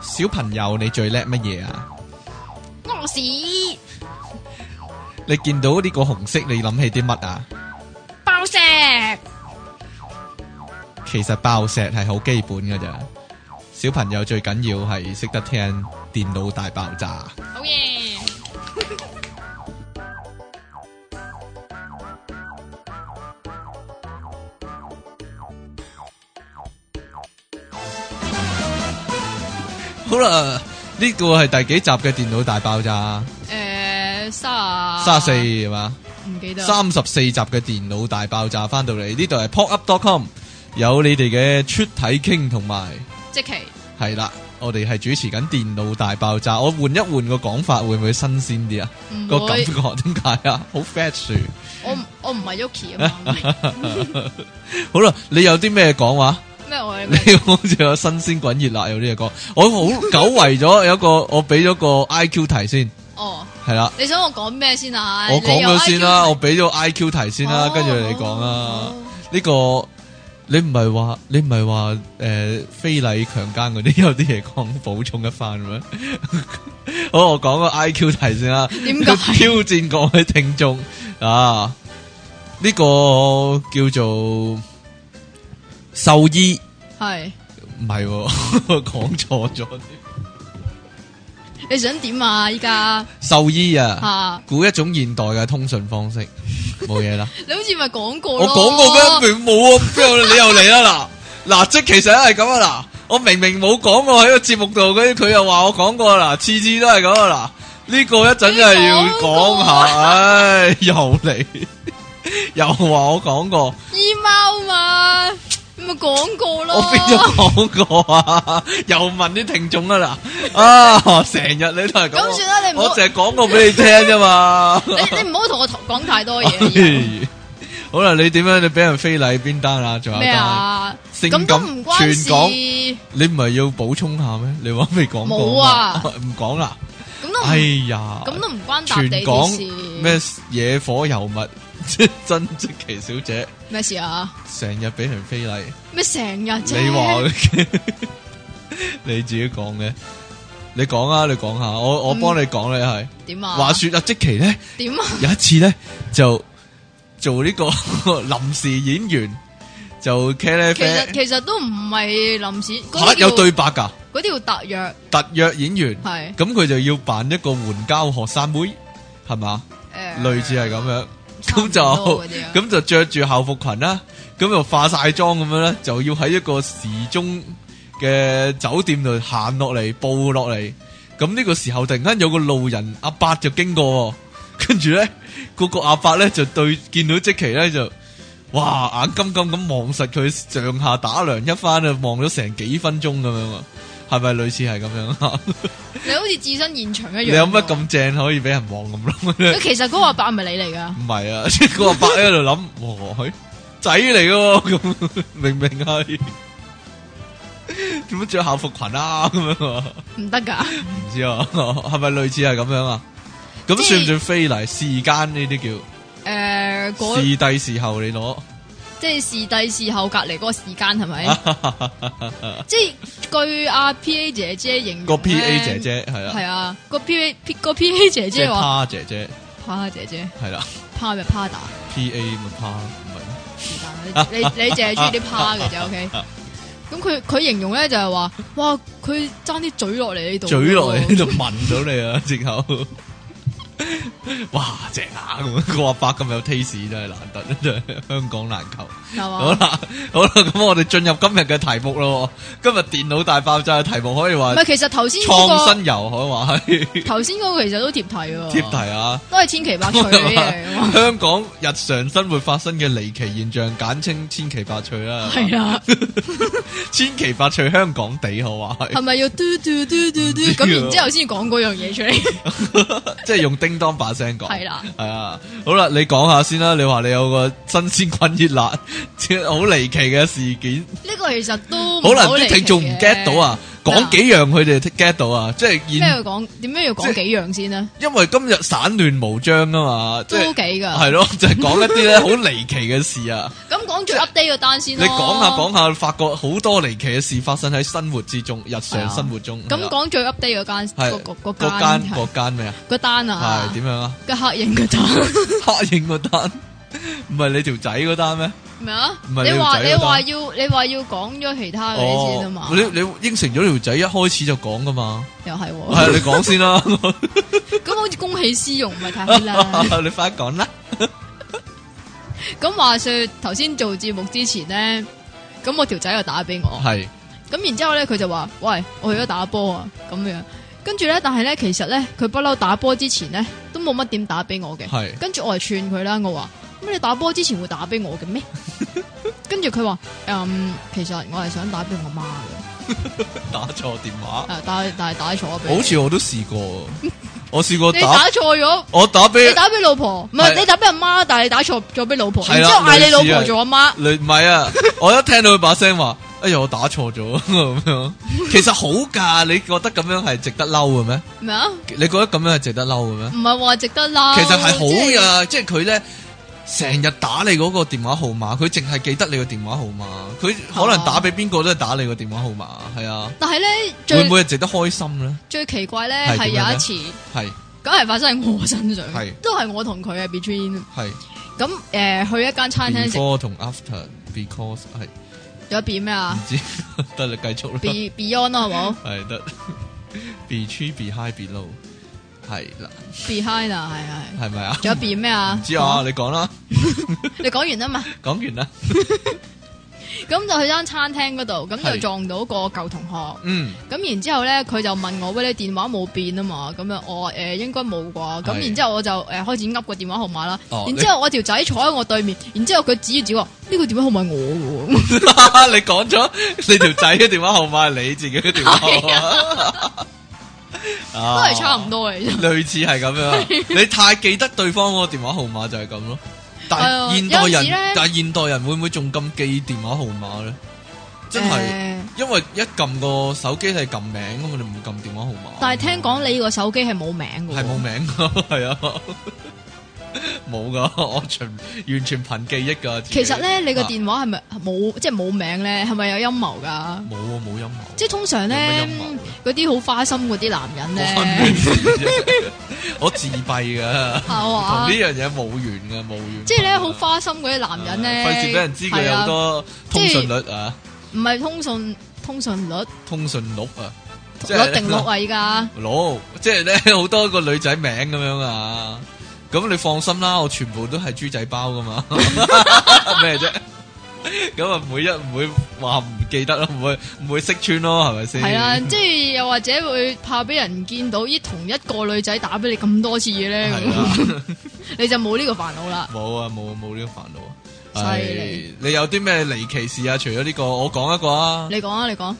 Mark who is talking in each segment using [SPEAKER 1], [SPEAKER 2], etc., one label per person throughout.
[SPEAKER 1] 小朋友你最叻乜嘢啊？
[SPEAKER 2] 屙屎
[SPEAKER 1] 你見到呢個紅色，你諗起啲乜啊？
[SPEAKER 2] 爆石，
[SPEAKER 1] 其實爆石係好基本噶咋，小朋友最緊要係識得聽電腦大爆炸。
[SPEAKER 2] 好嘢！
[SPEAKER 1] 好啦，啊呢個係第幾集嘅電腦大爆炸？
[SPEAKER 2] 誒，卅
[SPEAKER 1] 三十四係嘛？
[SPEAKER 2] 唔記得
[SPEAKER 1] 三十四集嘅電腦大爆炸翻到嚟，呢度係 popup.com 有你哋嘅出體傾同埋
[SPEAKER 2] 即期
[SPEAKER 1] 係啦，我哋係主持緊電腦大爆炸，我換一換個講法會唔會新鮮啲啊？個
[SPEAKER 2] 唔
[SPEAKER 1] 感
[SPEAKER 2] 會，
[SPEAKER 1] 覺點解啊？好 fresh
[SPEAKER 2] 我唔我唔係 Yuki 啊嘛，
[SPEAKER 1] 好啦，你有啲咩講話？
[SPEAKER 2] 咩我係咩
[SPEAKER 1] 你好似有新鮮滾熱辣有啲嘢講，我好久違咗有一個，我俾咗個 I Q 題先，
[SPEAKER 2] 哦，
[SPEAKER 1] 係啦，
[SPEAKER 2] 你想我講咩先啊？
[SPEAKER 1] 我講咗先啦，我
[SPEAKER 2] 你
[SPEAKER 1] 俾咗 I Q 題先
[SPEAKER 2] 有 IQ
[SPEAKER 1] 啦，跟住你講啦。呢個你唔係話你唔係話誒非禮強姦嗰啲有啲嘢講補充一番咩？ 好，我講個 I Q 題先啦。
[SPEAKER 2] 點解
[SPEAKER 1] 挑戰各位聽眾啊！呢、個叫做獸醫。
[SPEAKER 2] 哦係
[SPEAKER 1] 唔係喎， 講錯咗添。
[SPEAKER 2] 你想點啊？依家
[SPEAKER 1] 獸醫啊，
[SPEAKER 2] 吓，
[SPEAKER 1] 估一種現代嘅通訊方式，冇嘢啦。
[SPEAKER 2] 你好似咪講過
[SPEAKER 1] 我
[SPEAKER 2] 咯
[SPEAKER 1] 講過咩？明冇啊，邊有你又嚟啦嗱嗱，即其實係咁啊嗱，我明明冇講過喺個節目度，跟住佢又話我講過啦，次次都係咁啊嗱，呢、個一陣真係要講下，唉，又嚟，又話我講過，
[SPEAKER 2] 醫貓嘛，你咪講過咯。
[SPEAKER 1] 我邊度講過啊？又問啲聽眾啊嗱，啊，成日你都係咁啊。
[SPEAKER 2] 咁算啦，你唔
[SPEAKER 1] 我
[SPEAKER 2] 好
[SPEAKER 1] 淨係講過俾你聽啫嘛。
[SPEAKER 2] 你你唔好同我講太多嘢。
[SPEAKER 1] 好啦，你點樣？你俾人非禮邊單啊？仲有一
[SPEAKER 2] 咩
[SPEAKER 1] 單
[SPEAKER 2] 啊？
[SPEAKER 1] 性
[SPEAKER 2] 咁
[SPEAKER 1] 感
[SPEAKER 2] 都唔關
[SPEAKER 1] 全
[SPEAKER 2] 事，
[SPEAKER 1] 港，你唔係要補充下咩？你話未講過
[SPEAKER 2] 冇啊
[SPEAKER 1] 唔講啦。
[SPEAKER 2] 咁都唔
[SPEAKER 1] 哎呀，
[SPEAKER 2] 咁都唔關搭地
[SPEAKER 1] 全
[SPEAKER 2] 鐵
[SPEAKER 1] 港
[SPEAKER 2] 事。
[SPEAKER 1] 咩野火油物， 即真即奇小姐
[SPEAKER 2] 咩事啊？
[SPEAKER 1] 成日俾人非禮，
[SPEAKER 2] 咩成日啫？
[SPEAKER 1] 你話嘅 你自己講嘅，你講啊，你講下，我我幫你講你係。
[SPEAKER 2] 點啊？
[SPEAKER 1] 話說啊，即奇咧。
[SPEAKER 2] 點啊？
[SPEAKER 1] 有一次咧就做呢個 臨時演員，就茄喱
[SPEAKER 2] 其實
[SPEAKER 1] 啡
[SPEAKER 2] 其實都唔係臨時
[SPEAKER 1] 吓
[SPEAKER 2] 嗰
[SPEAKER 1] 有
[SPEAKER 2] 啲
[SPEAKER 1] 對
[SPEAKER 2] 叫
[SPEAKER 1] 白噶，
[SPEAKER 2] 嗰啲叫特約
[SPEAKER 1] 特約演員，
[SPEAKER 2] 係
[SPEAKER 1] 咁佢就要扮一個援交學生妹，係嘛，
[SPEAKER 2] 誒，
[SPEAKER 1] 類似係咁樣，咁
[SPEAKER 2] 差唔多嗰
[SPEAKER 1] 就
[SPEAKER 2] 啲啊
[SPEAKER 1] 咁就着住校服裙啦，咁就化晒妝咁樣咧，就要喺一個時鐘嘅酒店度行落嚟，步落嚟，咁呢個時候突然間有個路人阿伯就經過喎， 跟住咧嗰個阿伯咧就對見到即奇咧就。哇！眼金金咁望實佢上下打量一番啊，望咗成幾分鐘咁樣啊，係咪類似係咁樣啊？
[SPEAKER 2] 你好似置身現場一樣。啊
[SPEAKER 1] 你有乜咁正可以俾人望咁咯？
[SPEAKER 2] 咁？其實嗰個阿伯係咪你嚟㗎？
[SPEAKER 1] 唔係啊，即係個阿伯喺度諗，哇，佢仔嚟嘅喎，咁 明明係做乜着校服裙啊？ 咁樣啊，
[SPEAKER 2] 唔得㗎，
[SPEAKER 1] 唔知啊，係咪類似係咁樣啊？咁
[SPEAKER 2] 即係
[SPEAKER 1] 算唔算非禮？時間呢啲
[SPEAKER 2] 誒
[SPEAKER 1] 叫
[SPEAKER 2] 嗰
[SPEAKER 1] 時帝時候你攞，
[SPEAKER 2] 即係時帝時候隔離嗰個時間 係咪？即係據阿 P A 姐姐形容
[SPEAKER 1] 個 P A
[SPEAKER 2] 咧
[SPEAKER 1] 姐姐係啦
[SPEAKER 2] 係，啊，個 P A 個 P A 姐
[SPEAKER 1] 即係
[SPEAKER 2] 姐話
[SPEAKER 1] 趴姐姐
[SPEAKER 2] 趴姐姐
[SPEAKER 1] 係啦
[SPEAKER 2] 趴咪趴打，
[SPEAKER 1] ，P A 咪趴唔係咩
[SPEAKER 2] 是但你你你淨係中意啲趴嘅 啫，OK。咁佢佢形容咧就係話，哇！佢爭啲嘴落嚟呢度，
[SPEAKER 1] 嘴落嚟呢度聞到你啊， 直頭。哇，正啊！咁樣個阿伯咁有 taste 真係難得，真係香港難求。
[SPEAKER 2] 係
[SPEAKER 1] 好
[SPEAKER 2] 嘛？
[SPEAKER 1] 啦，好啦，咁我哋進入今日嘅題目咯。今日電腦大爆炸嘅題目可以話
[SPEAKER 2] 唔係，其實頭先
[SPEAKER 1] 創
[SPEAKER 2] 嗰
[SPEAKER 1] 新遊，可以話係
[SPEAKER 2] 個頭先嗰個其實都貼題喎，
[SPEAKER 1] 貼題啊。
[SPEAKER 2] 都係千奇百趣嘅嘢嚟㗎嘛，
[SPEAKER 1] 香港日常生活發生嘅離奇現象，簡稱千奇百趣啦。
[SPEAKER 2] 係啊啦，
[SPEAKER 1] 千奇百趣香港地，好話
[SPEAKER 2] 係
[SPEAKER 1] 係，
[SPEAKER 2] 咪要嘟嘟嘟嘟
[SPEAKER 1] 唔
[SPEAKER 2] 嘟
[SPEAKER 1] 知
[SPEAKER 2] 咁，
[SPEAKER 1] 喎
[SPEAKER 2] 然之後先講嗰樣嘢出嚟，
[SPEAKER 1] 即係用叮當把聲講。
[SPEAKER 2] 係啦，
[SPEAKER 1] 係啊，好啦，你講下先啦。你話你有個新鮮滾熱辣、好離奇嘅事件，
[SPEAKER 2] 呢個其實都唔
[SPEAKER 1] 可能
[SPEAKER 2] 好離
[SPEAKER 1] 啲
[SPEAKER 2] 奇
[SPEAKER 1] 聽眾唔
[SPEAKER 2] 嘅
[SPEAKER 1] get 到啊。講幾樣佢哋 get 到啊，即係
[SPEAKER 2] 咩
[SPEAKER 1] 現
[SPEAKER 2] 要講？點解要講幾樣先呢？
[SPEAKER 1] 因為今日散亂無章啊嘛，即
[SPEAKER 2] 都
[SPEAKER 1] 係
[SPEAKER 2] 幾噶。
[SPEAKER 1] 係咯， 就係講一啲咧好離奇嘅 事啊。
[SPEAKER 2] 咁講最 update 嗰單先
[SPEAKER 1] 你
[SPEAKER 2] 咯。
[SPEAKER 1] 講下講下，發覺好多離奇嘅事發生喺生活之中，日
[SPEAKER 2] 係
[SPEAKER 1] 常
[SPEAKER 2] 啊
[SPEAKER 1] 生活中。係
[SPEAKER 2] 咁
[SPEAKER 1] 啦
[SPEAKER 2] 講最 update 嗰間
[SPEAKER 1] 係
[SPEAKER 2] 嗰嗰
[SPEAKER 1] 嗰
[SPEAKER 2] 嗰
[SPEAKER 1] 間
[SPEAKER 2] 間
[SPEAKER 1] 嗰
[SPEAKER 2] 係
[SPEAKER 1] 間咩啊？
[SPEAKER 2] 嗰單啊
[SPEAKER 1] 係，點樣啊？
[SPEAKER 2] 個黑影嗰單
[SPEAKER 1] 黑影嗰單，唔係你條仔嗰單咩？
[SPEAKER 2] 咩啊？
[SPEAKER 1] 唔係
[SPEAKER 2] 你
[SPEAKER 1] 你條
[SPEAKER 2] 話
[SPEAKER 1] 仔嗰單
[SPEAKER 2] 你話要你話要講咗其他嗰啲先啊嘛？
[SPEAKER 1] 哦你你應承咗條仔一開始就講噶嘛？
[SPEAKER 2] 又係喎，
[SPEAKER 1] 係你講先啦，
[SPEAKER 2] 咁好似公器私用唔係太好 啦。
[SPEAKER 1] 你快講啦。
[SPEAKER 2] 咁話說頭先做節目之前咧，咁我條仔又打俾我，
[SPEAKER 1] 係
[SPEAKER 2] 咁然之後咧佢就話：喂，我去咗打波啊，咁樣。跟住咧，但係咧，其實咧，佢不嬲打波之前咧，都冇乜點打俾我嘅。
[SPEAKER 1] 係
[SPEAKER 2] 跟住我係串佢啦，我話乜你打波之前會打俾我 嘅咩？跟住佢話嗯，其實我係想打俾我媽嘅，
[SPEAKER 1] 打錯電話，
[SPEAKER 2] 啊但係但係打錯咗俾你
[SPEAKER 1] 好似我都試過，我試過
[SPEAKER 2] 你
[SPEAKER 1] 打
[SPEAKER 2] 打錯咗，
[SPEAKER 1] 我打
[SPEAKER 2] 你
[SPEAKER 1] 俾
[SPEAKER 2] 打俾老婆，唔
[SPEAKER 1] 係
[SPEAKER 2] 係你打俾阿媽，但係你打錯咗俾老婆，
[SPEAKER 1] 係
[SPEAKER 2] 然之
[SPEAKER 1] 啦
[SPEAKER 2] 後嗌你老
[SPEAKER 1] 類似啊
[SPEAKER 2] 婆做阿媽，
[SPEAKER 1] 你唔係啊！我一聽到佢把聲話， 哎呀我打錯咗咁樣，其實好㗎。你覺得咁樣係值得嬲嘅咩？
[SPEAKER 2] 咩啊？
[SPEAKER 1] 你覺得咁樣係值得嬲嘅咩？
[SPEAKER 2] 唔係話值得啦，
[SPEAKER 1] 其實係好
[SPEAKER 2] 哦即係
[SPEAKER 1] 㗎，即係佢咧成日打你嗰個電話號碼，佢淨係記得你個電話號碼，佢可
[SPEAKER 2] 哦
[SPEAKER 1] 能打俾邊個都係打你個電話號碼，係啊。
[SPEAKER 2] 但係咧
[SPEAKER 1] 會
[SPEAKER 2] 最
[SPEAKER 1] 唔會係值得開心咧？
[SPEAKER 2] 最奇怪咧
[SPEAKER 1] 係點
[SPEAKER 2] 係
[SPEAKER 1] 樣
[SPEAKER 2] 有
[SPEAKER 1] 咧
[SPEAKER 2] 一次，
[SPEAKER 1] 係
[SPEAKER 2] 梗係發生喺我身上
[SPEAKER 1] 係，
[SPEAKER 2] 都係我同佢嘅 between。
[SPEAKER 1] 係
[SPEAKER 2] 咁誒去一間餐廳食
[SPEAKER 1] before 同 after because 係唔
[SPEAKER 2] 有 be 咩啊
[SPEAKER 1] 知 得你繼續啦。
[SPEAKER 2] ？be beyond 啊啦，好冇
[SPEAKER 1] 系得 be tree be high be low，系啦，
[SPEAKER 2] ？behind 啊，係係。
[SPEAKER 1] 系咪啊？
[SPEAKER 2] 仲有變咩啊？
[SPEAKER 1] 唔知啊，你講啦，
[SPEAKER 2] 你講完啊嘛，
[SPEAKER 1] 講完啦。
[SPEAKER 2] 咁就去間餐廳嗰度，咁
[SPEAKER 1] 係
[SPEAKER 2] 就撞到個舊同學，
[SPEAKER 1] 嗯，
[SPEAKER 2] 咁然之後咧，佢就問我：喂，你電話冇變啊嘛？咁樣我誒、呃、應該冇啩，咁
[SPEAKER 1] 係
[SPEAKER 2] 然之後我就誒、呃、開始噏個電話號碼啦，
[SPEAKER 1] 哦
[SPEAKER 2] 然之後我條仔坐喺我對面，然之後佢指住自己話：呢、個電話號碼係我 嘅喎，
[SPEAKER 1] 你講咗你條仔嘅電話號碼係你自己嘅電話號碼，都
[SPEAKER 2] 都係差唔，多嚟啫。
[SPEAKER 1] 類似係 咁樣。你太記得對方嗰個電話號碼就係咁咯。但
[SPEAKER 2] 係啊
[SPEAKER 1] 係現代
[SPEAKER 2] 有陣
[SPEAKER 1] 人
[SPEAKER 2] 時呢，
[SPEAKER 1] 但係現代人會唔會仲咁記電話號碼咧？真係，
[SPEAKER 2] 呃
[SPEAKER 1] 因為一撳個手機係撳名噶嘛，你唔會撳電話號碼。
[SPEAKER 2] 但係聽講你個手機係冇名嘅
[SPEAKER 1] 系冇
[SPEAKER 2] 喎，
[SPEAKER 1] 名 噶，系啊，冇噶，我全完全憑記憶噶。自己
[SPEAKER 2] 其實咧你個
[SPEAKER 1] 啊
[SPEAKER 2] 電話係咪冇即係冇名咧？係咪有陰謀㗎？
[SPEAKER 1] 冇啊，冇陰謀，
[SPEAKER 2] 即係通常
[SPEAKER 1] 有
[SPEAKER 2] 咧
[SPEAKER 1] 乜陰謀啊
[SPEAKER 2] 嗰啲好花心嗰啲男人
[SPEAKER 1] 我分咩
[SPEAKER 2] 咧，
[SPEAKER 1] 事啫我自閉噶，
[SPEAKER 2] 係
[SPEAKER 1] 同呢
[SPEAKER 2] 嘛？
[SPEAKER 1] 樣嘢冇緣噶，冇緣。
[SPEAKER 2] 即系咧好花心嗰啲男人咧，
[SPEAKER 1] 啊費事俾人知佢有好
[SPEAKER 2] 係啊，
[SPEAKER 1] 多通訊率啊，
[SPEAKER 2] 唔係通訊通訊率
[SPEAKER 1] 通訊錄啊，即係
[SPEAKER 2] 率定率啊，而家
[SPEAKER 1] 攞，即係咧好多個女仔名咁樣啊。咁你放心啦，我全部都係豬仔包噶嘛， 咩啫？咁啊，每一唔會話唔記得咯，唔會唔會識穿咯，係咪先？
[SPEAKER 2] 係啦，即係又或者會怕俾人見到，咦同一個女仔打俾你咁多次嘅咧，
[SPEAKER 1] 係啊
[SPEAKER 2] 咁
[SPEAKER 1] 啦，
[SPEAKER 2] 你就冇呢個煩惱啦。
[SPEAKER 1] 冇啊，冇啊冇呢個煩惱啊。
[SPEAKER 2] 犀利
[SPEAKER 1] 係你有啲咩離奇事啊？除咗呢個，我講一個啊。
[SPEAKER 2] 你講啊，你講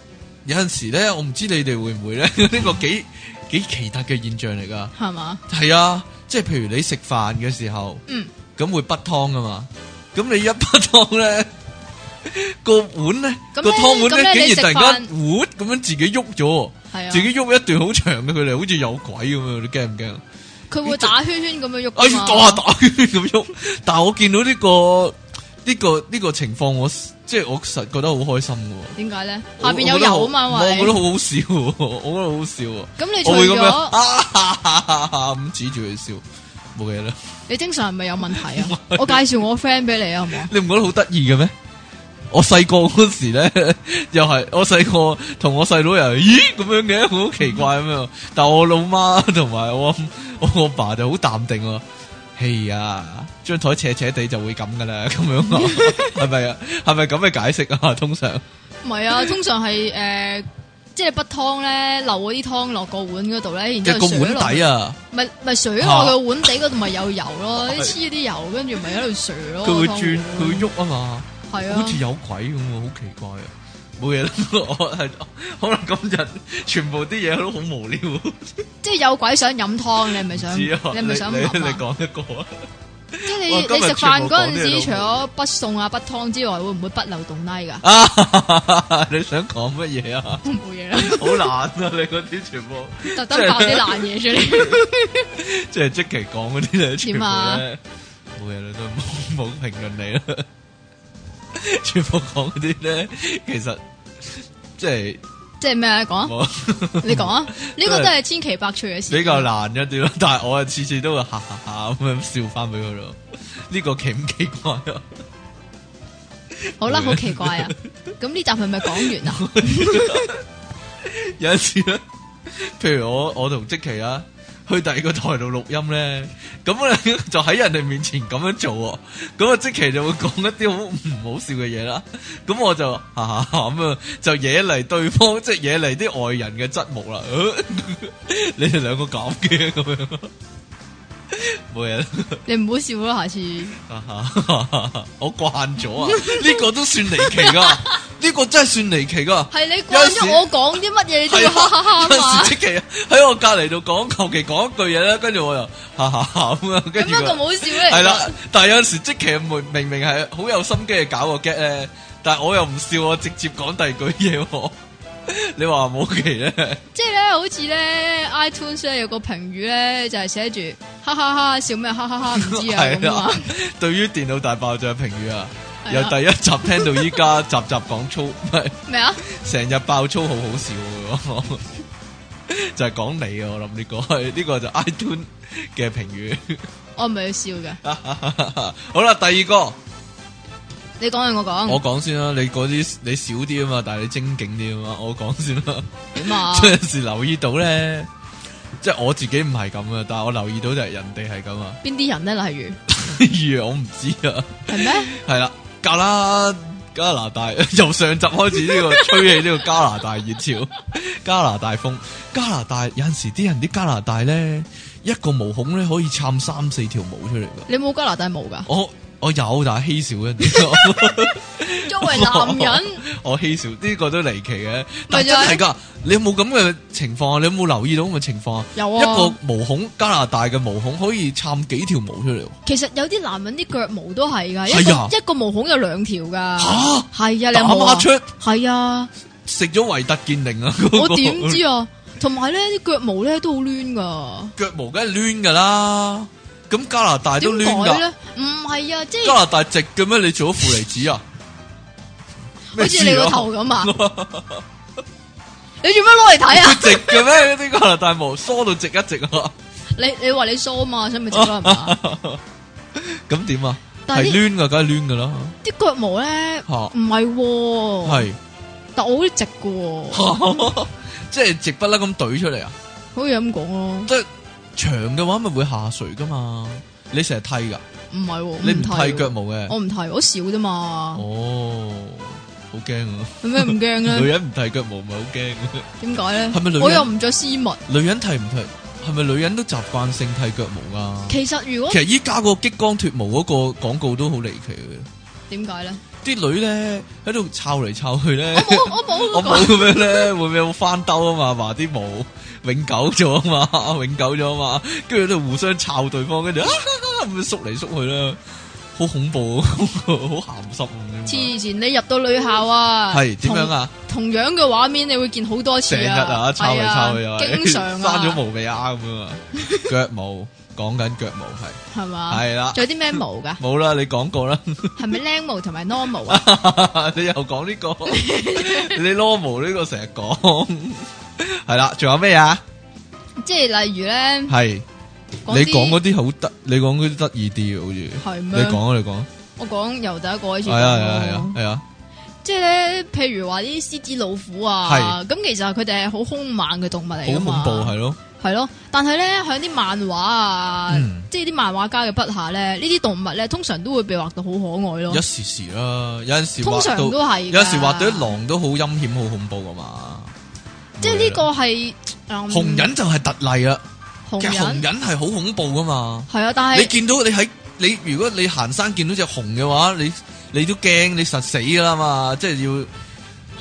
[SPEAKER 1] 有陣時咧，我唔知你哋會唔會咧，呢 個幾幾奇特嘅現象嚟噶。
[SPEAKER 2] 係嘛？
[SPEAKER 1] 係啊，即係譬如你食飯嘅時候。
[SPEAKER 2] 嗯，
[SPEAKER 1] 咁會不湯噶嘛？咁你一不湯 咧，個碗咧，
[SPEAKER 2] 咁
[SPEAKER 1] 個
[SPEAKER 2] 咧
[SPEAKER 1] 湯碗
[SPEAKER 2] 咁咧
[SPEAKER 1] 咧，
[SPEAKER 2] 你
[SPEAKER 1] 竟然
[SPEAKER 2] 食
[SPEAKER 1] 突然間活咁樣自己喐咗
[SPEAKER 2] 係
[SPEAKER 1] 喎，
[SPEAKER 2] 啊
[SPEAKER 1] 自，己喐一段好長嘅距離，好似有鬼咁啊樣，你驚唔驚？
[SPEAKER 2] 佢會打圈圈咁樣喐
[SPEAKER 1] 哎
[SPEAKER 2] 㗎
[SPEAKER 1] 呀，
[SPEAKER 2] 嘛。
[SPEAKER 1] 打下打圈咁喐，但係我見到呢個呢個呢個情況，我即係我實覺得好開心嘅喎。
[SPEAKER 2] 點解咧？
[SPEAKER 1] 我
[SPEAKER 2] 下邊有油啊嘛，
[SPEAKER 1] 我覺得
[SPEAKER 2] 喂。
[SPEAKER 1] 好我覺得好好笑喎，我覺得好好笑喎。
[SPEAKER 2] 咁你除
[SPEAKER 1] 我會咁樣
[SPEAKER 2] 咗
[SPEAKER 1] 啊哈哈哈哈咁指住佢笑，冇嘢啦。
[SPEAKER 2] 你精神係咪有 問題啊？我介紹我 friend 俾你啊，好唔好啊？
[SPEAKER 1] 你唔覺得好得意嘅咩？我細個嗰時咧， 又係我細個同我細佬又係咦咁樣嘅，好奇怪咁樣。但我老媽同埋我我我爸就好淡定喎。係呀，張台斜斜地就會咁噶啦， 咁樣 啊，係咪啊？係咪咁嘅解釋啊？通常
[SPEAKER 2] 唔係啊，通常係诶、呃即係筆湯咧，流嗰啲湯落個碗嗰度咧，然之
[SPEAKER 1] 嘅
[SPEAKER 2] 後
[SPEAKER 1] 個
[SPEAKER 2] 水
[SPEAKER 1] 碗
[SPEAKER 2] 落去
[SPEAKER 1] 底，啊，
[SPEAKER 2] 咪咪水落個碗底嗰度咪有油咯，
[SPEAKER 1] 係
[SPEAKER 2] 啲黐啲油，跟住咪喺度水咯。
[SPEAKER 1] 佢會轉，佢會喐啊嘛，
[SPEAKER 2] 會係
[SPEAKER 1] 好
[SPEAKER 2] 啊
[SPEAKER 1] 似，有鬼咁喎，好奇怪啊！冇嘢啦，我係可能今日全部啲嘢都好無聊。
[SPEAKER 2] 即係有鬼想飲湯，你係咪想？
[SPEAKER 1] 知啊，
[SPEAKER 2] 你係咪 想
[SPEAKER 1] 你
[SPEAKER 2] 飲
[SPEAKER 1] 你
[SPEAKER 2] 啊？
[SPEAKER 1] 講一個啊？
[SPEAKER 2] 即系你
[SPEAKER 1] 哇今日
[SPEAKER 2] 你食
[SPEAKER 1] 全
[SPEAKER 2] 饭
[SPEAKER 1] 部
[SPEAKER 2] 嗰
[SPEAKER 1] 講呢
[SPEAKER 2] 阵
[SPEAKER 1] 啲
[SPEAKER 2] 时，
[SPEAKER 1] 老
[SPEAKER 2] 除咗不餸啊、不湯之外，會唔會不漏 洞拉噶？
[SPEAKER 1] 啊！ 你想講乜嘢啊？
[SPEAKER 2] 都冇 嘢啦，
[SPEAKER 1] 好難啊！你嗰啲全部
[SPEAKER 2] 特登爆啲爛嘢出嚟。
[SPEAKER 1] 即係即期講嗰啲咧，全部
[SPEAKER 2] 點啊
[SPEAKER 1] 咧冇嘢啦，都冇冇評論你啦。 全部講嗰啲咧，其實即係
[SPEAKER 2] 即係咩啊？講啊，
[SPEAKER 1] 冇
[SPEAKER 2] 你講啊，呢個都係千奇百趣嘅事。
[SPEAKER 1] 比較難一啲咯。但係我啊次次都會哈哈哈咁樣笑翻俾佢咯。呢個奇唔奇怪啊？
[SPEAKER 2] 好啦，好奇怪啊！ 咁呢集係咪講完啊？
[SPEAKER 1] 有一次咧，譬如我我同即奇啊，去第二個台度錄音咧，咁咧就喺人哋面前咁樣做喎，咁啊即奇就會講一啲好唔好笑嘅嘢啦，咁我就哈哈哈咁啊，就惹嚟對方即係惹嚟啲外人嘅質目啦，呃你哋兩個咁嘅咁樣，冇嘢啦。
[SPEAKER 2] 你唔好笑啦，下次
[SPEAKER 1] 我慣咗啊！呢個都算離奇噶，呢個真係算離奇噶。
[SPEAKER 2] 係你慣咗我講啲乜
[SPEAKER 1] 啊
[SPEAKER 2] 嘢，你都要哈哈哈嘛
[SPEAKER 1] 有。時即期啊喺我隔離度講，求其講一句嘢啦，跟住我又哈哈哈咁啊，
[SPEAKER 2] 咁
[SPEAKER 1] 跟住
[SPEAKER 2] 樣咁
[SPEAKER 1] 佢
[SPEAKER 2] 好笑咧？
[SPEAKER 1] 係啦。但係有時即期明明明係好有心機去搞個 get 咧，但係我又唔笑，我直接講第二句嘢喎。 你話冇奇咧？
[SPEAKER 2] 即系咧，好似咧 iTunes 咧有個評語咧，就係寫住哈哈哈笑咩哈哈哈唔知 啊
[SPEAKER 1] 係
[SPEAKER 2] 咁啊
[SPEAKER 1] 啦
[SPEAKER 2] 嘛。，
[SPEAKER 1] 對於電腦大爆炸嘅評語啊，
[SPEAKER 2] 係
[SPEAKER 1] 由
[SPEAKER 2] 啊
[SPEAKER 1] 第一集聽到依家，集集講粗，唔係
[SPEAKER 2] 咩啊？
[SPEAKER 1] 成日爆粗好好笑嘅喎， 就係講你啊！我諗呢、個係呢、個就 iTune 嘅評
[SPEAKER 2] 我唔係要笑嘅，
[SPEAKER 1] 語。 好啦，第二個
[SPEAKER 2] 你講定我講
[SPEAKER 1] 我講先啦，你嗰啲你少啲啊嘛，但係你精警啲啊嘛，我講先啦。
[SPEAKER 2] 點啊？
[SPEAKER 1] 即係有時留意到咧，即係我自己唔係咁啊，但係我留意到就係人哋係咁啊。
[SPEAKER 2] 邊啲人咧？例如
[SPEAKER 1] 例如我唔知啊，
[SPEAKER 2] 係咩？
[SPEAKER 1] 係啦，加啦。加拿大 由上集開始呢、個吹起呢個加拿大熱潮， 加拿大風，加拿大有陣時啲人啲加拿大咧一個毛孔咧可以撐三四條毛出嚟噶。
[SPEAKER 2] 你冇加拿大毛 㗎？
[SPEAKER 1] 我我有，但係稀少一啲。
[SPEAKER 2] 作為男人，
[SPEAKER 1] 我稀少，呢、個都離奇嘅。但
[SPEAKER 2] 咪就
[SPEAKER 1] 真
[SPEAKER 2] 係
[SPEAKER 1] 係㗎，你有冇咁嘅情況啊？你有冇留意到咁嘅情況啊？
[SPEAKER 2] 有
[SPEAKER 1] 一個
[SPEAKER 2] 啊。
[SPEAKER 1] 毛孔加拿大嘅毛孔可以撐幾條毛出嚟喎？
[SPEAKER 2] 其實有啲男人啲腳毛都係㗎，
[SPEAKER 1] 係啊
[SPEAKER 2] 一個一個毛孔有兩條㗎。
[SPEAKER 1] 嚇
[SPEAKER 2] 係啊，你有
[SPEAKER 1] 打
[SPEAKER 2] 冇啊
[SPEAKER 1] 孖？出
[SPEAKER 2] 係啊，
[SPEAKER 1] 食咗維特健靈啊！嗰個
[SPEAKER 2] 我點知啊？同埋咧，啲腳毛咧都好攣㗎。
[SPEAKER 1] 腳毛梗係攣噶啦，咁加拿大都攣
[SPEAKER 2] 點改
[SPEAKER 1] 噶。
[SPEAKER 2] 咧？唔係啊，即
[SPEAKER 1] 加
[SPEAKER 2] 係
[SPEAKER 1] 拿大直嘅咩？你做咗負離子啊？
[SPEAKER 2] 好似你
[SPEAKER 1] 咩事
[SPEAKER 2] 個
[SPEAKER 1] 啊
[SPEAKER 2] 頭咁啊！你做咩攞嚟睇啊？
[SPEAKER 1] 直嘅咩？啲加拿大毛梳到直一直啊！
[SPEAKER 2] 你你话你疏嘛，想咪知啦，系啊嘛？
[SPEAKER 1] 咁點啊？
[SPEAKER 2] 但
[SPEAKER 1] 係
[SPEAKER 2] 係啲
[SPEAKER 1] 攣噶，梗係攣噶啦。
[SPEAKER 2] 啲腳毛咧
[SPEAKER 1] 嚇
[SPEAKER 2] 唔系，
[SPEAKER 1] 係
[SPEAKER 2] 但我啲直嘅喎，
[SPEAKER 1] 即係直不甩咁懟出嚟啊！
[SPEAKER 2] 好似咁講咯，
[SPEAKER 1] 即係長嘅話，咪會下垂噶嘛？你成日剃噶，
[SPEAKER 2] 唔係喎，
[SPEAKER 1] 你唔
[SPEAKER 2] 剃
[SPEAKER 1] 剃腳，毛嘅。
[SPEAKER 2] 我唔剃，我少啫嘛，
[SPEAKER 1] 哦，好驚啊！
[SPEAKER 2] 有咩唔驚
[SPEAKER 1] 女
[SPEAKER 2] 咧？
[SPEAKER 1] 人唔剃腳毛咪好驚啊。
[SPEAKER 2] 點解咧？
[SPEAKER 1] 係咪女人
[SPEAKER 2] 我又唔着絲襪。
[SPEAKER 1] 女人剃唔剃？係咪女人都習慣性剃腳毛啊？
[SPEAKER 2] 其實如果
[SPEAKER 1] 其實依家個激光脱毛嗰個廣告都好離奇
[SPEAKER 2] 點 解咧？
[SPEAKER 1] 嘅，啲女咧喺度摷嚟摷去 咧
[SPEAKER 2] 我，冇
[SPEAKER 1] 我
[SPEAKER 2] 我冇嗰
[SPEAKER 1] 冇
[SPEAKER 2] 個
[SPEAKER 1] 咁樣咧，會唔會有翻兜啊嘛？話啲毛永久咗啊嘛， 永久咗啊嘛，跟住喺度互相摷對方，跟住啊 咁樣縮嚟縮去啦，好恐怖， 好鹹濕啊咁樣。
[SPEAKER 2] 黐線，你入到女校啊，
[SPEAKER 1] 係點樣啊？
[SPEAKER 2] 同？同樣嘅畫面你會見好多次
[SPEAKER 1] 成日啊，抄嚟抄去
[SPEAKER 2] 係
[SPEAKER 1] 又
[SPEAKER 2] 啊
[SPEAKER 1] 係
[SPEAKER 2] 經常啊，
[SPEAKER 1] 生咗毛未啊咁樣 啊，腳毛講緊腳毛係。
[SPEAKER 2] 係嘛？
[SPEAKER 1] 係啊啦
[SPEAKER 2] 仲有啲咩毛㗎？
[SPEAKER 1] 冇啦，你講過啦，
[SPEAKER 2] 係咪靚毛同埋 normal 啊？
[SPEAKER 1] 你又講呢、 個，你 normal 呢個成日講，係啦，仲有咩啊？
[SPEAKER 2] 即係例如咧，
[SPEAKER 1] 係你講嗰啲好得，你講嗰啲得意啲嘅，好似
[SPEAKER 2] 係
[SPEAKER 1] 你
[SPEAKER 2] 咩？
[SPEAKER 1] 講啊，你講，
[SPEAKER 2] 我講由第一個開始
[SPEAKER 1] 係
[SPEAKER 2] 講
[SPEAKER 1] 啊係啊係啊
[SPEAKER 2] 咯，
[SPEAKER 1] 係啊，
[SPEAKER 2] 即係咧，譬如話啲獅子老虎啊，咁其實佢哋係好兇猛嘅動物嚟
[SPEAKER 1] 好
[SPEAKER 2] 噶
[SPEAKER 1] 恐
[SPEAKER 2] 嘛，
[SPEAKER 1] 怖係咯，
[SPEAKER 2] 係咯。但係咧，喺啲漫畫啊，
[SPEAKER 1] 嗯
[SPEAKER 2] 即係啲漫畫家嘅筆下咧，呢啲動物咧，通常都會被畫到好可愛咯
[SPEAKER 1] 一。時時啦，有陣時
[SPEAKER 2] 通
[SPEAKER 1] 畫
[SPEAKER 2] 常
[SPEAKER 1] 到，
[SPEAKER 2] 都係㗎，
[SPEAKER 1] 有陣時畫到啲狼都好陰險、好恐怖噶嘛。
[SPEAKER 2] 即係呢個係嗯
[SPEAKER 1] 紅人就係特例啊，
[SPEAKER 2] 紅
[SPEAKER 1] 其實紅
[SPEAKER 2] 人
[SPEAKER 1] 人係好恐怖噶嘛。
[SPEAKER 2] 係啊，但
[SPEAKER 1] 你
[SPEAKER 2] 係
[SPEAKER 1] 見到你喺你如果你行山見到只熊嘅話，你你都驚，你實死噶啦嘛，即係要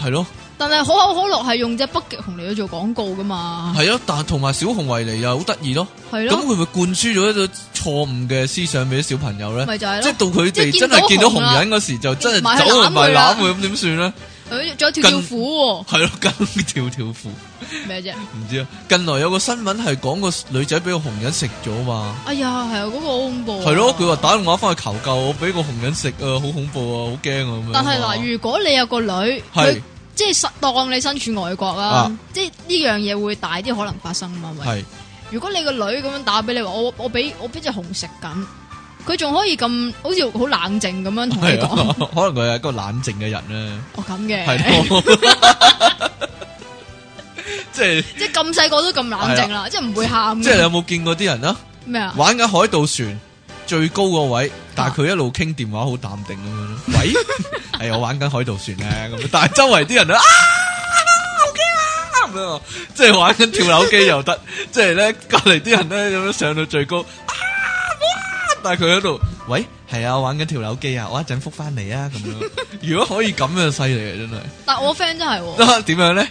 [SPEAKER 1] 係咯，
[SPEAKER 2] 但係可口可樂係用只北極熊嚟到做廣告噶嘛，
[SPEAKER 1] 系啊，但同埋小熊維尼又好得意咯。
[SPEAKER 2] 係
[SPEAKER 1] 咁
[SPEAKER 2] 咯，
[SPEAKER 1] 會唔會灌輸咗一個錯誤嘅思想俾啲小朋友咧？
[SPEAKER 2] 咪就係
[SPEAKER 1] 即係
[SPEAKER 2] 咯，
[SPEAKER 1] 到佢哋
[SPEAKER 2] 即係
[SPEAKER 1] 真係見
[SPEAKER 2] 見
[SPEAKER 1] 到
[SPEAKER 2] 到
[SPEAKER 1] 紅
[SPEAKER 2] 紅啦
[SPEAKER 1] 人嗰時，就真係
[SPEAKER 2] 埋去
[SPEAKER 1] 走去埋
[SPEAKER 2] 攬佢
[SPEAKER 1] 攬
[SPEAKER 2] 啦
[SPEAKER 1] 佢，咁點算 咧？
[SPEAKER 2] 誒仲有條條
[SPEAKER 1] 近
[SPEAKER 2] 虎
[SPEAKER 1] 係咯，跟條條褲唔
[SPEAKER 2] 喎，咩啫？
[SPEAKER 1] 知啊。近來有個新聞係講個女仔俾個紅人食咗嘛，
[SPEAKER 2] 哎呀，係啊，嗰個好恐怖啊。
[SPEAKER 1] 係咯，佢話打電話翻去求救，我俾個紅人食啊，好恐怖啊，好驚啊咁樣。
[SPEAKER 2] 但係嗱，，如果你有個女，
[SPEAKER 1] 係
[SPEAKER 2] 佢即係實當你身處外國啦
[SPEAKER 1] 啊，
[SPEAKER 2] 即係呢樣嘢會大啲可能發生嘛，係咪？
[SPEAKER 1] 係
[SPEAKER 2] 如果你個女咁樣打俾你話，我我俾我俾只熊食緊，佢仲可以咁好似好冷靜咁樣同你
[SPEAKER 1] 係啊
[SPEAKER 2] 講，，
[SPEAKER 1] 可能佢係一個冷靜嘅人咧，
[SPEAKER 2] 我咁嘅，
[SPEAKER 1] 係咯， 即係
[SPEAKER 2] 即係咁細個都咁冷靜啦，即係唔會喊嘅。
[SPEAKER 1] 即係你有冇見過啲人啊？
[SPEAKER 2] 咩啊？
[SPEAKER 1] 玩緊海盜船最高個位，但係佢一路傾電話好淡定咁樣咯。喂，係我玩緊海盜船咧，啊咁樣但係周圍啲人都啊，好驚啊咁樣啊，即係玩緊跳樓機又得， 即係咧隔離啲人咧咁樣上到最高，啊哇但係佢喺度，喂，係啊，我玩緊跳樓機啊，我一陣復翻嚟啊咁 樣。如果可以咁樣犀利啊，
[SPEAKER 2] 但我 friend 真係
[SPEAKER 1] 真
[SPEAKER 2] 喎，
[SPEAKER 1] 係。 啊點樣咧？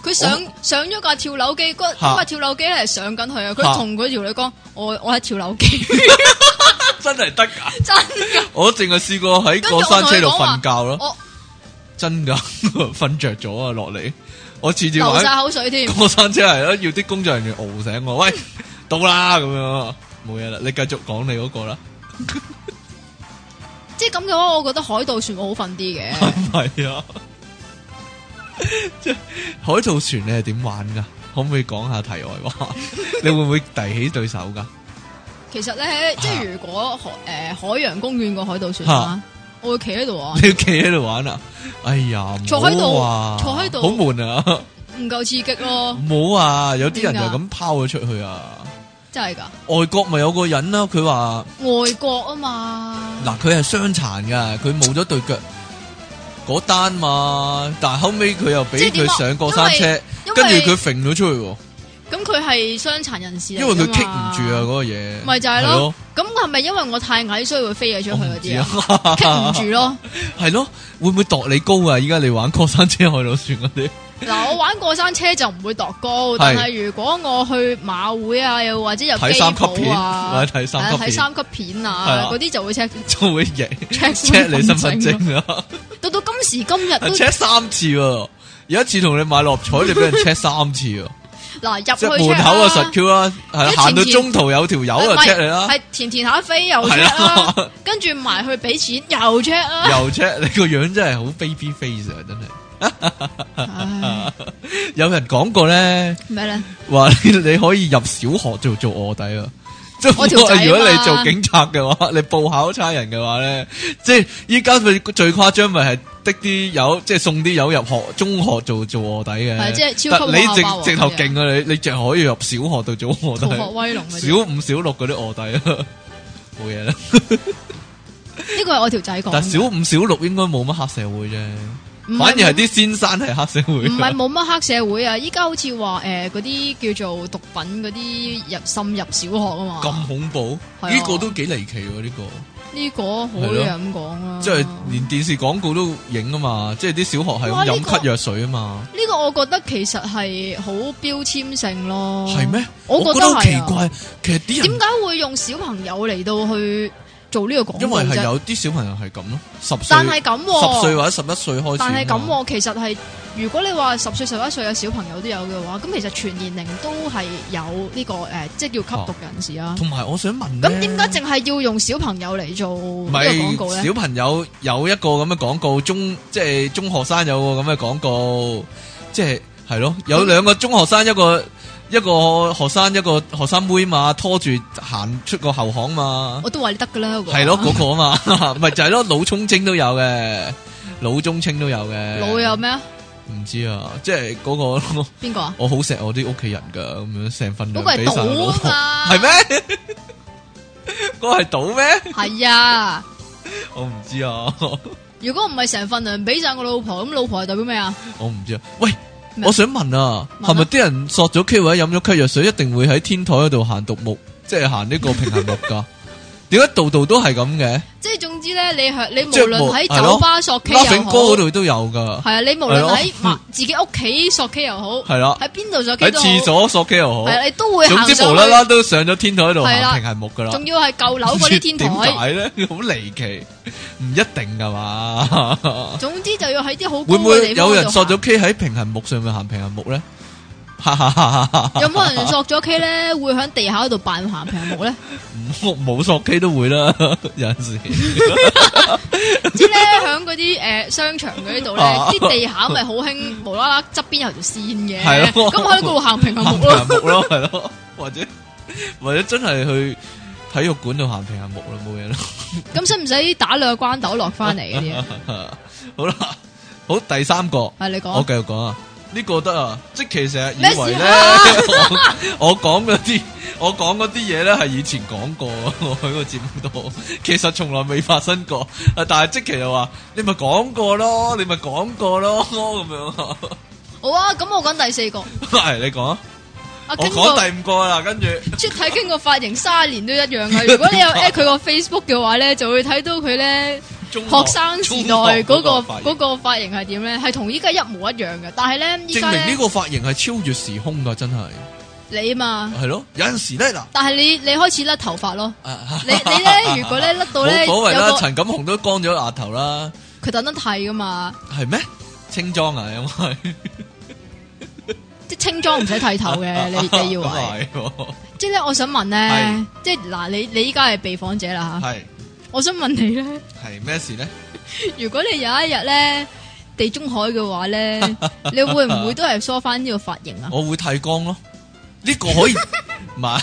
[SPEAKER 2] 佢上上咗架跳樓機，嗰
[SPEAKER 1] 嚇
[SPEAKER 2] 嗰架跳樓機係上緊去啊！
[SPEAKER 1] 嚇
[SPEAKER 2] 佢同佢條女講：我我喺跳樓機，
[SPEAKER 1] 真係得㗎！
[SPEAKER 2] 真嘅。
[SPEAKER 1] 我淨係試過喺
[SPEAKER 2] 跟住
[SPEAKER 1] 過
[SPEAKER 2] 我
[SPEAKER 1] 山
[SPEAKER 2] 同
[SPEAKER 1] 車
[SPEAKER 2] 佢
[SPEAKER 1] 度
[SPEAKER 2] 講話
[SPEAKER 1] 瞓覺咯。
[SPEAKER 2] 我
[SPEAKER 1] 真噶， 瞓着咗啊落嚟，我次次
[SPEAKER 2] 流
[SPEAKER 1] 玩
[SPEAKER 2] 晒口水添。
[SPEAKER 1] 過山車係咯，要啲工作人員熬醒我，喂 到啦咁樣，冇嘢啦，你繼續講你嗰個啦，
[SPEAKER 2] 即係咁嘅話，我覺得海盜船會好瞓啲嘅。
[SPEAKER 1] 係啊， 即係海盜船你係點玩噶？可唔可以講下題外 話？你會唔會遞起對手噶？
[SPEAKER 2] 其實咧，即係如果海诶海洋公園個海盜船
[SPEAKER 1] 嚇
[SPEAKER 2] 啊，我會企喺度啊，
[SPEAKER 1] 你要企喺度玩啊？哎呀，
[SPEAKER 2] 坐喺度
[SPEAKER 1] 唔好啊
[SPEAKER 2] 坐喺度
[SPEAKER 1] 好悶 啊！
[SPEAKER 2] 唔夠刺 激咯，
[SPEAKER 1] 唔好啊，有啲人就
[SPEAKER 2] 點㗎
[SPEAKER 1] 咁拋咗出去啊！
[SPEAKER 2] 真係噶。
[SPEAKER 1] 外國咪有個人啦，佢話。
[SPEAKER 2] 外國啊嘛，
[SPEAKER 1] 嗱，佢係傷殘噶，佢冇咗對腳嗰單嘛，但係後尾佢又俾
[SPEAKER 2] 即係點
[SPEAKER 1] 佢
[SPEAKER 2] 啊
[SPEAKER 1] 上過山
[SPEAKER 2] 因
[SPEAKER 1] 車，
[SPEAKER 2] 因
[SPEAKER 1] 跟
[SPEAKER 2] 為
[SPEAKER 1] 住佢揈咗出去喎，
[SPEAKER 2] 咁佢係傷殘人士嚟
[SPEAKER 1] 因為佢棘
[SPEAKER 2] 棘
[SPEAKER 1] 唔住啊嗰個嘢，
[SPEAKER 2] 咪就
[SPEAKER 1] 係
[SPEAKER 2] 係
[SPEAKER 1] 咯
[SPEAKER 2] 咯，咁係咪因為我太矮所以會飛咗出
[SPEAKER 1] 我
[SPEAKER 2] 去
[SPEAKER 1] 唔
[SPEAKER 2] 嗰
[SPEAKER 1] 知
[SPEAKER 2] 啲啊？棘唔
[SPEAKER 1] 啊，
[SPEAKER 2] 住咯。
[SPEAKER 1] 係咯，會唔會度你高啊？依家你玩過山車、海盜船嗰啲，
[SPEAKER 2] 嗱，我玩過山車就唔會度高，但係如果我去馬會啊，又或者入
[SPEAKER 1] 睇
[SPEAKER 2] 機
[SPEAKER 1] 三級
[SPEAKER 2] 鋪
[SPEAKER 1] 片或
[SPEAKER 2] 啊，
[SPEAKER 1] 者睇
[SPEAKER 2] 係
[SPEAKER 1] 三
[SPEAKER 2] 啊
[SPEAKER 1] 級
[SPEAKER 2] 睇
[SPEAKER 1] 片，
[SPEAKER 2] 三級片
[SPEAKER 1] 係啊
[SPEAKER 2] 啊，嗰啲就會 check
[SPEAKER 1] 就會贏
[SPEAKER 2] check
[SPEAKER 1] check 你身份
[SPEAKER 2] 證啊。
[SPEAKER 1] 證啊
[SPEAKER 2] 到到今時今日都
[SPEAKER 1] ，check 三次喎，有一次同你買六合彩，你俾人 check 三次喎，
[SPEAKER 2] 嗱入
[SPEAKER 1] 即
[SPEAKER 2] 去
[SPEAKER 1] 係門口啊實 Q 啦，係啦
[SPEAKER 2] 一前
[SPEAKER 1] 行到
[SPEAKER 2] 前
[SPEAKER 1] 中途有條友啊 check 你啦。
[SPEAKER 2] 係填填下飛又
[SPEAKER 1] 係啊
[SPEAKER 2] check 啊
[SPEAKER 1] 啦
[SPEAKER 2] 啦，跟住埋去俾錢又 check 啊啦。
[SPEAKER 1] 又 check 你個樣真係好 baby face 啊！真係，
[SPEAKER 2] 唉
[SPEAKER 1] 有人講過咧，
[SPEAKER 2] 咩 咧？
[SPEAKER 1] 話你可以入小學做做卧底啊！即
[SPEAKER 2] 我條仔
[SPEAKER 1] 係
[SPEAKER 2] 啊嘛
[SPEAKER 1] 如果你做警察嘅話， 你報考差人嘅話咧，即係依家最最誇張咪係的啲友，即係送啲友入學中學做做卧底嘅，
[SPEAKER 2] 係即係超
[SPEAKER 1] 但
[SPEAKER 2] 級
[SPEAKER 1] 你
[SPEAKER 2] 學霸王
[SPEAKER 1] 直直頭勁啊！你你淨係可以入小學度做卧底
[SPEAKER 2] 逃，學威龍啊嗰啲
[SPEAKER 1] 小五小六嗰啲卧底啊， 冇嘢啦。
[SPEAKER 2] 呢個係我條仔講
[SPEAKER 1] 但
[SPEAKER 2] 嘅，
[SPEAKER 1] 小五小六應該冇乜黑社會啫，
[SPEAKER 2] 唔係
[SPEAKER 1] 反而係啲先生係黑社會
[SPEAKER 2] 唔
[SPEAKER 1] 啊。
[SPEAKER 2] 係冇乜黑社會啊！依家好似話誒嗰啲叫做毒品嗰啲入滲入小學啊嘛，
[SPEAKER 1] 咁恐怖，
[SPEAKER 2] 係啊
[SPEAKER 1] 呢個都幾離奇喎！呢個
[SPEAKER 2] 呢個好
[SPEAKER 1] 係咯
[SPEAKER 2] 多人咁講啊啦。
[SPEAKER 1] 即係連電視廣告都影啊嘛，即係啲小學係
[SPEAKER 2] 哇
[SPEAKER 1] 咁飲
[SPEAKER 2] 呢個
[SPEAKER 1] 咳藥水啊嘛，
[SPEAKER 2] 呢個，我覺得其實係好標籤性咯。
[SPEAKER 1] 係咩？
[SPEAKER 2] 哦我
[SPEAKER 1] 覺得
[SPEAKER 2] 覺得
[SPEAKER 1] 好奇
[SPEAKER 2] 係啊
[SPEAKER 1] 怪，其實啲
[SPEAKER 2] 點
[SPEAKER 1] 人
[SPEAKER 2] 解會用小朋友嚟到去做呢個廣
[SPEAKER 1] 因
[SPEAKER 2] 告
[SPEAKER 1] 為係
[SPEAKER 2] 啫？
[SPEAKER 1] 有啲小朋友係咁咯，十歲
[SPEAKER 2] 但係咁喎，
[SPEAKER 1] 十歲或者十一歲開始啊嘛，
[SPEAKER 2] 但係咁喎，其實係如果你話十歲、十一歲嘅小朋友都有嘅話，咁其實全年齡都係有呢、個誒、呃即係叫吸毒人士啊。
[SPEAKER 1] 同埋我想問
[SPEAKER 2] 咁
[SPEAKER 1] 咧
[SPEAKER 2] 點解淨係要用小朋友嚟做
[SPEAKER 1] 唔
[SPEAKER 2] 呢個廣告
[SPEAKER 1] 係
[SPEAKER 2] 咧？
[SPEAKER 1] 小朋友有一個咁嘅廣告，中即係中學生有個咁嘅廣告，即係係咯，有兩個中學生，一個一個學生，一個學生妹嘛，拖住行出個後巷嘛，
[SPEAKER 2] 我都話你得噶啦，嗰個
[SPEAKER 1] 係咯嗰個啊嘛， 咪就係咯，老中青都有嘅，老中青都有嘅，
[SPEAKER 2] 老有咩啊？
[SPEAKER 1] 唔知啊，即係嗰個
[SPEAKER 2] 邊個啊？
[SPEAKER 1] 我好錫我啲屋企人噶，咁樣成份
[SPEAKER 2] 嗰
[SPEAKER 1] 糧
[SPEAKER 2] 個
[SPEAKER 1] 俾
[SPEAKER 2] 係
[SPEAKER 1] 晒我老
[SPEAKER 2] 賭
[SPEAKER 1] 婆，
[SPEAKER 2] 啊嘛，
[SPEAKER 1] 係？咩？ 嗰個係賭咩？
[SPEAKER 2] 係啊！
[SPEAKER 1] 我唔知啊。
[SPEAKER 2] 如果唔係成份糧俾晒我老婆，咁老婆係代表咩啊？
[SPEAKER 1] 我唔知啊。喂，
[SPEAKER 2] 咩
[SPEAKER 1] 我想問啊，
[SPEAKER 2] 問啊
[SPEAKER 1] 係咪啲人索咗 K 或者飲咗咳藥水，一定會喺 天台嗰度行獨木，即係行呢個平衡木噶？點解度度都係咁嘅？
[SPEAKER 2] 即係總總之咧，你係你
[SPEAKER 1] 即係
[SPEAKER 2] 無論喺
[SPEAKER 1] 冇係咯
[SPEAKER 2] 酒吧索 K
[SPEAKER 1] 拉
[SPEAKER 2] 又
[SPEAKER 1] 炳
[SPEAKER 2] 好，
[SPEAKER 1] 哥嗰度都有噶，
[SPEAKER 2] 係啊，你無
[SPEAKER 1] 係
[SPEAKER 2] 論
[SPEAKER 1] 咯
[SPEAKER 2] 喺麻自己屋企索 K 又好，
[SPEAKER 1] 係啦，
[SPEAKER 2] 喺邊度索
[SPEAKER 1] 喺
[SPEAKER 2] K 都好，
[SPEAKER 1] 廁所索 K 又好
[SPEAKER 2] 係，啊，你都會
[SPEAKER 1] 總
[SPEAKER 2] 行
[SPEAKER 1] 之
[SPEAKER 2] 上
[SPEAKER 1] 無啦啦
[SPEAKER 2] 去，
[SPEAKER 1] 都上咗天台度
[SPEAKER 2] 係啦
[SPEAKER 1] 行平行木噶啦。
[SPEAKER 2] 仲要係舊樓嗰啲天
[SPEAKER 1] 唔知點
[SPEAKER 2] 台。
[SPEAKER 1] 解咧？好離奇，唔一定噶 嘛。
[SPEAKER 2] 總之就要喺啲好高
[SPEAKER 1] 會唔會
[SPEAKER 2] 嘅地方
[SPEAKER 1] 有人
[SPEAKER 2] 度
[SPEAKER 1] 索咗
[SPEAKER 2] 行
[SPEAKER 1] K 喺平衡木上面行平衡木咧？哈哈哈哈哈
[SPEAKER 2] 有冇人索咗 K 咧？會喺地下嗰度扮行平木咧？
[SPEAKER 1] 我冇索 K 都會啦， 有陣時
[SPEAKER 2] 知咧喺嗰啲誒商場嗰啲度 咧，
[SPEAKER 1] 啊
[SPEAKER 2] 啲地下咪好興無啦啦側邊有條線嘅，
[SPEAKER 1] 係咯
[SPEAKER 2] 咁喺嗰度行平衡
[SPEAKER 1] 行
[SPEAKER 2] 木
[SPEAKER 1] 平衡
[SPEAKER 2] 咯。
[SPEAKER 1] 木咯，係咯，或者或者真係去體育館度行平衡木啦，冇嘢啦。
[SPEAKER 2] 咁使唔使打兩個關斗落翻嚟嗰啲 啊？
[SPEAKER 1] 好啦，好第三個。
[SPEAKER 2] 係你講
[SPEAKER 1] 我。繼續講啊，呢個得啊，即其成日以
[SPEAKER 2] 咩事
[SPEAKER 1] 為咧
[SPEAKER 2] 啊，
[SPEAKER 1] 我我講嗰啲我講嗰啲嘢咧係以前講過， 我喺個節目度，其實從來未發生過。啊但係即其就話你咪講過咯，你咪講過咯咁樣 啊。
[SPEAKER 2] 好啊，咁我講第四個。
[SPEAKER 1] 係你講啊，
[SPEAKER 2] 啊，
[SPEAKER 1] 我
[SPEAKER 2] 經過
[SPEAKER 1] 講第五個啦，跟住
[SPEAKER 2] 出體經過髮型三年都一樣 嘅。如果你有 at 佢個 Facebook 嘅話咧，就會睇到佢咧
[SPEAKER 1] 中
[SPEAKER 2] 學生時代
[SPEAKER 1] 哦中學
[SPEAKER 2] 嗰個
[SPEAKER 1] 髮
[SPEAKER 2] 嗰
[SPEAKER 1] 型
[SPEAKER 2] 個髮型係點咧？係同依家一模一樣嘅，但 係咧依
[SPEAKER 1] 證
[SPEAKER 2] 家
[SPEAKER 1] 明呢
[SPEAKER 2] 咧
[SPEAKER 1] 個髮型係超越時空噶，真係
[SPEAKER 2] 你嘛，
[SPEAKER 1] 係咯。有陣時咧嗱，
[SPEAKER 2] 但係你你開始甩頭髮 咯。
[SPEAKER 1] 啊
[SPEAKER 2] 你你咧，如果咧甩到咧
[SPEAKER 1] 冇所謂
[SPEAKER 2] 有
[SPEAKER 1] 啦，
[SPEAKER 2] 個
[SPEAKER 1] 陳錦鴻都乾咗額頭啦。
[SPEAKER 2] 佢特登剃噶嘛，
[SPEAKER 1] 系咩？清裝啊，因為
[SPEAKER 2] 即係清裝唔使剃頭嘅，你 你以為？即係咧，我想問咧
[SPEAKER 1] 係，
[SPEAKER 2] 即係嗱，你你依家係被訪者啦吓，
[SPEAKER 1] 係
[SPEAKER 2] 我想問你咧，
[SPEAKER 1] 係咩事咧？
[SPEAKER 2] 如果你有一日咧地中海嘅話 咧，你會唔會都係梳翻呢個髮型啊？
[SPEAKER 1] 我會剃光咯，呢、個可以唔係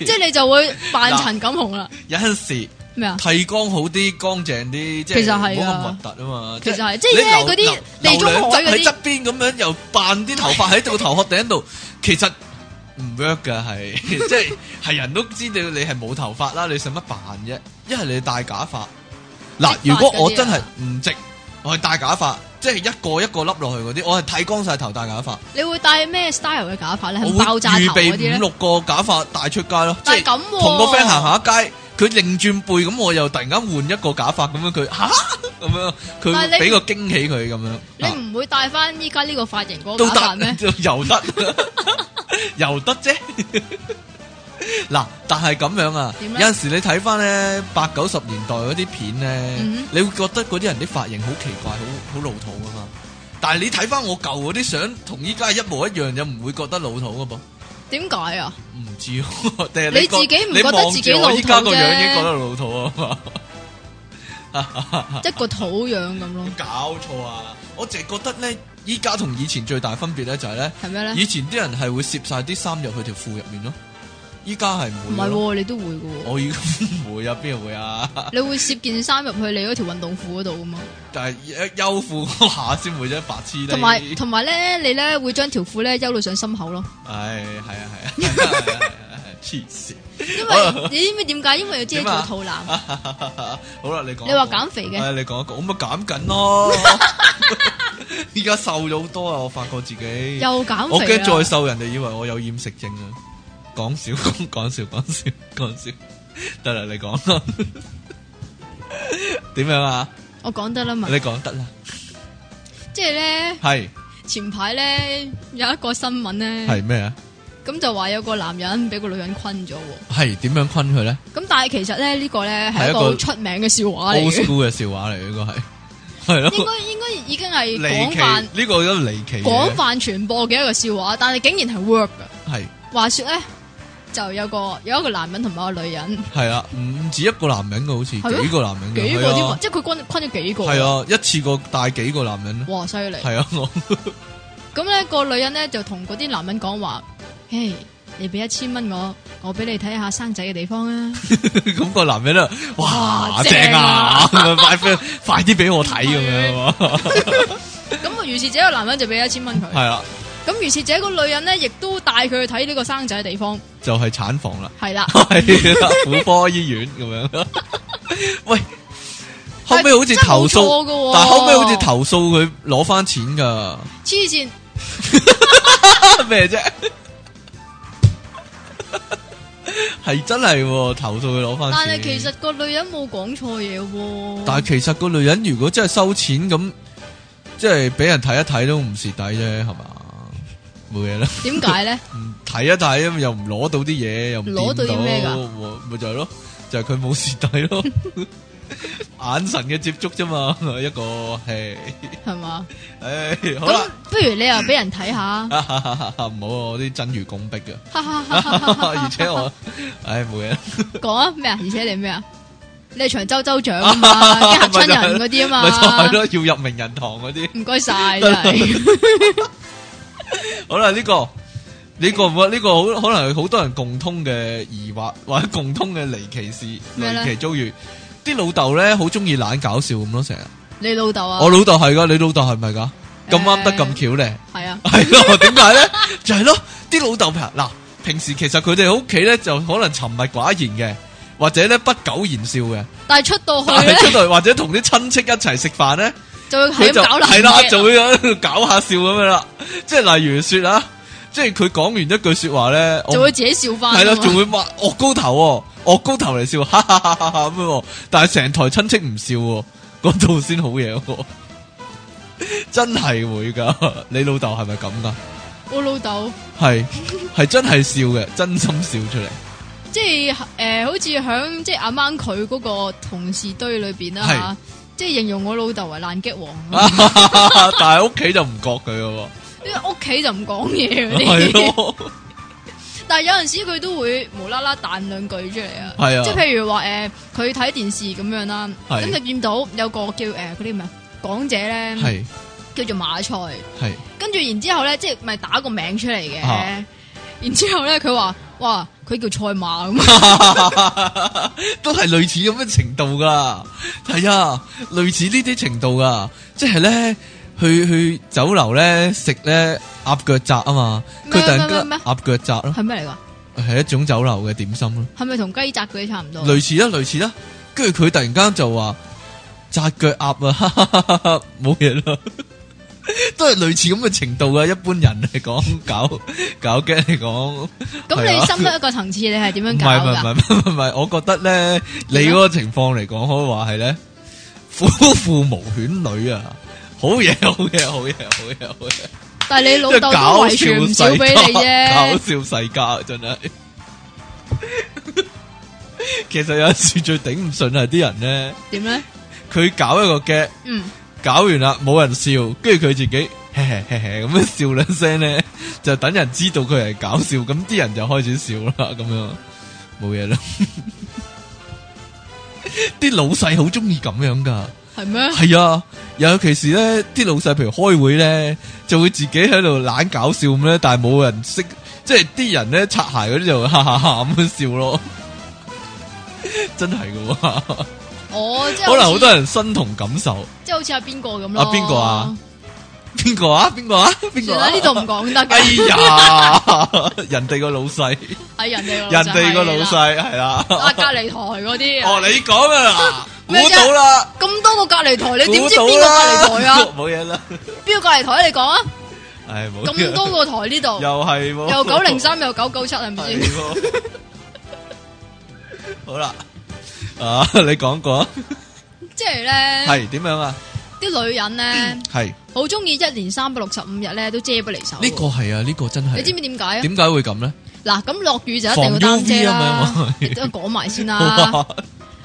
[SPEAKER 2] 即係你就會扮陳錦紅啦，
[SPEAKER 1] 有陣時
[SPEAKER 2] 咩啊？
[SPEAKER 1] 剃光好啲，乾淨啲，即
[SPEAKER 2] 其實
[SPEAKER 1] 係
[SPEAKER 2] 係
[SPEAKER 1] 唔好
[SPEAKER 2] 啊
[SPEAKER 1] 咁核突啊嘛。
[SPEAKER 2] 其實係
[SPEAKER 1] 係
[SPEAKER 2] 即係咧嗰啲地中海嗰啲
[SPEAKER 1] 喺側邊咁樣又扮啲頭髮喺度頭殼頂度，其實唔 work 噶， 係即係係人都知道你係冇頭髮啦，你使乜扮啫？一係你戴假髮，嗱，
[SPEAKER 2] 直髮
[SPEAKER 1] 如果我
[SPEAKER 2] 嗰啲啊
[SPEAKER 1] 真係唔直，我係戴假髮，即係一個一個笠落去嗰啲，我係剃光晒頭戴假髮。
[SPEAKER 2] 你會戴咩 style 嘅假髮咧？係
[SPEAKER 1] 我
[SPEAKER 2] 爆炸
[SPEAKER 1] 會預
[SPEAKER 2] 頭嗰啲
[SPEAKER 1] 備
[SPEAKER 2] 咧
[SPEAKER 1] 五？六個假髮帶出街咯，即
[SPEAKER 2] 但
[SPEAKER 1] 係
[SPEAKER 2] 係咁喎
[SPEAKER 1] 同個 friend 行下街，佢擰轉背咁，我又突然間換一個假髮咁樣，佢吓 咁樣，佢
[SPEAKER 2] 但係
[SPEAKER 1] 會
[SPEAKER 2] 你
[SPEAKER 1] 俾個驚喜佢咁樣，
[SPEAKER 2] 你
[SPEAKER 1] 啊
[SPEAKER 2] 唔會戴翻依家呢個髮型嗰個
[SPEAKER 1] 都
[SPEAKER 2] 假髮
[SPEAKER 1] 得
[SPEAKER 2] 咩？，
[SPEAKER 1] 又得又得啫。 嗱，但係咁樣啊，
[SPEAKER 2] 點
[SPEAKER 1] 有
[SPEAKER 2] 咧
[SPEAKER 1] 陣時你睇翻咧八九十年代嗰啲片咧，
[SPEAKER 2] 嗯
[SPEAKER 1] 你會覺得嗰啲人啲髮型好奇怪，好好老土噶嘛。但係你睇翻我舊嗰啲相，同依家一模一樣，就唔會覺得老土噶噃。
[SPEAKER 2] 點解啊？
[SPEAKER 1] 唔知喎，定係
[SPEAKER 2] 你
[SPEAKER 1] 覺
[SPEAKER 2] 自己唔
[SPEAKER 1] 你
[SPEAKER 2] 覺得
[SPEAKER 1] 望
[SPEAKER 2] 自
[SPEAKER 1] 住
[SPEAKER 2] 己
[SPEAKER 1] 我
[SPEAKER 2] 老
[SPEAKER 1] 依家
[SPEAKER 2] 土
[SPEAKER 1] 個樣已經
[SPEAKER 2] 啫
[SPEAKER 1] 覺得老土啊嘛，
[SPEAKER 2] 一個土樣咁咯，
[SPEAKER 1] 搞錯啊！我淨係覺得咧，依家同以前最大分別咧就係咧，
[SPEAKER 2] 係咩咧？
[SPEAKER 1] 以前啲人係會攝晒啲衫入去條褲入面咯，依家係
[SPEAKER 2] 唔
[SPEAKER 1] 唔會
[SPEAKER 2] 係
[SPEAKER 1] 咯。
[SPEAKER 2] 喎，你都會嘅喎，
[SPEAKER 1] 我已經唔會啊，邊會啊？
[SPEAKER 2] 你會攝件衫入去你嗰條運動褲嗰度噶嘛？
[SPEAKER 1] 但係休褲嗰下先會啫，白痴咧。
[SPEAKER 2] 同埋同埋咧，你咧會將條褲咧休到上心口咯，
[SPEAKER 1] 唉，係啊，係啊，係啊係啊係啊係啊黐線。
[SPEAKER 2] 因
[SPEAKER 1] 啊
[SPEAKER 2] 為你知唔知點解？因為要遮住
[SPEAKER 1] 點啊
[SPEAKER 2] 個肚腩，
[SPEAKER 1] 好啦，你講一個。
[SPEAKER 2] 啊你話減肥嘅
[SPEAKER 1] 係你講一個，我咪減緊 咯。依家瘦咗好多啊！我發覺自己，
[SPEAKER 2] 又減
[SPEAKER 1] 我
[SPEAKER 2] 肥
[SPEAKER 1] 驚再
[SPEAKER 2] 啊！
[SPEAKER 1] 瘦，人哋以為我有厭食症啊！講笑， 講講笑，講笑，講笑。得啦，你講啦。 點樣啊？
[SPEAKER 2] 我講得啦嘛
[SPEAKER 1] 你，講得啦，
[SPEAKER 2] 即係咧
[SPEAKER 1] 係
[SPEAKER 2] 前排咧有一個新聞咧，
[SPEAKER 1] 係咩啊？
[SPEAKER 2] 咁就話有個男人俾個女人困咗喎，
[SPEAKER 1] 係點樣昆佢咧
[SPEAKER 2] 咁但係其實咧呢個咧
[SPEAKER 1] 係
[SPEAKER 2] 係
[SPEAKER 1] 一
[SPEAKER 2] 一
[SPEAKER 1] 個
[SPEAKER 2] 個好出名嘅笑話嚟
[SPEAKER 1] ？Old
[SPEAKER 2] 嘅，
[SPEAKER 1] school 嘅笑話嚟，呢個係係
[SPEAKER 2] 應
[SPEAKER 1] 咯，
[SPEAKER 2] 該應該已經 係
[SPEAKER 1] 離
[SPEAKER 2] 廣泛
[SPEAKER 1] 奇呢個都離奇嘅，
[SPEAKER 2] 廣泛傳播嘅一個笑話，但係竟然係 work 噶。
[SPEAKER 1] 係
[SPEAKER 2] 話說咧，就有個有一個男人同埋一個女人，
[SPEAKER 1] 係啊，唔止一個男人嘅，好似
[SPEAKER 2] 係咩
[SPEAKER 1] 幾個男人嘅，
[SPEAKER 2] 幾個
[SPEAKER 1] 係
[SPEAKER 2] 添
[SPEAKER 1] 啊
[SPEAKER 2] 啊，即係佢昆昆咗幾個。
[SPEAKER 1] 系，啊，一次過帶幾個男人咯，
[SPEAKER 2] 哇，犀利！
[SPEAKER 1] 係啊，我
[SPEAKER 2] 咁咧個女人咧就同嗰啲男人講話：，嘿，你俾一千蚊我，我俾你睇下生仔嘅地方啊！
[SPEAKER 1] 咁個男人啊，哇
[SPEAKER 2] 哇
[SPEAKER 1] 正
[SPEAKER 2] 正
[SPEAKER 1] 啊，
[SPEAKER 2] 啊
[SPEAKER 1] 咁樣快啲快啲俾我睇咁樣啊，
[SPEAKER 2] 咁啊，於是者個男人就俾一千蚊佢。
[SPEAKER 1] 係啊啦，
[SPEAKER 2] 咁於是者個女人咧，亦都帶佢去睇呢個生仔嘅地方，
[SPEAKER 1] 就係產房啦，。
[SPEAKER 2] 係啦
[SPEAKER 1] 係啦，婦科醫院咁樣，喂，後尾好似投
[SPEAKER 2] 真係冇錯
[SPEAKER 1] 訴，
[SPEAKER 2] 㗎喎
[SPEAKER 1] 但後尾好似投訴佢攞翻錢噶，
[SPEAKER 2] 黐線，
[SPEAKER 1] 啊 咩啫？系真系投诉佢攞翻。
[SPEAKER 2] 但係其實個女人冇講錯嘢喎。
[SPEAKER 1] 但系其實個女人如果真係收錢咁，即係俾人睇一睇都唔蝕底啫，係嘛？冇嘢啦，
[SPEAKER 2] 點 解咧？
[SPEAKER 1] 唔睇一睇咁又唔攞到啲嘢，又唔
[SPEAKER 2] 攞到啲咩㗎
[SPEAKER 1] 㗎？咪就係咯，就係佢冇蝕底咯， 眼神嘅接觸啫嘛，一個係，
[SPEAKER 2] 係嘛？
[SPEAKER 1] 唉，好啦，
[SPEAKER 2] 咁，不如你又俾人睇下
[SPEAKER 1] 唔好啊我啲真如拱壁 嘅，而
[SPEAKER 2] 而
[SPEAKER 1] 且我，唉，冇嘢啦。
[SPEAKER 2] 講啊咩啊？而且你咩啊？你係長洲州長啊 嘛，驚嚇親人嗰啲啊
[SPEAKER 1] 咪就係
[SPEAKER 2] 嘛，
[SPEAKER 1] 咯，要入名人堂嗰啲。
[SPEAKER 2] 唔該晒 真係。
[SPEAKER 1] 好啦，呢、個呢、個唔呢、個好可能係好多人共通嘅疑惑 或者共通嘅離奇事、
[SPEAKER 2] 咩呢
[SPEAKER 1] 離奇遭遇。啲老豆咧好中意懶搞笑咁咯，成日。
[SPEAKER 2] 你老豆啊？
[SPEAKER 1] 我老豆係噶，你老豆係咪噶？咁啱得
[SPEAKER 2] 誒
[SPEAKER 1] 咁巧咧，
[SPEAKER 2] 係啊，
[SPEAKER 1] 係咯？點解咧？就係咯，啲老豆平嗱，平時其實佢哋喺屋企咧就可能沉默寡言嘅，或者咧不苟言笑嘅，
[SPEAKER 2] 但係出到
[SPEAKER 1] 但
[SPEAKER 2] 去 咧
[SPEAKER 1] 係出到嚟或者同啲親戚一齊食飯咧。
[SPEAKER 2] 就會
[SPEAKER 1] 佢
[SPEAKER 2] 係
[SPEAKER 1] 就
[SPEAKER 2] 咁搞爛
[SPEAKER 1] 係啦，
[SPEAKER 2] 嘢
[SPEAKER 1] 就會喺度搞下笑咁樣啦。即係例如說啊，即係佢講完一句说話咧，我
[SPEAKER 2] 就會自啊己笑翻。
[SPEAKER 1] 哦係啦，仲會擘惡高頭喎，惡高頭嚟笑，哈哈哈哈哈咁樣喎。但係成台親戚唔笑喎，嗰度先好嘢喎。 真係會噶，你老豆係咪咁噶？
[SPEAKER 2] 我老豆
[SPEAKER 1] 係係真係笑嘅，真心笑 出嚟。
[SPEAKER 2] 即係诶，好似響即係阿掹佢嗰個同事堆裏边啦
[SPEAKER 1] 係啊
[SPEAKER 2] 吓，即係形容我老豆為爛激王，
[SPEAKER 1] 但係屋企就唔覺佢嘅
[SPEAKER 2] 因為屋企就唔講
[SPEAKER 1] 喎，
[SPEAKER 2] 嘢嗰
[SPEAKER 1] 係
[SPEAKER 2] 啲。
[SPEAKER 1] 咯，
[SPEAKER 2] 但係有陣時佢都會無啦啦彈兩句出嚟啊！
[SPEAKER 1] 係啊
[SPEAKER 2] 即係譬如話誒，佢睇電視咁樣啦，
[SPEAKER 1] 係
[SPEAKER 2] 咁就見到有個叫誒嗰啲咩啊港姐咧，
[SPEAKER 1] 係
[SPEAKER 2] 叫做馬賽，
[SPEAKER 1] 係
[SPEAKER 2] 跟住然之後咧，即係咪打個名出嚟嘅
[SPEAKER 1] 啊？
[SPEAKER 2] 然之後咧，佢話：哇，佢叫賽馬咁，
[SPEAKER 1] 都係類似咁嘅程度噶，係啊，類似呢啲程度噶，即係咧去去酒樓咧食咧鴨腳雜啊嘛，佢
[SPEAKER 2] 咩
[SPEAKER 1] 突然
[SPEAKER 2] 咩
[SPEAKER 1] 間
[SPEAKER 2] 咩
[SPEAKER 1] 鴨腳雜咯，
[SPEAKER 2] 係哦咩嚟㗎？
[SPEAKER 1] 係一種酒樓嘅點心咯，
[SPEAKER 2] 係咪同雞扎嗰啲差唔多？
[SPEAKER 1] 類似啦，類似啦，跟住佢突然間就話扎腳鴨啊哈 哈哈哈，冇嘢啦。都係類似咁嘅程度噶，一般人嚟講搞搞 g 嚟講，
[SPEAKER 2] 咁
[SPEAKER 1] 係
[SPEAKER 2] 你
[SPEAKER 1] 啊
[SPEAKER 2] 深得一個層次，你係點
[SPEAKER 1] 唔
[SPEAKER 2] 樣搞
[SPEAKER 1] 係唔係
[SPEAKER 2] 㗎？
[SPEAKER 1] 唔係唔係，我覺得咧，你嗰個情況嚟講，可以話係咧夫婦無犬女啊，好嘢好嘢好嘢好嘢好嘢，
[SPEAKER 2] 但係你老
[SPEAKER 1] 即係
[SPEAKER 2] 豆都
[SPEAKER 1] 搞
[SPEAKER 2] 遺傳唔少
[SPEAKER 1] 笑世
[SPEAKER 2] 俾你
[SPEAKER 1] 家，搞
[SPEAKER 2] 啫，
[SPEAKER 1] 笑世家真係。其實有陣時最頂唔順係啲人咧，
[SPEAKER 2] 點咧？
[SPEAKER 1] 佢搞一個 g
[SPEAKER 2] 嗯，
[SPEAKER 1] 搞完啦，冇人笑，跟住佢自己咁樣 笑兩聲咧，就等人知道佢係搞笑，咁啲人就開始笑啦，咁樣冇嘢啦。 啲老細好中意咁樣噶，
[SPEAKER 2] 係咩？
[SPEAKER 1] 係啊，尤其是咧，啲老細譬如開會咧，就會自己喺度懶搞笑咁咧，但係冇人識，即係啲人咧擦鞋嗰啲就哈哈哈咁樣笑咯，真係噶喎，
[SPEAKER 2] 哦，即係
[SPEAKER 1] 可能好
[SPEAKER 2] 似
[SPEAKER 1] 多人身同感受。
[SPEAKER 2] 即係好似阿邊個咁咯。
[SPEAKER 1] 啊邊個啊？边个啊？边个啊？边个
[SPEAKER 2] 算
[SPEAKER 1] 啊？
[SPEAKER 2] 啦，呢度唔講得
[SPEAKER 1] 哎
[SPEAKER 2] 嘅，
[SPEAKER 1] 呀，人哋個老細，
[SPEAKER 2] 係人哋
[SPEAKER 1] 人哋個
[SPEAKER 2] 個
[SPEAKER 1] 老
[SPEAKER 2] 細
[SPEAKER 1] 細係啦。
[SPEAKER 2] 係啦啊，隔離台嗰啲啊
[SPEAKER 1] 哦，你講噶啦，估
[SPEAKER 2] 咩啫
[SPEAKER 1] 到啦，
[SPEAKER 2] 咁多個隔離台，你點
[SPEAKER 1] 估
[SPEAKER 2] 知
[SPEAKER 1] 到
[SPEAKER 2] 邊個隔離台
[SPEAKER 1] 啦
[SPEAKER 2] 啊？？
[SPEAKER 1] 冇嘢啦，
[SPEAKER 2] 邊個隔離台啊？你講啊！
[SPEAKER 1] 唉，冇嘢
[SPEAKER 2] 咁多個台呢度，
[SPEAKER 1] 又係喎，
[SPEAKER 2] 又九零三，又九九七，係咪
[SPEAKER 1] 係
[SPEAKER 2] 先？
[SPEAKER 1] 喎。好啦，啊，你講過啊
[SPEAKER 2] 即係咧，
[SPEAKER 1] 係點樣啊？
[SPEAKER 2] 啲女人咧，
[SPEAKER 1] 係呢
[SPEAKER 2] 好中意一年三百六十五日咧都遮不離手喎。
[SPEAKER 1] 個係啊，呢個真
[SPEAKER 2] 你知
[SPEAKER 1] 係。
[SPEAKER 2] 唔知點解啊？
[SPEAKER 1] 點解會咁咧？
[SPEAKER 2] 嗱，咁落雨就一定
[SPEAKER 1] 防
[SPEAKER 2] 要擔
[SPEAKER 1] UV
[SPEAKER 2] 遮
[SPEAKER 1] 啊嘛
[SPEAKER 2] 啦，， 你都講埋 先啦。
[SPEAKER 1] 係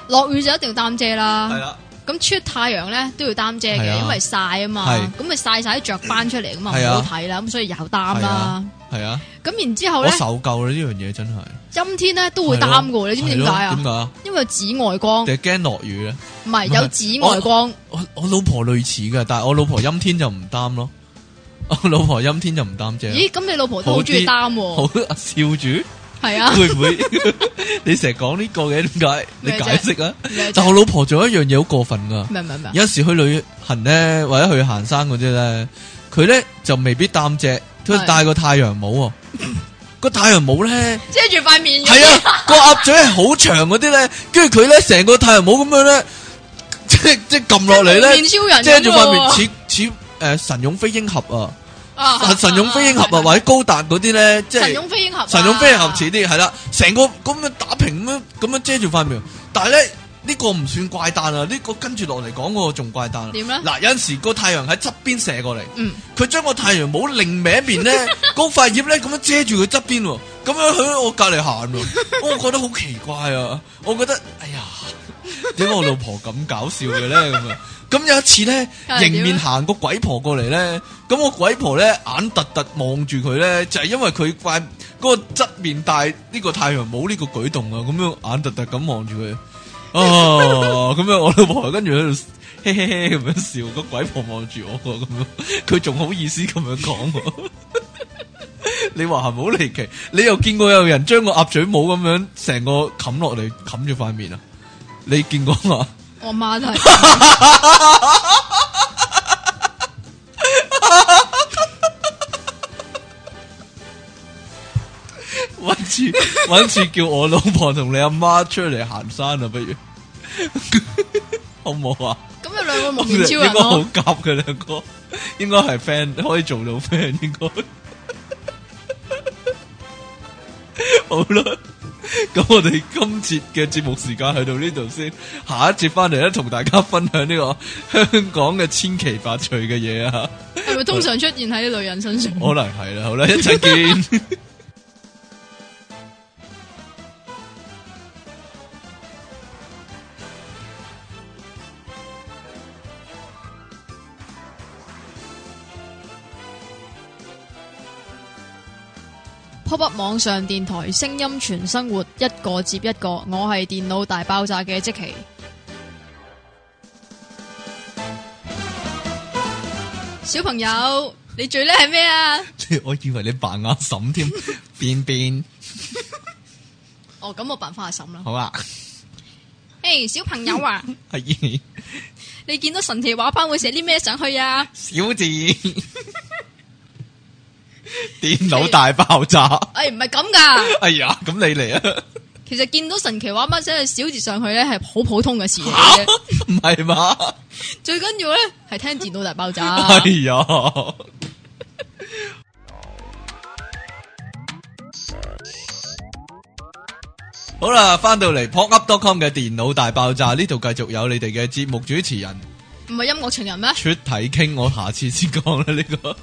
[SPEAKER 2] 落雨就一定要擔遮啦。
[SPEAKER 1] 啦，
[SPEAKER 2] 咁出太陽咧都要擔遮
[SPEAKER 1] 係
[SPEAKER 2] 嘅，
[SPEAKER 1] 啊
[SPEAKER 2] 因為曬啊嘛
[SPEAKER 1] 係。
[SPEAKER 2] 咁咪曬晒啲雀斑出嚟咁嘛，
[SPEAKER 1] 係啊
[SPEAKER 2] 唔好睇啦。咁所以又擔
[SPEAKER 1] 係
[SPEAKER 2] 啦
[SPEAKER 1] 啊。係啊，
[SPEAKER 2] 咁然之後
[SPEAKER 1] 我
[SPEAKER 2] 咧，
[SPEAKER 1] 受夠啦呢樣嘢真係。
[SPEAKER 2] 陰天咧都會擔嘅喎，你知唔知點解
[SPEAKER 1] 係咯點
[SPEAKER 2] 啊？哦
[SPEAKER 1] 解啊？
[SPEAKER 2] 因為有紫外光，
[SPEAKER 1] 定係哦驚落雨咧？
[SPEAKER 2] 唔係有紫外光，
[SPEAKER 1] 我我老婆類似嘅，但係我老婆陰天就唔擔咯。 我老婆陰天就唔擔遮。
[SPEAKER 2] 咦？咁你老婆都好中意擔
[SPEAKER 1] 好
[SPEAKER 2] 喎，
[SPEAKER 1] 啊笑 住，
[SPEAKER 2] 係啊？
[SPEAKER 1] 會唔會？ 你成日講呢個嘅，點解？你
[SPEAKER 2] 咩啫
[SPEAKER 1] 解釋啊！
[SPEAKER 2] 咩
[SPEAKER 1] 但
[SPEAKER 2] 啫啊
[SPEAKER 1] 我老婆仲有一樣嘢好過分噶，
[SPEAKER 2] 明唔明？明
[SPEAKER 1] 有時去旅行咧，或者去行山嗰啲咧，佢咧就未必擔遮，佢
[SPEAKER 2] 係
[SPEAKER 1] 戴個太陽帽 喎。個太陽帽咧，
[SPEAKER 2] 遮住塊面嘅，
[SPEAKER 1] 係啊，個鴨嘴係好長嗰啲咧，跟住佢咧成個太陽帽咁樣咧，即即撳落嚟咧
[SPEAKER 2] 面。超
[SPEAKER 1] 呃
[SPEAKER 2] 人咁嘅喎，
[SPEAKER 1] 遮住塊面似似诶神勇飛鷹俠啊，
[SPEAKER 2] 啊
[SPEAKER 1] 神神勇飛鷹俠啊，或者高達嗰啲咧，即
[SPEAKER 2] 神
[SPEAKER 1] 係
[SPEAKER 2] 勇飛鷹俠啊，
[SPEAKER 1] 神勇飛俠似啲，係啦，成個咁樣打平咁樣咁樣遮住塊面，但係咧呢個唔算怪誕啊，呢個跟住落嚟講嗰個仲怪誕啊。
[SPEAKER 2] 點咧
[SPEAKER 1] 嗱，有陣時個太陽喺側邊射過嚟，
[SPEAKER 2] 嗯，
[SPEAKER 1] 佢將個太陽帽另歪一邊 咧，嗰塊葉咧咁樣遮住佢側邊喎，咁樣喺我隔離行喎，我覺得好奇怪啊！我覺得哎呀，點解我老婆咁搞笑嘅咧咁啊？咁有一次咧，
[SPEAKER 2] 係啊點
[SPEAKER 1] 迎面行個鬼婆過嚟咧，咁個鬼婆咧眼突突望住佢咧，就係、因為佢塊嗰個側面戴呢個太陽帽呢個舉動啊，咁樣眼突突咁望住佢。哦，咁樣我老婆跟住喺度嘿嘿嘿咁樣笑，個鬼婆望住我喎咁樣，佢仲好意思咁樣講喎。你話係咪好離奇？你又見過有人將個鴨嘴帽咁樣成個冚落嚟冚住塊面啊？你見過嘛？
[SPEAKER 2] 我媽都 係，
[SPEAKER 1] 搵次搵次叫我老婆同你阿媽出嚟行山啊，不如好唔好啊？
[SPEAKER 2] 咁有兩個蒙
[SPEAKER 1] 應
[SPEAKER 2] 面超
[SPEAKER 1] 該
[SPEAKER 2] 人
[SPEAKER 1] 好
[SPEAKER 2] 咯，
[SPEAKER 1] 夾嘅兩個， 應該係 friend，可以做到 friend 應該。 好啦，咁我哋今節嘅節目時間去到呢度先，下一節翻嚟咧同大家分享呢個香港嘅千奇百趣嘅嘢啊，
[SPEAKER 2] 係咪通常出現喺女人身上？
[SPEAKER 1] 可能係啦，好啦，一陣見。
[SPEAKER 2] pop up 网上电台，声音全生活，一个接一个。我系电脑大爆炸嘅即奇，小朋友，你最叻系咩啊？
[SPEAKER 1] 我以為你扮阿嬸添，變變
[SPEAKER 2] 哦，咁我扮翻阿婶啦。
[SPEAKER 1] 好啊，
[SPEAKER 2] 嘿，小朋友啊，
[SPEAKER 1] 係
[SPEAKER 2] 你见到神奇画班会写啲咩上去 啊？
[SPEAKER 1] 小字，電腦大爆炸。
[SPEAKER 2] 诶、唔系咁噶，
[SPEAKER 1] 哎呀，咁你嚟啊？
[SPEAKER 2] 其实见到神奇画班写嘅小字上去咧，系好普通嘅事嚟嘅。
[SPEAKER 1] 唔系嘛？
[SPEAKER 2] 最紧要咧系听电脑 大爆炸。
[SPEAKER 1] 哎呀！好啦，翻到嚟 pokup.com 嘅電腦大爆炸呢度，繼續有你哋嘅節目主持人
[SPEAKER 2] 唔系音乐情人咩？
[SPEAKER 1] 出體傾，我下次先講啦呢個。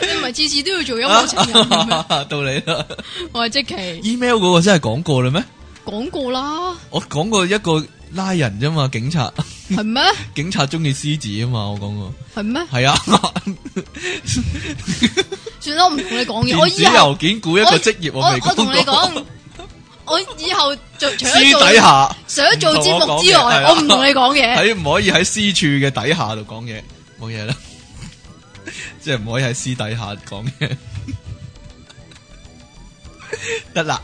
[SPEAKER 2] 你唔系次次都要做音
[SPEAKER 1] 啊
[SPEAKER 2] 乐情人 嘅咩？
[SPEAKER 1] 到你啦
[SPEAKER 2] 我系即奇。
[SPEAKER 1] ，email 嗰個真係講過啦咩？
[SPEAKER 2] 讲过啦，
[SPEAKER 1] 我講過一個拉人啫嘛，警察
[SPEAKER 2] 系咩？
[SPEAKER 1] 警察中意獅子啊嘛，我講過
[SPEAKER 2] 系咩？
[SPEAKER 1] 係啊。
[SPEAKER 2] 算啦，我唔同你讲嘢。我
[SPEAKER 1] 電子
[SPEAKER 2] 以后
[SPEAKER 1] 郵件估一個職業，
[SPEAKER 2] 我
[SPEAKER 1] 未
[SPEAKER 2] 我
[SPEAKER 1] 講
[SPEAKER 2] 同你
[SPEAKER 1] 過。
[SPEAKER 2] 讲，我以后做除
[SPEAKER 1] 私
[SPEAKER 2] 咗做
[SPEAKER 1] 底下
[SPEAKER 2] 除咗做节目之外，
[SPEAKER 1] 唔同我講嘢係啊
[SPEAKER 2] 我唔同你讲嘢。
[SPEAKER 1] 喺唔可以喺私處嘅底下度講嘢，冇嘢啦。即係唔可以喺私底下講嘢，得啦。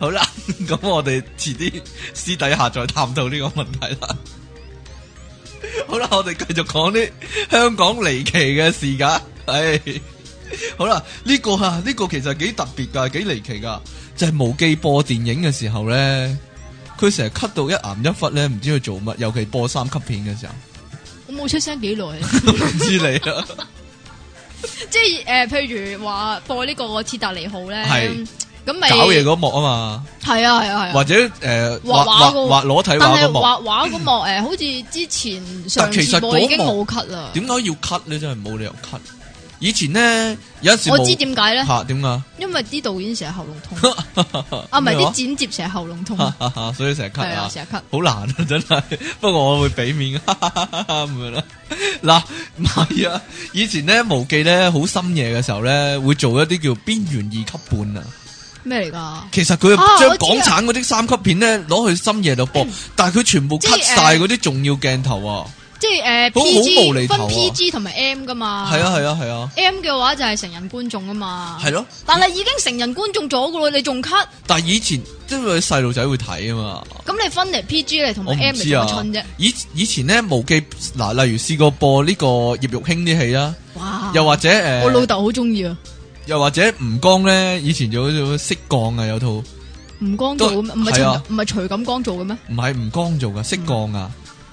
[SPEAKER 1] 好啦，咁我哋遲啲私底下再探討呢個問題啦。好啦，我哋繼續講啲香港離奇嘅事噶。唉，好啦，呢、個啊，呢、個其實幾特別噶，幾離奇噶，就係、無記播電影嘅時候咧。佢成日咳到一癌一忽咧，唔知佢做乜，尤其播三級片嘅 時候，
[SPEAKER 2] 我冇出声几 耐，
[SPEAKER 1] 唔知你啊，
[SPEAKER 2] 即系诶，呃譬如话播呢个《鐵達尼號》咧
[SPEAKER 1] 係，
[SPEAKER 2] 咁咪
[SPEAKER 1] 搞嘢嗰幕啊嘛，
[SPEAKER 2] 系啊系啊系
[SPEAKER 1] 或
[SPEAKER 2] 啊。
[SPEAKER 1] 者诶畫畫
[SPEAKER 2] 畫畫嗰
[SPEAKER 1] 畫裸體畫
[SPEAKER 2] 但系
[SPEAKER 1] 嗰幕，
[SPEAKER 2] 畫畫嗰幕诶，呃好似之前上
[SPEAKER 1] 但其實
[SPEAKER 2] 次播已經
[SPEAKER 1] 嗰幕
[SPEAKER 2] 冇 cut 啦。
[SPEAKER 1] 點解要咳咧？真係冇理由咳。以前咧有陣時
[SPEAKER 2] 我
[SPEAKER 1] 無
[SPEAKER 2] 知點解咧，
[SPEAKER 1] 嚇點啊？
[SPEAKER 2] 因為啲導演成日喉 嚨痛，啊唔係
[SPEAKER 1] 咩話
[SPEAKER 2] 啲剪接成日喉嚨痛，
[SPEAKER 1] 所以成日咳
[SPEAKER 2] 係啊
[SPEAKER 1] 啊，
[SPEAKER 2] 成日咳。
[SPEAKER 1] 好難啊， 真係。不過我會俾面 咁樣啦。嗱，唔係啊，以前咧無記咧好深夜嘅時候咧，會做一啲叫邊緣二級半啊。
[SPEAKER 2] 咩嚟噶？
[SPEAKER 1] 其實佢
[SPEAKER 2] 啊
[SPEAKER 1] 將
[SPEAKER 2] 我知
[SPEAKER 1] 港
[SPEAKER 2] 啊
[SPEAKER 1] 產嗰啲三級片咧攞去深夜度播，但係佢全部
[SPEAKER 2] 即係
[SPEAKER 1] cut 晒嗰啲重要鏡頭啊！
[SPEAKER 2] 即系诶
[SPEAKER 1] 好好無厘
[SPEAKER 2] PG
[SPEAKER 1] 頭
[SPEAKER 2] 分
[SPEAKER 1] 啊
[SPEAKER 2] PG 同埋 M 噶嘛？
[SPEAKER 1] 係啊係啊係啊，
[SPEAKER 2] M 嘅話就係成人觀眾啊嘛。
[SPEAKER 1] 係咯！
[SPEAKER 2] 但係已經成人觀眾咗噶咯，你仲 cut，
[SPEAKER 1] 但係以前因為細路仔會睇啊嘛，
[SPEAKER 2] 咁你分嚟 PG 嚟同
[SPEAKER 1] 我
[SPEAKER 2] 埋
[SPEAKER 1] 唔
[SPEAKER 2] M 嚟
[SPEAKER 1] 知
[SPEAKER 2] 做
[SPEAKER 1] 啊
[SPEAKER 2] 乜春啫？。
[SPEAKER 1] 以以前咧無記嗱，例如試過播呢個葉玉卿啲戲啦，
[SPEAKER 2] 哇！
[SPEAKER 1] 又呃或者
[SPEAKER 2] 啊我老
[SPEAKER 1] 誒，
[SPEAKER 2] 豆好中意啊，
[SPEAKER 1] 又或者吳江咧，以前有有色降啊，有套唔
[SPEAKER 2] 吳剛做嘅咩？唔係
[SPEAKER 1] 都係啊
[SPEAKER 2] 徐唔係徐錦江做嘅咩？嗯
[SPEAKER 1] 係吳江做噶，色降啊，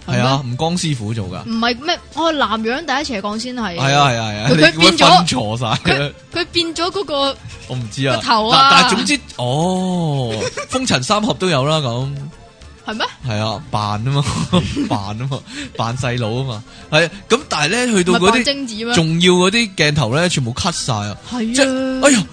[SPEAKER 1] 系啊，吳江師傅做噶，
[SPEAKER 2] 唔係咩？哦，南洋第一斜杠先係。
[SPEAKER 1] 係啊呃係啊係啊，
[SPEAKER 2] 佢
[SPEAKER 1] 你
[SPEAKER 2] 佢
[SPEAKER 1] 會
[SPEAKER 2] 變咗
[SPEAKER 1] 分錯晒
[SPEAKER 2] 佢，佢變咗嗰個
[SPEAKER 1] 我唔知啊。
[SPEAKER 2] 個頭
[SPEAKER 1] 嗱
[SPEAKER 2] 啊
[SPEAKER 1] 但係總之，哦，風塵三俠都有啦咁。
[SPEAKER 2] 係咩？
[SPEAKER 1] 系啊，扮啊嘛， 扮啊嘛，扮細佬啊嘛，係啊咁，但係咧去到
[SPEAKER 2] 唔係
[SPEAKER 1] 嗰
[SPEAKER 2] 扮啊
[SPEAKER 1] 啲
[SPEAKER 2] 精子咩？
[SPEAKER 1] 重要嗰啲鏡頭咧，全部 cut 晒啊！即係
[SPEAKER 2] 係
[SPEAKER 1] 哎
[SPEAKER 2] 啊，
[SPEAKER 1] 呀，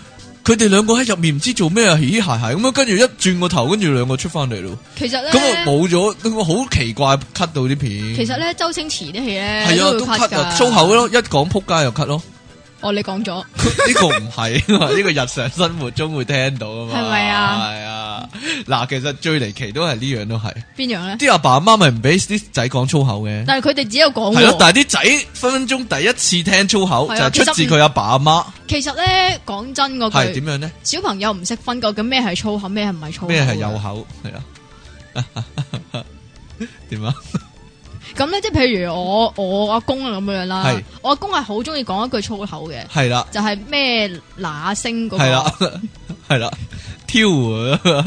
[SPEAKER 1] 佢哋兩個喺入面唔知做咩啊，嘻嘻鞋鞋咁樣，跟住一轉個頭，跟住兩個出翻嚟咯，
[SPEAKER 2] 其實咧，
[SPEAKER 1] 咁啊冇咗，我好奇怪 cut 到啲片，
[SPEAKER 2] 其實咧，周星馳啲戲咧
[SPEAKER 1] 嗯係啊
[SPEAKER 2] 會
[SPEAKER 1] 都
[SPEAKER 2] cut
[SPEAKER 1] cut 啊，
[SPEAKER 2] 㗎
[SPEAKER 1] 粗口咯，一講扑街又 cut 咯，
[SPEAKER 2] 哦，你講咗，
[SPEAKER 1] 呢個唔係 啊嘛，呢個日常生活中會聽到啊嘛，
[SPEAKER 2] 係咪啊
[SPEAKER 1] 係啊，嗱，其實最離奇都係呢樣都係，
[SPEAKER 2] 邊樣咧？
[SPEAKER 1] 啲阿爸阿媽咪唔俾啲仔講粗口嘅。
[SPEAKER 2] 但係佢哋只有講
[SPEAKER 1] 系咯，
[SPEAKER 2] 喎。
[SPEAKER 1] 但系啲仔分分鐘第一次聽粗口
[SPEAKER 2] 係
[SPEAKER 1] 就係
[SPEAKER 2] 啊
[SPEAKER 1] 出自
[SPEAKER 2] 其實唔
[SPEAKER 1] 佢阿爸阿媽，
[SPEAKER 2] 其實咧，講真嗰
[SPEAKER 1] 係
[SPEAKER 2] 句
[SPEAKER 1] 點，樣咧？
[SPEAKER 2] 小朋友唔識分究竟咩係粗口，咩係唔係粗口。
[SPEAKER 1] 咩係右？口？係啊， 點啊？
[SPEAKER 2] 咁咧，即係譬如我我阿公啊咁樣啦
[SPEAKER 1] 係，
[SPEAKER 2] 我阿公係好中意講一句粗口嘅，
[SPEAKER 1] 係啦，
[SPEAKER 2] 就係咩嗱聲嗰
[SPEAKER 1] 係啦啊
[SPEAKER 2] 個，
[SPEAKER 1] 係啦，挑啊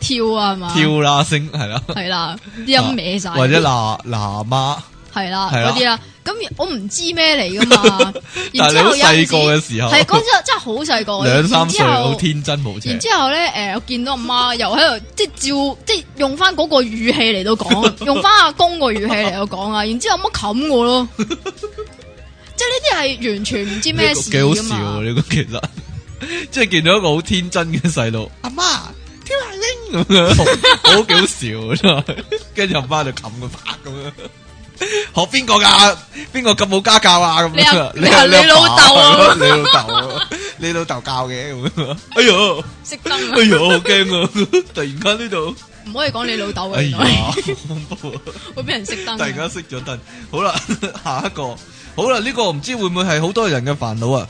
[SPEAKER 2] 跳啊係嘛，
[SPEAKER 1] 挑啦聲係啦，
[SPEAKER 2] 係啦，啲音歪晒，
[SPEAKER 1] 啊或者嗱嗱媽，
[SPEAKER 2] 係啦
[SPEAKER 1] 係啦啊
[SPEAKER 2] 嗰啲啦。咁我唔知咩嚟噶嘛，然
[SPEAKER 1] 但係
[SPEAKER 2] 之
[SPEAKER 1] 你好
[SPEAKER 2] 後有陣
[SPEAKER 1] 細個嘅
[SPEAKER 2] 時
[SPEAKER 1] 時候，
[SPEAKER 2] 係嗰陣時真係好細個，
[SPEAKER 1] 兩三
[SPEAKER 2] 然之
[SPEAKER 1] 歲好
[SPEAKER 2] 後
[SPEAKER 1] 天真無邪
[SPEAKER 2] 然，之後咧，誒、我見到阿媽又喺度，即係照，即係用翻嗰個語氣嚟到 講，啊用翻阿公個語氣嚟到講啊。然之後阿媽冚 我咯，即係呢啲係完全唔知咩
[SPEAKER 1] 呢個
[SPEAKER 2] 事
[SPEAKER 1] 幾好
[SPEAKER 2] 噶
[SPEAKER 1] 笑啊！
[SPEAKER 2] 嘛。
[SPEAKER 1] 呢個其實 即係見到一個好天真嘅細路，阿媽挑下拎咁樣， 好好幾好笑啊真係。跟住阿媽就冚佢啪咁樣，學邊個㗎？邊個咁冇家教啊？咁
[SPEAKER 2] 你
[SPEAKER 1] 樣
[SPEAKER 2] 阿你阿
[SPEAKER 1] 阿
[SPEAKER 2] 你老
[SPEAKER 1] 爸
[SPEAKER 2] 豆啊
[SPEAKER 1] 你老豆啊，你老豆教嘅咁樣。哎呦，
[SPEAKER 2] 熄燈
[SPEAKER 1] 哎
[SPEAKER 2] 啊！
[SPEAKER 1] 呦，好驚啊！ 突然間呢度，
[SPEAKER 2] 唔可以講你老豆啊，
[SPEAKER 1] 哎
[SPEAKER 2] 原
[SPEAKER 1] 呀，
[SPEAKER 2] 來
[SPEAKER 1] 好恐怖啊！
[SPEAKER 2] 會俾人熄燈
[SPEAKER 1] 突然間
[SPEAKER 2] 啊。
[SPEAKER 1] 熄咗燈。好啦， 下一個，好啦，呢個唔知會唔會係好多人嘅煩惱啊？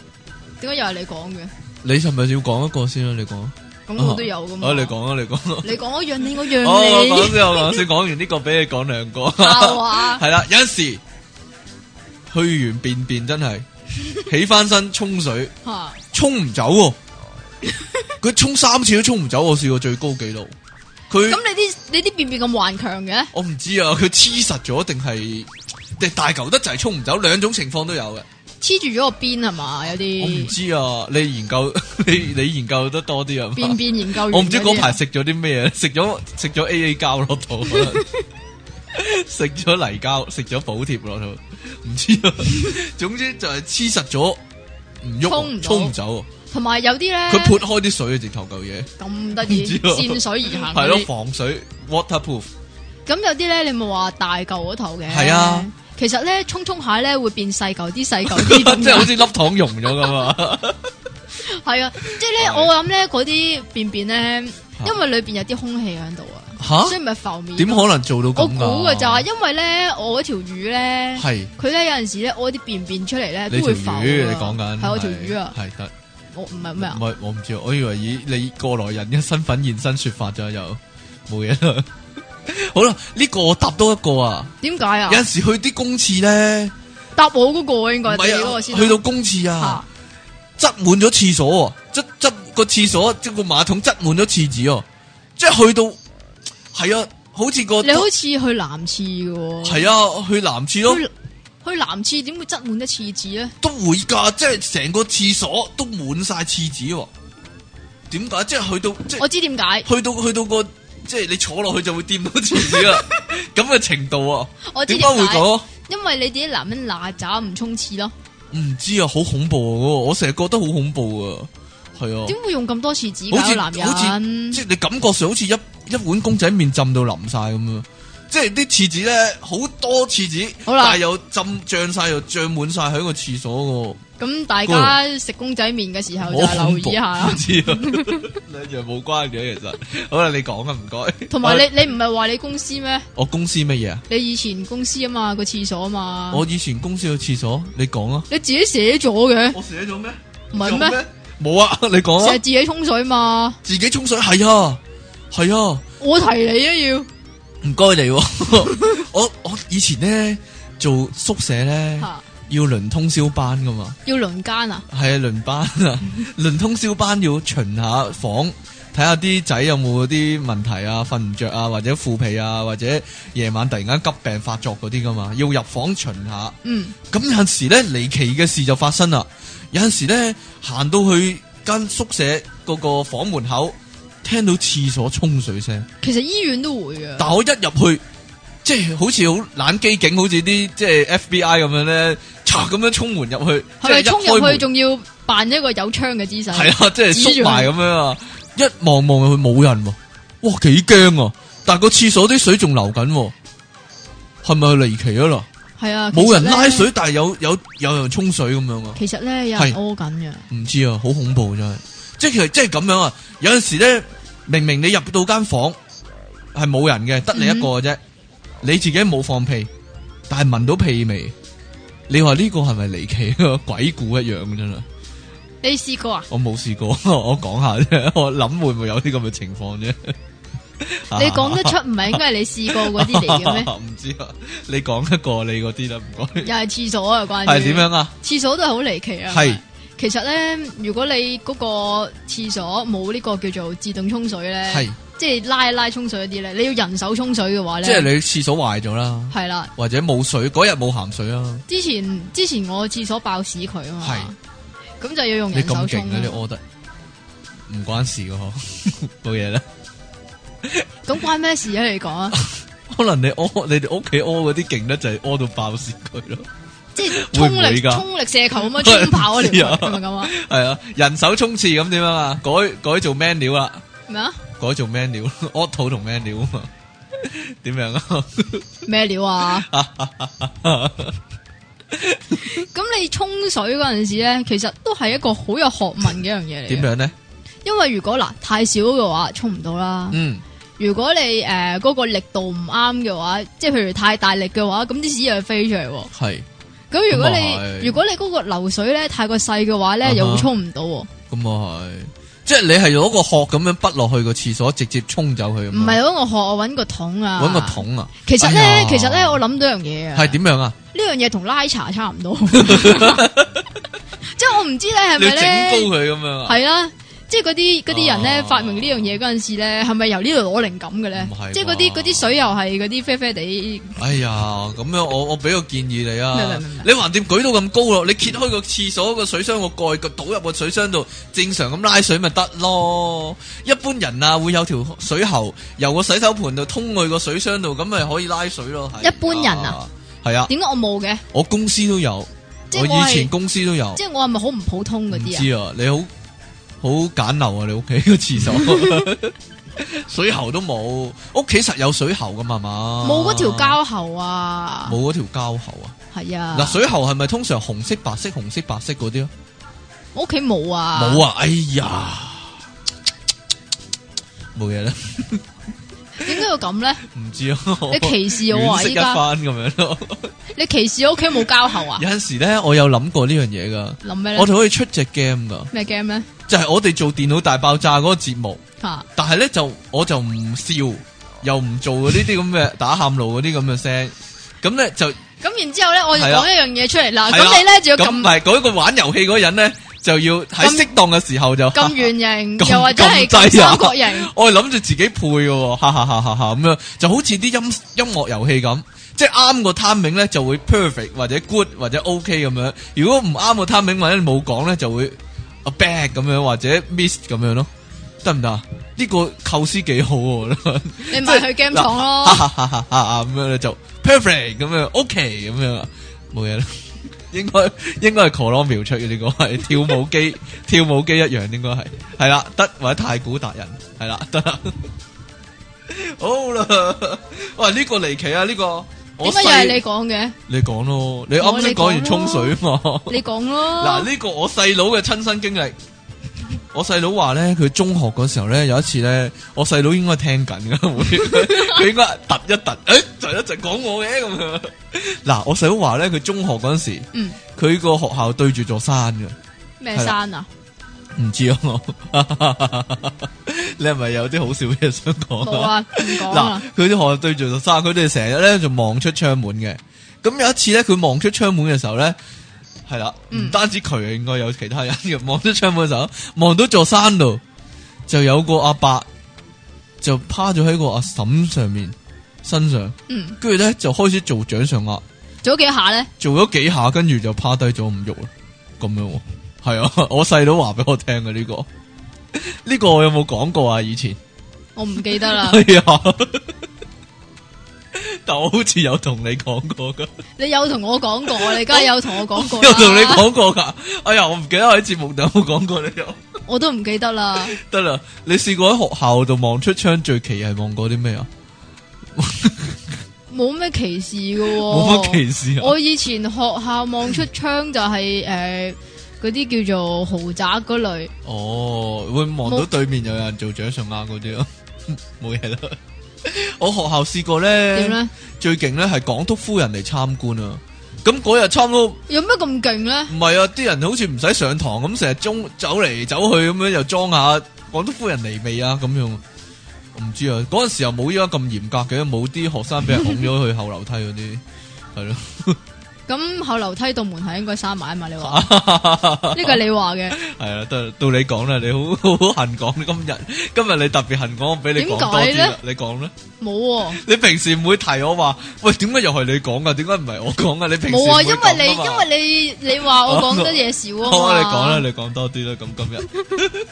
[SPEAKER 2] 點解又係你講嘅？
[SPEAKER 1] 你係咪要講一個先啊啦？你講。
[SPEAKER 2] 咁我都有噶嘛。
[SPEAKER 1] 啊，你，講啊，你講 啊。
[SPEAKER 2] 你講我讓你，我讓
[SPEAKER 1] 哦，我講
[SPEAKER 2] 你，
[SPEAKER 1] 先，我講先，講完呢個俾你講兩個。
[SPEAKER 2] 係嘛？
[SPEAKER 1] 係啦，有陣時去完便便真 係起翻身沖水，
[SPEAKER 2] 嚇
[SPEAKER 1] 沖唔走 喎。佢沖三次都沖唔走，我試過最高紀錄。佢
[SPEAKER 2] 咁你啲你啲便便咁頑強嘅，
[SPEAKER 1] 我唔知啊，佢黐實咗定係定大嚿得滯沖唔走，兩種情況都有嘅。
[SPEAKER 2] 黐住咗個邊係嘛？有
[SPEAKER 1] 我唔
[SPEAKER 2] 啲
[SPEAKER 1] 知啊，你研究 你你研究得多啲啊嘛。
[SPEAKER 2] 便便研究員
[SPEAKER 1] 我唔知
[SPEAKER 2] 嗰
[SPEAKER 1] 嗰
[SPEAKER 2] 啲
[SPEAKER 1] 排食咗啲咩，啊 食咗食咗 A A 膠落肚，可 能食咗泥膠，食咗補貼落肚，唔知 啊。總之就係黐實咗，唔
[SPEAKER 2] 沖
[SPEAKER 1] 喐，
[SPEAKER 2] 唔到
[SPEAKER 1] 沖唔走。
[SPEAKER 2] 同埋有啲咧，
[SPEAKER 1] 佢潑開啲水啊，直頭嚿嘢，
[SPEAKER 2] 咁得
[SPEAKER 1] 唔
[SPEAKER 2] 意，
[SPEAKER 1] 知喎
[SPEAKER 2] 濺水而行
[SPEAKER 1] 係
[SPEAKER 2] 嗰
[SPEAKER 1] 咯
[SPEAKER 2] 啲。
[SPEAKER 1] 防水 waterproof，
[SPEAKER 2] 咁有啲咧，你咪話大嚿嗰頭嘅。
[SPEAKER 1] 係啊，
[SPEAKER 2] 其實咧沖沖下咧會變細嚿啲，細嚿
[SPEAKER 1] 即
[SPEAKER 2] 啲咁
[SPEAKER 1] 係好
[SPEAKER 2] 樣。
[SPEAKER 1] 似粒糖溶咗咁啊。
[SPEAKER 2] 係啊，即係咧，
[SPEAKER 1] 係
[SPEAKER 2] 我諗咧嗰啲便便咧，因為裏邊有啲空氣喺度啊，所
[SPEAKER 1] 吓
[SPEAKER 2] 以咪浮面。
[SPEAKER 1] 點可能做到
[SPEAKER 2] 我
[SPEAKER 1] 咁
[SPEAKER 2] 估
[SPEAKER 1] 噶？
[SPEAKER 2] 嘅就係因為咧，我嗰條魚咧，
[SPEAKER 1] 係
[SPEAKER 2] 佢咧有陣時咧屙啲便便出嚟咧
[SPEAKER 1] 你
[SPEAKER 2] 都
[SPEAKER 1] 條
[SPEAKER 2] 會浮啊。
[SPEAKER 1] 魚，你講緊
[SPEAKER 2] 係我條魚啊，
[SPEAKER 1] 係得
[SPEAKER 2] 我唔係咩啊
[SPEAKER 1] 唔？係我唔知，我以為以你過來人嘅身份現身說法咗，又冇嘢啦。 好啦，呢、個我答多一個啊。
[SPEAKER 2] 點解啊
[SPEAKER 1] 有？陣時去啲公廁咧，
[SPEAKER 2] 答我嗰個啊應
[SPEAKER 1] 唔
[SPEAKER 2] 該係你嗰
[SPEAKER 1] 係
[SPEAKER 2] 個
[SPEAKER 1] 啊，
[SPEAKER 2] 先。
[SPEAKER 1] 去到公廁啊
[SPEAKER 2] 嚇，
[SPEAKER 1] 擠滿咗廁所啊，擠擠個廁所，即個馬桶擠滿咗廁紙哦，即係去到係啊，好似個
[SPEAKER 2] 你好似去男廁嘅喎。
[SPEAKER 1] 係啊，去男廁咯，
[SPEAKER 2] 去去男廁點會擠滿一廁紙咧？
[SPEAKER 1] 都會㗎，即係成個廁所都滿晒廁紙喎。點解？即係去到即係
[SPEAKER 2] 我知點解，
[SPEAKER 1] 去到去到個即係你坐落去就會掂到廁紙 啦，咁嘅程度啊，
[SPEAKER 2] 我知
[SPEAKER 1] 點
[SPEAKER 2] 點
[SPEAKER 1] 解會
[SPEAKER 2] 解，
[SPEAKER 1] 咁？
[SPEAKER 2] 因為你哋啲男人嗱喳唔沖廁咯，
[SPEAKER 1] 唔知啊，好恐怖啊！嗰個我成日覺得好恐怖啊，係啊。
[SPEAKER 2] 點會用咁多廁紙
[SPEAKER 1] 好似
[SPEAKER 2] 㗎？男
[SPEAKER 1] 好
[SPEAKER 2] 人
[SPEAKER 1] 即係你感覺上好似一一碗公仔麵浸到淋晒咁樣，即係啲廁紙咧好多廁紙，
[SPEAKER 2] 好啦
[SPEAKER 1] 但係又浸漲晒又漲滿晒喺個廁所
[SPEAKER 2] 咁，大家食公仔麵嘅時
[SPEAKER 1] 個，
[SPEAKER 2] 候
[SPEAKER 1] 好
[SPEAKER 2] 就留
[SPEAKER 1] 恐怖
[SPEAKER 2] 意下
[SPEAKER 1] 唔。知 啊，兩樣冇關嘅其實。好啦，你講啊，唔該。
[SPEAKER 2] 同埋你你唔係話你公司咩？
[SPEAKER 1] 我公司乜嘢啊？
[SPEAKER 2] 你以前公司啊嘛個廁所啊嘛，
[SPEAKER 1] 我以前公司嘅廁所，你講啊。
[SPEAKER 2] 你自己寫咗嘅，
[SPEAKER 1] 我寫咗咩？
[SPEAKER 2] 唔係咩？？
[SPEAKER 1] 冇啊， 你講
[SPEAKER 2] 成日
[SPEAKER 1] 啊。
[SPEAKER 2] 自己沖水嘛，
[SPEAKER 1] 自己沖水係啊，係啊。
[SPEAKER 2] 我提你啊要
[SPEAKER 1] 唔該你 喎，我我以前咧做宿舍咧
[SPEAKER 2] 嚇，
[SPEAKER 1] 要輪通宵班噶嘛，
[SPEAKER 2] 啊要輪奸啊！
[SPEAKER 1] 係啊輪班啊，輪通宵班要巡下房，睇下啲仔有冇啲問題啊，瞓唔着啊，或者腐皮啊，或者夜晚突然間急病發作嗰啲噶嘛，要入房巡下。
[SPEAKER 2] 嗯，
[SPEAKER 1] 咁有陣時咧離奇嘅事就發生啦，有陣時咧行到去間宿舍嗰個房門口，聽到廁所沖水聲。
[SPEAKER 2] 其實醫院都會嘅，
[SPEAKER 1] 但我一入去，即係好似好冷機警，好似啲即係 FBI 咁樣咧，嚓咁樣衝門入去，即
[SPEAKER 2] 係咪
[SPEAKER 1] 係
[SPEAKER 2] 衝
[SPEAKER 1] 一開
[SPEAKER 2] 入去
[SPEAKER 1] 門
[SPEAKER 2] 仲要扮一個有槍嘅姿勢？
[SPEAKER 1] 係啊啦，即係
[SPEAKER 2] 指
[SPEAKER 1] 縮
[SPEAKER 2] 住
[SPEAKER 1] 埋咁樣啊！一望望入去冇人喎，哇幾驚啊！但係個廁所啲水仲流緊喎，係咪離奇啊啦？
[SPEAKER 2] 係啊，
[SPEAKER 1] 冇人
[SPEAKER 2] 其實呢
[SPEAKER 1] 拉。水，但係有有有人沖水咁樣啊！
[SPEAKER 2] 其實咧有人
[SPEAKER 1] 係
[SPEAKER 2] 屙緊嘅，
[SPEAKER 1] 唔知啊，好恐怖真係，即係其實即係咁樣啊！有陣時咧，明明你入到間房係冇人嘅，得你一個嘅啫，你自己冇放屁，但係聞到屁味，你話呢個係咪離奇啊？鬼故一樣真係，
[SPEAKER 2] 你試過啊？
[SPEAKER 1] 我冇試過， 我講下啫， 我諗會唔會有啲咁嘅情況啫？ 啊
[SPEAKER 2] 你講得出唔係應該係你試過嗰啲嚟 嘅咩？
[SPEAKER 1] 唔知啊，你講一個你嗰啲啦，唔該，
[SPEAKER 2] 又係廁所啊，關於
[SPEAKER 1] 係點？樣啊？
[SPEAKER 2] 廁所都係好離奇啊！
[SPEAKER 1] 係
[SPEAKER 2] 其實咧，如果你嗰個廁所冇呢個叫做自動沖水咧，
[SPEAKER 1] 係，
[SPEAKER 2] 即係拉一拉沖水嗰啲咧，你要人手沖水嘅話咧，
[SPEAKER 1] 即係你廁所壞咗啦，
[SPEAKER 2] 係啦。
[SPEAKER 1] 或者冇水，嗰日冇鹹水啊。
[SPEAKER 2] 之前之前我廁所爆屎佢啊嘛，咁就要用
[SPEAKER 1] 你
[SPEAKER 2] 人
[SPEAKER 1] 咁
[SPEAKER 2] 手
[SPEAKER 1] 勁
[SPEAKER 2] 沖啊
[SPEAKER 1] 咧，你
[SPEAKER 2] 啦。
[SPEAKER 1] 屙得唔關事噶嗬， 冇嘢啦。
[SPEAKER 2] 咁關咩事啊？你講 啊，
[SPEAKER 1] 可能你屙，你哋屋企屙嗰啲勁得就係屙到爆屎佢咯。
[SPEAKER 2] 即係
[SPEAKER 1] 會唔
[SPEAKER 2] 衝
[SPEAKER 1] 會
[SPEAKER 2] 力
[SPEAKER 1] 㗎
[SPEAKER 2] 衝力射球咁樣沖跑
[SPEAKER 1] 我
[SPEAKER 2] 嗰條係
[SPEAKER 1] 唔知啊
[SPEAKER 2] 咪咁啊？
[SPEAKER 1] 係啊，人手沖廁咁點樣啊？改改做 man 料啦，
[SPEAKER 2] 咩啊？
[SPEAKER 1] 改做 man 料， 屙肚同 man 料啊嘛。 點樣啊？
[SPEAKER 2] 咩料啊？咁你沖水嗰陣時咧，其實都係一個好有學問嘅一樣嘢嚟
[SPEAKER 1] 點
[SPEAKER 2] 嘅。
[SPEAKER 1] 樣咧？
[SPEAKER 2] 因為如果嗱太少嘅話，沖唔到啦。
[SPEAKER 1] 嗯，
[SPEAKER 2] 如果你誒嗰、個力度唔啱嘅話，即係譬如太大力嘅話，咁啲屎又會飛出嚟喎。
[SPEAKER 1] 係
[SPEAKER 2] 咁如果
[SPEAKER 1] 咁啊係
[SPEAKER 2] 你如果你嗰個流水咧太過細嘅話
[SPEAKER 1] 啊
[SPEAKER 2] 咧，
[SPEAKER 1] 哈
[SPEAKER 2] 又會沖唔到喎。
[SPEAKER 1] 咁啊係，即係你係攞個殼咁樣滗落去個廁所，直接沖走佢咁樣。
[SPEAKER 2] 唔係揾個殼，我揾個桶啊。
[SPEAKER 1] 嗯搵個。桶啊？
[SPEAKER 2] 其實咧，
[SPEAKER 1] 哎呀
[SPEAKER 2] 其實咧，我諗到樣嘢啊。
[SPEAKER 1] 係點樣啊？
[SPEAKER 2] 呢樣嘢同拉茶差 唔多。即係我唔知咧係
[SPEAKER 1] 你
[SPEAKER 2] 咪
[SPEAKER 1] 整
[SPEAKER 2] 咧
[SPEAKER 1] 高佢咁樣啊？
[SPEAKER 2] 係啦。即係嗰啲嗰啲人咧
[SPEAKER 1] 哦，
[SPEAKER 2] 發明呢樣嘢嗰陣時咧，係咪由呢度攞靈感嘅咧
[SPEAKER 1] 唔係啩？
[SPEAKER 2] 即係嗰啲嗰啲水又係嗰啲啡啡地
[SPEAKER 1] 哎呀，咁樣我我俾個建議你
[SPEAKER 2] 明
[SPEAKER 1] 啊
[SPEAKER 2] 明明，
[SPEAKER 1] 你橫掂舉到咁高咯，你揭開個廁所個水箱個蓋，個倒入個水箱度，正常咁拉水咪得咯。一般人啊會有條水喉由個洗手盆度通去個水箱度，咁咪可以拉水咯。係啊
[SPEAKER 2] 一般人啊，
[SPEAKER 1] 係啊，
[SPEAKER 2] 點解我冇嘅？
[SPEAKER 1] 我公司都有，
[SPEAKER 2] 即
[SPEAKER 1] 我
[SPEAKER 2] 係我
[SPEAKER 1] 以
[SPEAKER 2] 係
[SPEAKER 1] 前公司都有
[SPEAKER 2] 即。係我係咪好唔普通嗰
[SPEAKER 1] 唔
[SPEAKER 2] 啲啊？
[SPEAKER 1] 知啊，你好好簡陋啊，你屋企個廁所 水喉都冇，屋企實有水喉噶嘛係嘛？
[SPEAKER 2] 冇嗰條，膠喉啊，
[SPEAKER 1] 冇嗰條膠喉啊。
[SPEAKER 2] 係啊，
[SPEAKER 1] 嗱，水喉係咪通常紅色、白色、紅色、白色嗰啲咯？啊
[SPEAKER 2] 我屋企冇啊，
[SPEAKER 1] 冇
[SPEAKER 2] 啊，
[SPEAKER 1] 啊！哎呀，冇嘢啦，
[SPEAKER 2] 點解要咁咧？
[SPEAKER 1] 唔知啊。
[SPEAKER 2] 你歧視我
[SPEAKER 1] 惋
[SPEAKER 2] 啊！
[SPEAKER 1] 惜一
[SPEAKER 2] 依家啊
[SPEAKER 1] 番咁樣咯。
[SPEAKER 2] 你歧視我屋企冇膠喉啊？
[SPEAKER 1] 有陣時咧，我有諗過呢樣嘢噶，
[SPEAKER 2] 諗咩
[SPEAKER 1] 我
[SPEAKER 2] 咧？
[SPEAKER 1] 哋可以出隻 game 噶，
[SPEAKER 2] 咩 game 咧？
[SPEAKER 1] 就係我哋做電腦大爆炸嗰個節目，
[SPEAKER 2] 吓，
[SPEAKER 1] 但係咧就我就唔笑，又唔做呢啲咁 嘅打喊路嗰啲咁嘅聲，咁咧就
[SPEAKER 2] 咁然之後咧，我就
[SPEAKER 1] 係啦
[SPEAKER 2] 講一樣嘢出嚟啦。
[SPEAKER 1] 係啦
[SPEAKER 2] 啊咁你咧就要
[SPEAKER 1] 咁唔
[SPEAKER 2] 撳
[SPEAKER 1] 係嗰個玩遊戲嗰人咧，就要喺
[SPEAKER 2] 咁
[SPEAKER 1] 適當嘅時候就
[SPEAKER 2] 撳 圓
[SPEAKER 1] 咁
[SPEAKER 2] 形，又或者係
[SPEAKER 1] 咁
[SPEAKER 2] 撳
[SPEAKER 1] 低啊
[SPEAKER 2] 三 角形，
[SPEAKER 1] 我係諗住自己配嘅喎，哈哈哈哈哈咁樣，就好似啲音音樂遊戲咁，即係啱個 timing 咧就會 perfect 或者 good 或者 OK 咁樣。如果唔啱個 timing 或者你冇講咧，就會 a bad 咁樣或者 miss 咁樣咯，得唔得啊？呢、個構思幾好喎，我覺得
[SPEAKER 2] 你咪去 game 廠
[SPEAKER 1] 哈
[SPEAKER 2] 咯。
[SPEAKER 1] 哈哈哈哈咁樣咧就 perfect 咁樣 OK 咁樣啊，冇嘢啦。 應該 應該係 c o l o m b i 出嘅呢個 係跳舞機跳舞機一樣應該係係啦，得或者太古達人係啦，得啦。 好啦，哇！呢、個離奇啊，呢、個我
[SPEAKER 2] 點解又係
[SPEAKER 1] 細
[SPEAKER 2] 你講嘅？
[SPEAKER 1] 你講咯，你啱先講完沖水啊嘛。
[SPEAKER 2] 你講
[SPEAKER 1] 嗱，
[SPEAKER 2] 咯。
[SPEAKER 1] 呢個我細佬嘅親身經歷。我細佬話咧，佢中學嗰時候咧，有一次咧，我細佬應該聽緊噶， 會佢應該突一突，誒、就一直講我嘅咁樣。嗱，我細佬話咧，佢中學嗰陣時，
[SPEAKER 2] 嗯，
[SPEAKER 1] 佢個學校對住座山嘅，
[SPEAKER 2] 咩
[SPEAKER 1] 係啦
[SPEAKER 2] 山啊？
[SPEAKER 1] 唔知啊我。 你係咪有啲好笑嘅嘢想講
[SPEAKER 2] 冇啊，唔講
[SPEAKER 1] 嗱
[SPEAKER 2] 啦。，
[SPEAKER 1] 佢啲學校對住座山，佢哋成日咧就望出窗門嘅。咁有一次咧，佢望出窗門嘅時候咧，係啦，唔
[SPEAKER 2] 嗯
[SPEAKER 1] 單止佢，應該有其他人嘅望出窗門嘅時候，望到座山度，就有個阿伯就趴咗喺個阿嬸上面身上，
[SPEAKER 2] 嗯，
[SPEAKER 1] 跟住咧就開始做掌上壓，
[SPEAKER 2] 做咗幾下咧？
[SPEAKER 1] 做咗幾下，跟住就趴低咗唔喐啦，咁樣喎。係啊，我細佬話俾我聽嘅呢個，呢個我有冇講過啊？以前
[SPEAKER 2] 我唔記 得啦。
[SPEAKER 1] 係啊，但我好似有同你講過噶。
[SPEAKER 2] 你有同我講過，啊你梗係有同我講過啦
[SPEAKER 1] 有同你，講過噶，哎呀，我唔記得喺節目度有冇講過呢個。
[SPEAKER 2] 我都唔記得啦。
[SPEAKER 1] 得啦，你試過喺學校度望出窗最奇係望過啲咩啊？
[SPEAKER 2] 冇咩歧視嘅喎，
[SPEAKER 1] 冇乜歧視啊！
[SPEAKER 2] 哦我以前學校望出窗就係誒嗰啲叫做豪宅嗰類，
[SPEAKER 1] 哦，會望到對面有人做掌上壓嗰啲咯， 冇嘢啦。我學校試過咧，
[SPEAKER 2] 點咧？
[SPEAKER 1] 最勁咧係港督夫人嚟參觀啊！咁嗰日差唔多唔
[SPEAKER 2] 有咩咁勁咧？
[SPEAKER 1] 係啊，啲人好似唔使上堂咁，成日中走嚟走去咁樣又裝下港督夫人嚟未啊咁樣。我唔知啊，嗰陣時又冇依家咁嚴格嘅，冇啲學生俾人拱咗去後樓梯嗰啲，係咯。
[SPEAKER 2] 咁後樓梯道門係應該閂埋啊 嘛？你話呢個係你話嘅，
[SPEAKER 1] 系啦，到到你讲啦，你好好恨讲今日，今日你特别恨讲，我俾你讲多啲
[SPEAKER 2] 點解
[SPEAKER 1] 啦
[SPEAKER 2] 呢，
[SPEAKER 1] 你讲啦，
[SPEAKER 2] 冇喎
[SPEAKER 1] 你平时唔会提我话，喂，点解又系你讲噶？点解唔系我讲噶？你平時
[SPEAKER 2] 冇
[SPEAKER 1] 唔
[SPEAKER 2] 啊，
[SPEAKER 1] 會
[SPEAKER 2] 因為
[SPEAKER 1] 講
[SPEAKER 2] 你
[SPEAKER 1] 㗎嘛
[SPEAKER 2] 因為你你話我講得嘢 少啊
[SPEAKER 1] 好啊，
[SPEAKER 2] 嘛。
[SPEAKER 1] 你讲啦，你讲多啲啦，咁今日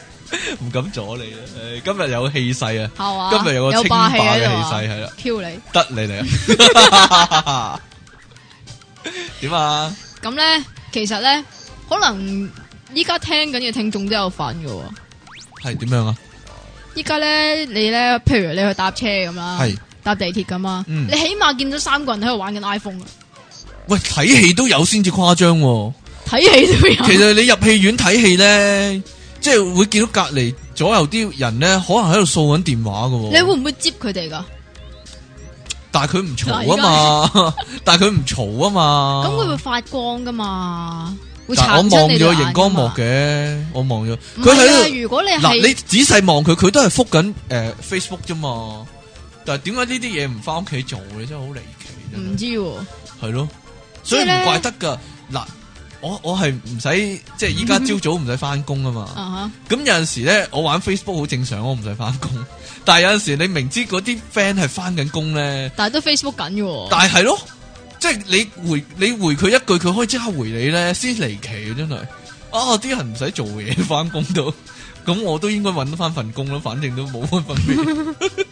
[SPEAKER 1] 唔敢阻你啦，唉今日有气势啊，
[SPEAKER 2] 係嘛？
[SPEAKER 1] 今日有個
[SPEAKER 2] 有
[SPEAKER 1] 清
[SPEAKER 2] 霸
[SPEAKER 1] 霸嘅
[SPEAKER 2] 氣喺
[SPEAKER 1] 氣
[SPEAKER 2] 度啊
[SPEAKER 1] 勢係啦
[SPEAKER 2] ，Q 你。
[SPEAKER 1] 得你嚟啊， 点啊？
[SPEAKER 2] 咁咧，其實咧，可能依家聽緊嘅聽眾都有份嘅喎。
[SPEAKER 1] 系点样啊？
[SPEAKER 2] 依家咧，你咧，譬如你去搭車咁啦，
[SPEAKER 1] 係
[SPEAKER 2] 搭地鐵咁啊，
[SPEAKER 1] 嗯
[SPEAKER 2] 你起碼見到三個人喺度玩緊 iPhone 啊
[SPEAKER 1] 喂，睇戲都有先至誇張喎。
[SPEAKER 2] 睇戲都有。
[SPEAKER 1] 其實你入戲院睇戲咧，即係會見到隔離左右啲人咧，可能喺度掃緊電話噶
[SPEAKER 2] 你
[SPEAKER 1] 喎。
[SPEAKER 2] 會唔會接佢
[SPEAKER 1] 啊
[SPEAKER 2] 哋噶？
[SPEAKER 1] 但係佢唔嘈啊嘛， 但係佢唔嘈啊嘛。
[SPEAKER 2] 咁佢會發光噶嘛？會
[SPEAKER 1] 但係我
[SPEAKER 2] 殘親
[SPEAKER 1] 望
[SPEAKER 2] 你對
[SPEAKER 1] 咗
[SPEAKER 2] 眼
[SPEAKER 1] 熒光幕
[SPEAKER 2] 㗎嘛。
[SPEAKER 1] 嘅，我望咗
[SPEAKER 2] 唔
[SPEAKER 1] 佢
[SPEAKER 2] 係啊
[SPEAKER 1] 喺度。
[SPEAKER 2] 如果你
[SPEAKER 1] 嗱，
[SPEAKER 2] 係
[SPEAKER 1] 你仔細望佢，佢都係覆緊誒 Facebook 啫嘛。但係點解呢啲嘢唔翻屋企做咧？真係好離奇。真係
[SPEAKER 2] 唔知喎，
[SPEAKER 1] 系咯，
[SPEAKER 2] 即
[SPEAKER 1] 所以
[SPEAKER 2] 係
[SPEAKER 1] 唔
[SPEAKER 2] 嗯呢
[SPEAKER 1] 怪得噶。嗱，我我系唔使即系依家朝早唔使翻工啊嘛。
[SPEAKER 2] 嗯啊
[SPEAKER 1] 咁有阵时咧，我玩 Facebook 好正常，我唔使翻工。但系有阵时你明知嗰啲 friend 系翻緊工咧
[SPEAKER 2] 吓，，但係都 Facebook 緊嘅喎。
[SPEAKER 1] 但系系咯，即系你回你回佢一句，佢可以即刻回你咧，先離奇啊真係。啊，啲人唔使做嘢翻工到，咁我都應該搵翻份工啦，反正都冇乜分 別。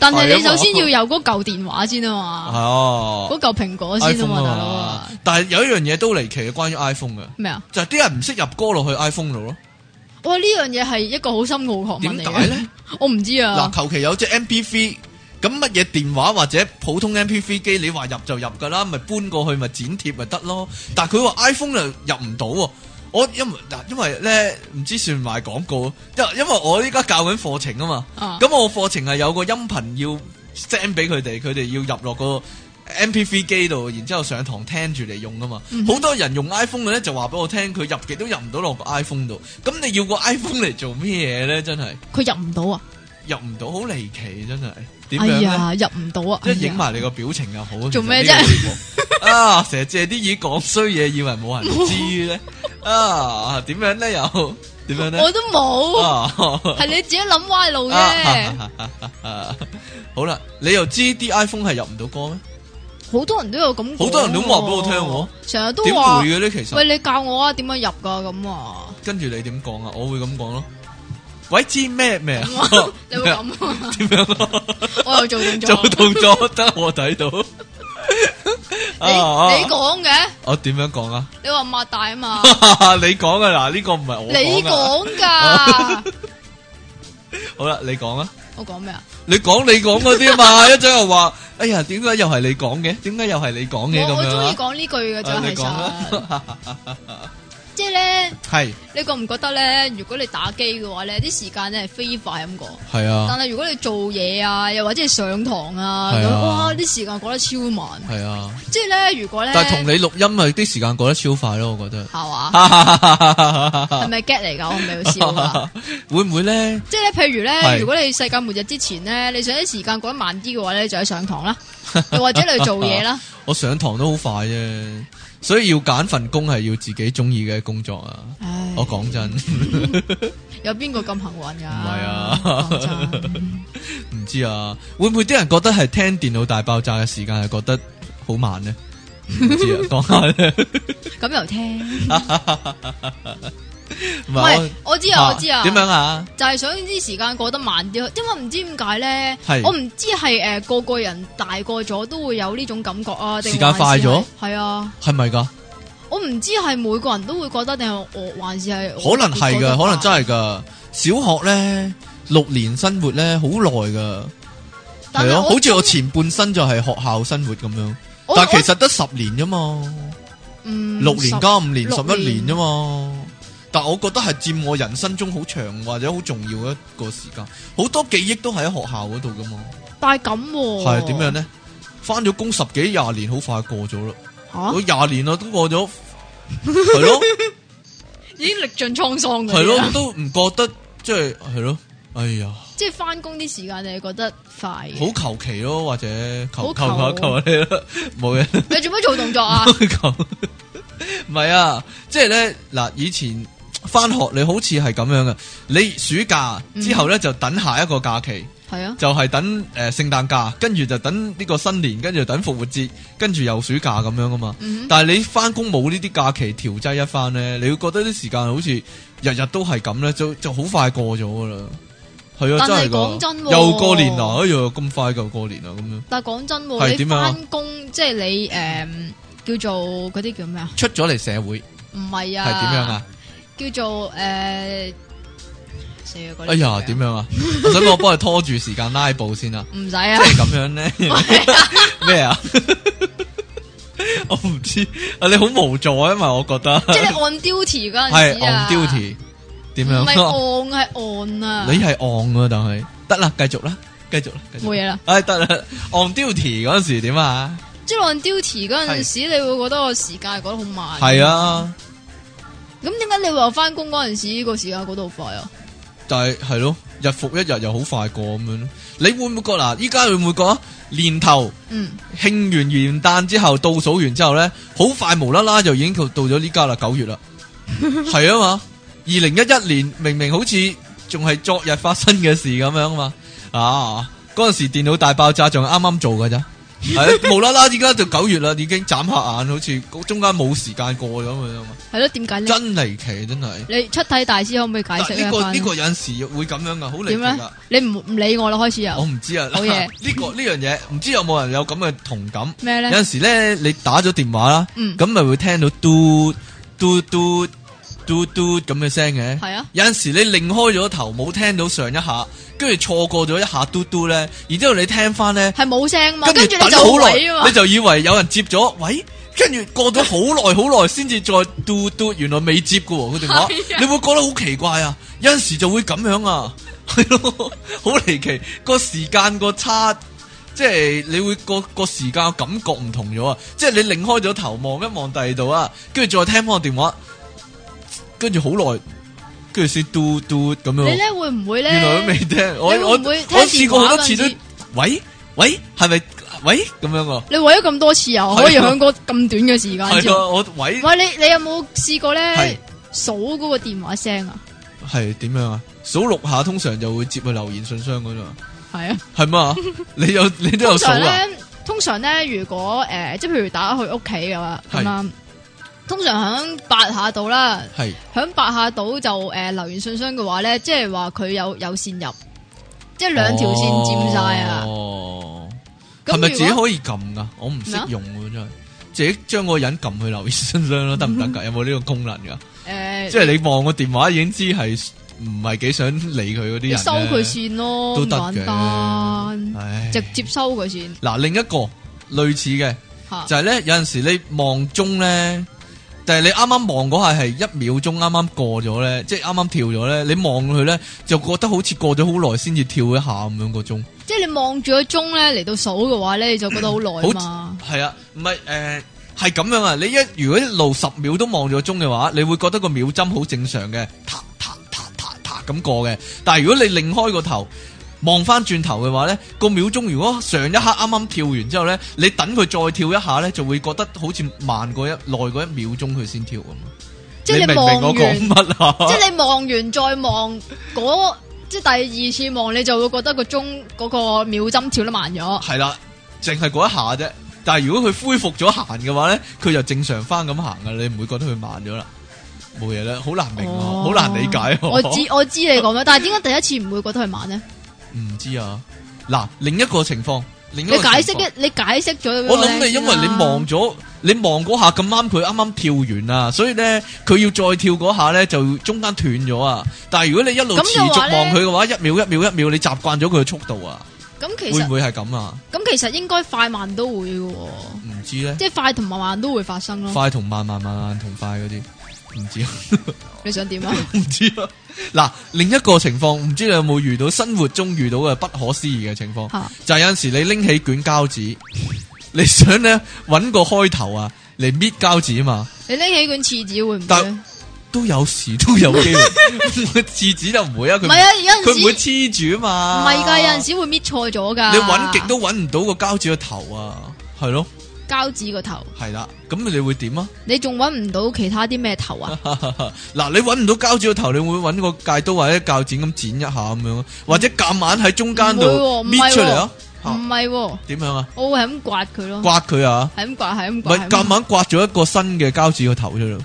[SPEAKER 2] 但係
[SPEAKER 1] 係啊
[SPEAKER 2] 你
[SPEAKER 1] 嘛
[SPEAKER 2] 首先要有嗰嚿電話先啊嘛，
[SPEAKER 1] 哦
[SPEAKER 2] 嗰嚿蘋果先啊
[SPEAKER 1] iPhone
[SPEAKER 2] 嘛，大佬
[SPEAKER 1] 啊
[SPEAKER 2] 啊
[SPEAKER 1] 嘛，，但係有一樣嘢都離奇嘅，關於 iPhone 嘅。
[SPEAKER 2] 咩啊？
[SPEAKER 1] 就係啲人唔識入歌落去 iPhone 度咯。
[SPEAKER 2] 哇！呢樣嘢係一個好深奧嘅學問嚟
[SPEAKER 1] 點解咧
[SPEAKER 2] 嘅， 我唔知
[SPEAKER 1] 嗱，
[SPEAKER 2] 啊。
[SPEAKER 1] 求其有隻 MP3，咁乜嘢電話或者普通 MP3 機，你話入就入噶啦，咪搬過去咪剪貼咪得咯。但係佢話 iPhone 就入唔到喎。我因為嗱，因為咧唔知算唔賣廣告，因因為我依家教緊課程啊嘛，
[SPEAKER 2] 啊
[SPEAKER 1] 咁、我課程係有個音頻要 send 俾佢哋，佢哋要入落個 MP3 機度，然之後上堂聽住嚟用噶嘛。
[SPEAKER 2] 嗯
[SPEAKER 1] 好、多人用 iPhone 嘅咧就話俾我聽，佢入極都入唔到落個 iPhone 度，咁你要個 iPhone 嚟做咩嘢咧？真係〜
[SPEAKER 2] 佢入唔到啊！
[SPEAKER 1] 入唔到，好離奇真係。點
[SPEAKER 2] 哎
[SPEAKER 1] 樣咧？
[SPEAKER 2] 呀，入唔到啊！
[SPEAKER 1] 即係
[SPEAKER 2] 哎呀
[SPEAKER 1] 影埋你個表情又好。
[SPEAKER 2] 做咩
[SPEAKER 1] 其實呢個節目啊，成日借啲嘢講衰嘢，以為冇人知咧。啊，點樣咧？又點樣咧？
[SPEAKER 2] 我都冇，
[SPEAKER 1] 啊
[SPEAKER 2] 係你自己諗歪路啫。
[SPEAKER 1] 啊好啦，你又知啲 iPhone 係入唔到歌咩？
[SPEAKER 2] 好多人都有咁講喎，
[SPEAKER 1] 好多人都話俾我聽喎
[SPEAKER 2] 成日都
[SPEAKER 1] 點
[SPEAKER 2] 話
[SPEAKER 1] 會嘅咧？其
[SPEAKER 2] 喂，
[SPEAKER 1] 實
[SPEAKER 2] 你教我啊，點樣入噶 咁啊？
[SPEAKER 1] 跟住你點講啊？我會咁講咯。喂，知咩咩啊？
[SPEAKER 2] 你會咁啊？
[SPEAKER 1] 點樣啊？
[SPEAKER 2] 我又做動
[SPEAKER 1] 做
[SPEAKER 2] 作，
[SPEAKER 1] 動作得我睇到。啊
[SPEAKER 2] 你你講嘅，
[SPEAKER 1] 我點樣講啊？
[SPEAKER 2] 你話擘大啊嘛，
[SPEAKER 1] 你講噶嗱，呢個唔係 我
[SPEAKER 2] 你
[SPEAKER 1] 講啊
[SPEAKER 2] 講 㗎，
[SPEAKER 1] 噶。好啦，你講啊，
[SPEAKER 2] 我講咩啊？
[SPEAKER 1] 你講你講嗰啲啊嘛，一陣又話，哎呀，點解又係你講嘅？點解又係你講嘅
[SPEAKER 2] 我我
[SPEAKER 1] 咁樣
[SPEAKER 2] 中意
[SPEAKER 1] 啊？
[SPEAKER 2] 講呢句嘅
[SPEAKER 1] 啊
[SPEAKER 2] 啫，
[SPEAKER 1] 你
[SPEAKER 2] 其
[SPEAKER 1] 講
[SPEAKER 2] 實
[SPEAKER 1] 啦，
[SPEAKER 2] 即係咧，
[SPEAKER 1] 係
[SPEAKER 2] 你覺唔覺得咧？如果你打機嘅話咧，啲時間咧係飛快咁過。
[SPEAKER 1] 係啊
[SPEAKER 2] 但係如果你做嘢啊，又或者係上堂啊，
[SPEAKER 1] 係
[SPEAKER 2] 咁
[SPEAKER 1] 啊
[SPEAKER 2] 哇啲時間過得超慢。
[SPEAKER 1] 係啊，
[SPEAKER 2] 即係咧，如果咧，
[SPEAKER 1] 但係同你錄啊音啊啲時間過得超快咯，我覺得。
[SPEAKER 2] 係嘛，係咪 get 嚟㗎？我唔係要笑 啊㗎。
[SPEAKER 1] 會唔會咧？
[SPEAKER 2] 即系咧，譬如咧，
[SPEAKER 1] 係
[SPEAKER 2] 如果你世界末日之前咧，你想啲時間過得慢啲嘅話咧，就喺上堂啦。又或者你去做嘢啦，
[SPEAKER 1] 我上堂都好快啫，所以要揀份工係要自己中意嘅工作啊！
[SPEAKER 2] 唉，
[SPEAKER 1] 我講真，唔
[SPEAKER 2] 有邊個咁幸運噶？唔系
[SPEAKER 1] 係啊
[SPEAKER 2] 啊，
[SPEAKER 1] 知啊，會唔會啲人覺得係聽電腦大爆炸嘅時間係覺得好慢呢？唔知 啊，講下咧，
[SPEAKER 2] 咁又聽，
[SPEAKER 1] 唔
[SPEAKER 2] 唔
[SPEAKER 1] 係
[SPEAKER 2] 係
[SPEAKER 1] 我
[SPEAKER 2] 我知啊，我知啊，
[SPEAKER 1] 點樣啊？
[SPEAKER 2] 就係想啲時間過得慢啲，因為唔知點解咧
[SPEAKER 1] 係，
[SPEAKER 2] 我唔知係诶個個人大個咗都會有呢種感覺啊，定
[SPEAKER 1] 時間快咗
[SPEAKER 2] 係啊，
[SPEAKER 1] 係咪噶？
[SPEAKER 2] 我唔知係每個人都會覺得定係我還是係我
[SPEAKER 1] 可能係噶，可能真係噶。小學咧六年生活咧好耐噶，
[SPEAKER 2] 但
[SPEAKER 1] 係
[SPEAKER 2] 係
[SPEAKER 1] 咯，
[SPEAKER 2] 我
[SPEAKER 1] 好似我
[SPEAKER 2] 中
[SPEAKER 1] 前半生就係學校生活咁樣，
[SPEAKER 2] 我
[SPEAKER 1] 但其實得十年啫嘛。
[SPEAKER 2] 嗯
[SPEAKER 1] 六年加五年，
[SPEAKER 2] 十
[SPEAKER 1] 十一年啫嘛。但我覺得係佔我人生中好長或者好重要嘅一個時間，好多記憶都係喺學校嗰度噶嘛。
[SPEAKER 2] 但係咁喎
[SPEAKER 1] 係啊點樣？呢？翻咗工十幾廿年，好快過咗啦。
[SPEAKER 2] 吓
[SPEAKER 1] 我廿年啦，都過 咗，係咯，
[SPEAKER 2] 已經歷盡滄桑嘅。
[SPEAKER 1] 係咯，都唔覺得即係係咯。哎呀，
[SPEAKER 2] 即係翻工啲時間你係覺得快嘅
[SPEAKER 1] 好求其咯，或者求求
[SPEAKER 2] 好
[SPEAKER 1] 下
[SPEAKER 2] 求
[SPEAKER 1] 求下你啦， 冇嘢。
[SPEAKER 2] 你做乜做動作 啊？
[SPEAKER 1] 咁唔係啊，即係咧嗱，以前翻學你好似係咁樣嘅，你暑假
[SPEAKER 2] 嗯
[SPEAKER 1] 之後咧就等下一個假期，
[SPEAKER 2] 係啊，
[SPEAKER 1] 就係等诶圣诞假，跟住就等呢個新年，跟住就等復活節，跟住又暑假咁樣噶嘛。
[SPEAKER 2] 嗯
[SPEAKER 1] 但係你翻工冇呢啲假期調劑一番咧，你會覺得啲時間好似日日都係咁咧，就就好快過咗噶啦。係啊，
[SPEAKER 2] 但
[SPEAKER 1] 真
[SPEAKER 2] 係
[SPEAKER 1] 係
[SPEAKER 2] 講
[SPEAKER 1] 噶
[SPEAKER 2] 真，喎
[SPEAKER 1] 又過年啦，哎呀，咁快就過年啦，咁樣
[SPEAKER 2] 但係講真
[SPEAKER 1] 係
[SPEAKER 2] 喎，你
[SPEAKER 1] 點樣啊
[SPEAKER 2] 翻工即係你誒叫做嗰啲叫咩啊？
[SPEAKER 1] 出咗嚟社會
[SPEAKER 2] 唔係
[SPEAKER 1] 係
[SPEAKER 2] 啊，
[SPEAKER 1] 點樣啊？？
[SPEAKER 2] 叫做誒死啊！嗰啲
[SPEAKER 1] 哎呀，
[SPEAKER 2] 叫
[SPEAKER 1] 點
[SPEAKER 2] 咩啊？
[SPEAKER 1] 樣啊？我想我幫佢拖住時間拉布 先啊，
[SPEAKER 2] 唔使
[SPEAKER 1] 即
[SPEAKER 2] 啊，
[SPEAKER 1] 係咁樣 咧咩啊？ 我唔知啊，你好無助啊，因為我覺得
[SPEAKER 2] 即係你 on duty
[SPEAKER 1] 係
[SPEAKER 2] 嗰陣
[SPEAKER 1] on
[SPEAKER 2] 時啊
[SPEAKER 1] duty 點
[SPEAKER 2] 唔係
[SPEAKER 1] 樣？
[SPEAKER 2] on 係 on 啊，
[SPEAKER 1] 你係 on 啊，但係得啦，繼續啦，繼續啦，繼續
[SPEAKER 2] 冇嘢啦。
[SPEAKER 1] 唉，得啦，on duty 嗰陣時點啊？
[SPEAKER 2] 即係 on duty 嗰陣時，你會覺得個時間過得好慢。
[SPEAKER 1] 係。啊，
[SPEAKER 2] 咁點解你話翻工嗰陣時個時間過得好快啊？
[SPEAKER 1] 但係係咯，日復一日又好快過咁樣咯。你會唔會覺嗱？依家會唔會覺啊年頭？
[SPEAKER 2] 嗯，
[SPEAKER 1] 慶完元旦之後，倒數完之後呢，好快無啦啦就已經到到咗呢家啦，九月 啦，係啊嘛。二零一一年明明好似仲係昨日發生嘅事咁樣嘛，啊，嗰阵时电脑大爆炸仲係啱啱做噶咋，係 啊無啦啦而家就九月啦，已經眨下眼，好似中間冇時間過咁樣嘛，
[SPEAKER 2] 係咯，點解咧？
[SPEAKER 1] 真離奇真係。
[SPEAKER 2] 你出體大師可唔可以嗯解
[SPEAKER 1] 但
[SPEAKER 2] 釋
[SPEAKER 1] 呢、
[SPEAKER 2] 一
[SPEAKER 1] 個
[SPEAKER 2] 番
[SPEAKER 1] 呢、個有阵时會咁樣噶，好離奇
[SPEAKER 2] 點咧
[SPEAKER 1] 噶。？
[SPEAKER 2] 你唔唔理我啦，開始
[SPEAKER 1] 我
[SPEAKER 2] 又
[SPEAKER 1] 唔知啊，呢、
[SPEAKER 2] 好
[SPEAKER 1] 個
[SPEAKER 2] 嘢
[SPEAKER 1] 呢樣嘢唔知有冇人有咁嘅同感。
[SPEAKER 2] 咩
[SPEAKER 1] 有
[SPEAKER 2] 咧？
[SPEAKER 1] 阵时咧，你打咗電話啦，
[SPEAKER 2] 嗯
[SPEAKER 1] 咁咪會聽到嘟嘟嘟嘟嘟咁嘅聲嘅。
[SPEAKER 2] 係啊，
[SPEAKER 1] 有阵时你擰開咗頭冇聽到上一下，跟住錯過咗一下嘟嘟咧，然之后你聽翻咧，
[SPEAKER 2] 係冇聲嘛，
[SPEAKER 1] 跟
[SPEAKER 2] 跟
[SPEAKER 1] 住
[SPEAKER 2] 住
[SPEAKER 1] 等
[SPEAKER 2] 你就
[SPEAKER 1] 好
[SPEAKER 2] 位啊
[SPEAKER 1] 耐，
[SPEAKER 2] 嘛
[SPEAKER 1] 你。就以為有人接咗，喂，跟住過咗好耐好耐先至再嘟嘟，原來未接嘅喎個電話，
[SPEAKER 2] 係啊
[SPEAKER 1] 你會覺得好奇怪啊！有阵时就會咁樣啊，係咯， 好離奇，個時間個差。即係你會個個時間感覺唔同咗啊！即係你擰開咗頭望一望第二度啊，跟住再聽翻個電話，跟住好耐，跟住先嘟嘟咁樣。
[SPEAKER 2] 你咧會唔會咧？
[SPEAKER 1] 原來都未聽，我
[SPEAKER 2] 你會
[SPEAKER 1] 我
[SPEAKER 2] 唔會聽
[SPEAKER 1] 我試過好多次都
[SPEAKER 2] 電話嗰陣時，
[SPEAKER 1] 喂喂，係咪喂咁樣啊？
[SPEAKER 2] 你喂咗咁多次又可以
[SPEAKER 1] 係啊
[SPEAKER 2] 喺嗰咁短嘅時間之
[SPEAKER 1] 係
[SPEAKER 2] 內
[SPEAKER 1] 啊，我喂
[SPEAKER 2] 喂，你你有冇試過
[SPEAKER 1] 係
[SPEAKER 2] 咧數嗰個電話聲啊？
[SPEAKER 1] 係點樣啊？數六下通常就會接去留言信箱嗰度啊，
[SPEAKER 2] 係啊，
[SPEAKER 1] 係 嘛？你有你都有
[SPEAKER 2] 通
[SPEAKER 1] 數
[SPEAKER 2] 常
[SPEAKER 1] 啊？
[SPEAKER 2] 咧，通常咧，如果誒即係譬如打去屋企嘅話
[SPEAKER 1] 係
[SPEAKER 2] 咁啦，通常響八下度啦，
[SPEAKER 1] 係
[SPEAKER 2] 響八下度就誒留言信箱嘅話咧，即係話佢有有線入，即係兩條線佔晒啊！
[SPEAKER 1] 哦，
[SPEAKER 2] 咁
[SPEAKER 1] 係咪自己
[SPEAKER 2] 如果
[SPEAKER 1] 可以撳噶？我唔識
[SPEAKER 2] 咩啊
[SPEAKER 1] 用喎，真係。自己將嗰個人撳去留言信箱咯，得唔得㗎？有冇呢個功能㗎？
[SPEAKER 2] 嗯誒，
[SPEAKER 1] 即係你望個電話已經知係唔係幾想理佢嗰啲
[SPEAKER 2] 你
[SPEAKER 1] 人
[SPEAKER 2] 收佢
[SPEAKER 1] 呢
[SPEAKER 2] 線咯，
[SPEAKER 1] 都
[SPEAKER 2] 咁
[SPEAKER 1] 得嘅
[SPEAKER 2] 簡單，
[SPEAKER 1] 唉
[SPEAKER 2] 直接收佢線
[SPEAKER 1] 嗱，另一個類似嘅
[SPEAKER 2] 嚇。
[SPEAKER 1] 就係咧，有陣時你望鐘咧，但係你啱啱望嗰下係一秒鐘啱啱過咗咧，即係啱啱跳咗咧，你望佢咧就覺得好似過咗好耐先至跳一下咁樣個鐘，
[SPEAKER 2] 即係你望住個鐘咧嚟到數嘅話咧，你就覺得好耐
[SPEAKER 1] 好
[SPEAKER 2] 嘛。
[SPEAKER 1] 係啊，唔係誒。係咁樣啊！你一如果一路十秒都望咗鐘嘅話，你會覺得個秒針好正常嘅，嗒嗒嗒嗒嗒咁過嘅。但係如果你擰開個頭，望翻轉頭嘅話呢個秒鐘如果上一刻啱啱跳完之後呢，你等佢再跳一下呢，就會覺得好似慢過一耐過一秒鐘佢先跳咁。
[SPEAKER 2] 即係
[SPEAKER 1] 你
[SPEAKER 2] 你
[SPEAKER 1] 明唔明我
[SPEAKER 2] 望
[SPEAKER 1] 講
[SPEAKER 2] 完，
[SPEAKER 1] 乜啊？
[SPEAKER 2] 即係你望完再望嗰，即係第二次望，你就會覺得個鐘嗰個秒針跳得慢咗。
[SPEAKER 1] 系啦，淨係嗰一下啫。但係如果佢恢復咗行嘅話咧，佢就正常翻咁行噶，你唔會覺得佢慢咗啦。冇嘢啦，好難明喎，
[SPEAKER 2] 哦
[SPEAKER 1] 好、難理解啊喎。
[SPEAKER 2] 我知我知你講咩，但係點解第一次唔會覺得佢慢 呢？
[SPEAKER 1] 唔知啊。嗱，另一個情況，另一
[SPEAKER 2] 你
[SPEAKER 1] 個
[SPEAKER 2] 解
[SPEAKER 1] 情
[SPEAKER 2] 釋
[SPEAKER 1] 況
[SPEAKER 2] 一，你解釋咗。
[SPEAKER 1] 我諗
[SPEAKER 2] 啊
[SPEAKER 1] 你因為你望，咗，你望嗰下咁啱佢啱啱跳完啊，所以咧佢要再跳嗰下咧就中間斷咗啊。但係如果你一路
[SPEAKER 2] 咁
[SPEAKER 1] 持
[SPEAKER 2] 嘅
[SPEAKER 1] 續
[SPEAKER 2] 話呢
[SPEAKER 1] 望佢嘅話，一秒一秒一秒，你習慣咗佢嘅速度啊，
[SPEAKER 2] 咁其
[SPEAKER 1] 會唔
[SPEAKER 2] 實
[SPEAKER 1] 會係咁啊？
[SPEAKER 2] 咁其實應該快慢都會嘅喎，
[SPEAKER 1] 唔知咧，
[SPEAKER 2] 即係快同埋慢都會發生咯。
[SPEAKER 1] 快同慢慢慢慢同快嗰啲，唔知啊。
[SPEAKER 2] 你 想點啊？
[SPEAKER 1] 唔知啊。嗱，另一個情況，唔知你有冇遇到生活中遇到嘅不可思議嘅情況，
[SPEAKER 2] 嚇
[SPEAKER 1] 就係有陣時你拎起卷膠紙， 你想咧揾個開頭啊嚟搣膠紙啊嘛，
[SPEAKER 2] 你拎起卷廁紙會唔會
[SPEAKER 1] 但
[SPEAKER 2] 呢？
[SPEAKER 1] 都有時都有機 會，廁紙就唔會啊，
[SPEAKER 2] 唔
[SPEAKER 1] 佢
[SPEAKER 2] 係啊，有陣
[SPEAKER 1] 佢唔會
[SPEAKER 2] 時
[SPEAKER 1] 黐住啊
[SPEAKER 2] 唔
[SPEAKER 1] 嘛，
[SPEAKER 2] 係㗎，有陣時啊會搣錯咗㗎。
[SPEAKER 1] 你揾極都揾唔到個膠紙個頭啊，係咯，
[SPEAKER 2] 膠紙個頭，
[SPEAKER 1] 係啦，咁你會點啊？
[SPEAKER 2] 你仲揾唔到其他啲咩頭啊？
[SPEAKER 1] 嗱，你揾唔到膠紙個頭，你會揾個戒刀或者鉸剪咁剪一下咁樣，或者夾硬喺中間度
[SPEAKER 2] 唔會喎
[SPEAKER 1] 搣出嚟 啊？
[SPEAKER 2] 唔
[SPEAKER 1] 嚇
[SPEAKER 2] 係喎，
[SPEAKER 1] 點樣啊？
[SPEAKER 2] 我會係咁刮佢咯，
[SPEAKER 1] 刮佢啊！
[SPEAKER 2] 係咁刮，係咁
[SPEAKER 1] 唔
[SPEAKER 2] 刮。
[SPEAKER 1] 係
[SPEAKER 2] 係咁刮
[SPEAKER 1] 夾硬刮咗一個新嘅膠紙個頭出嚟，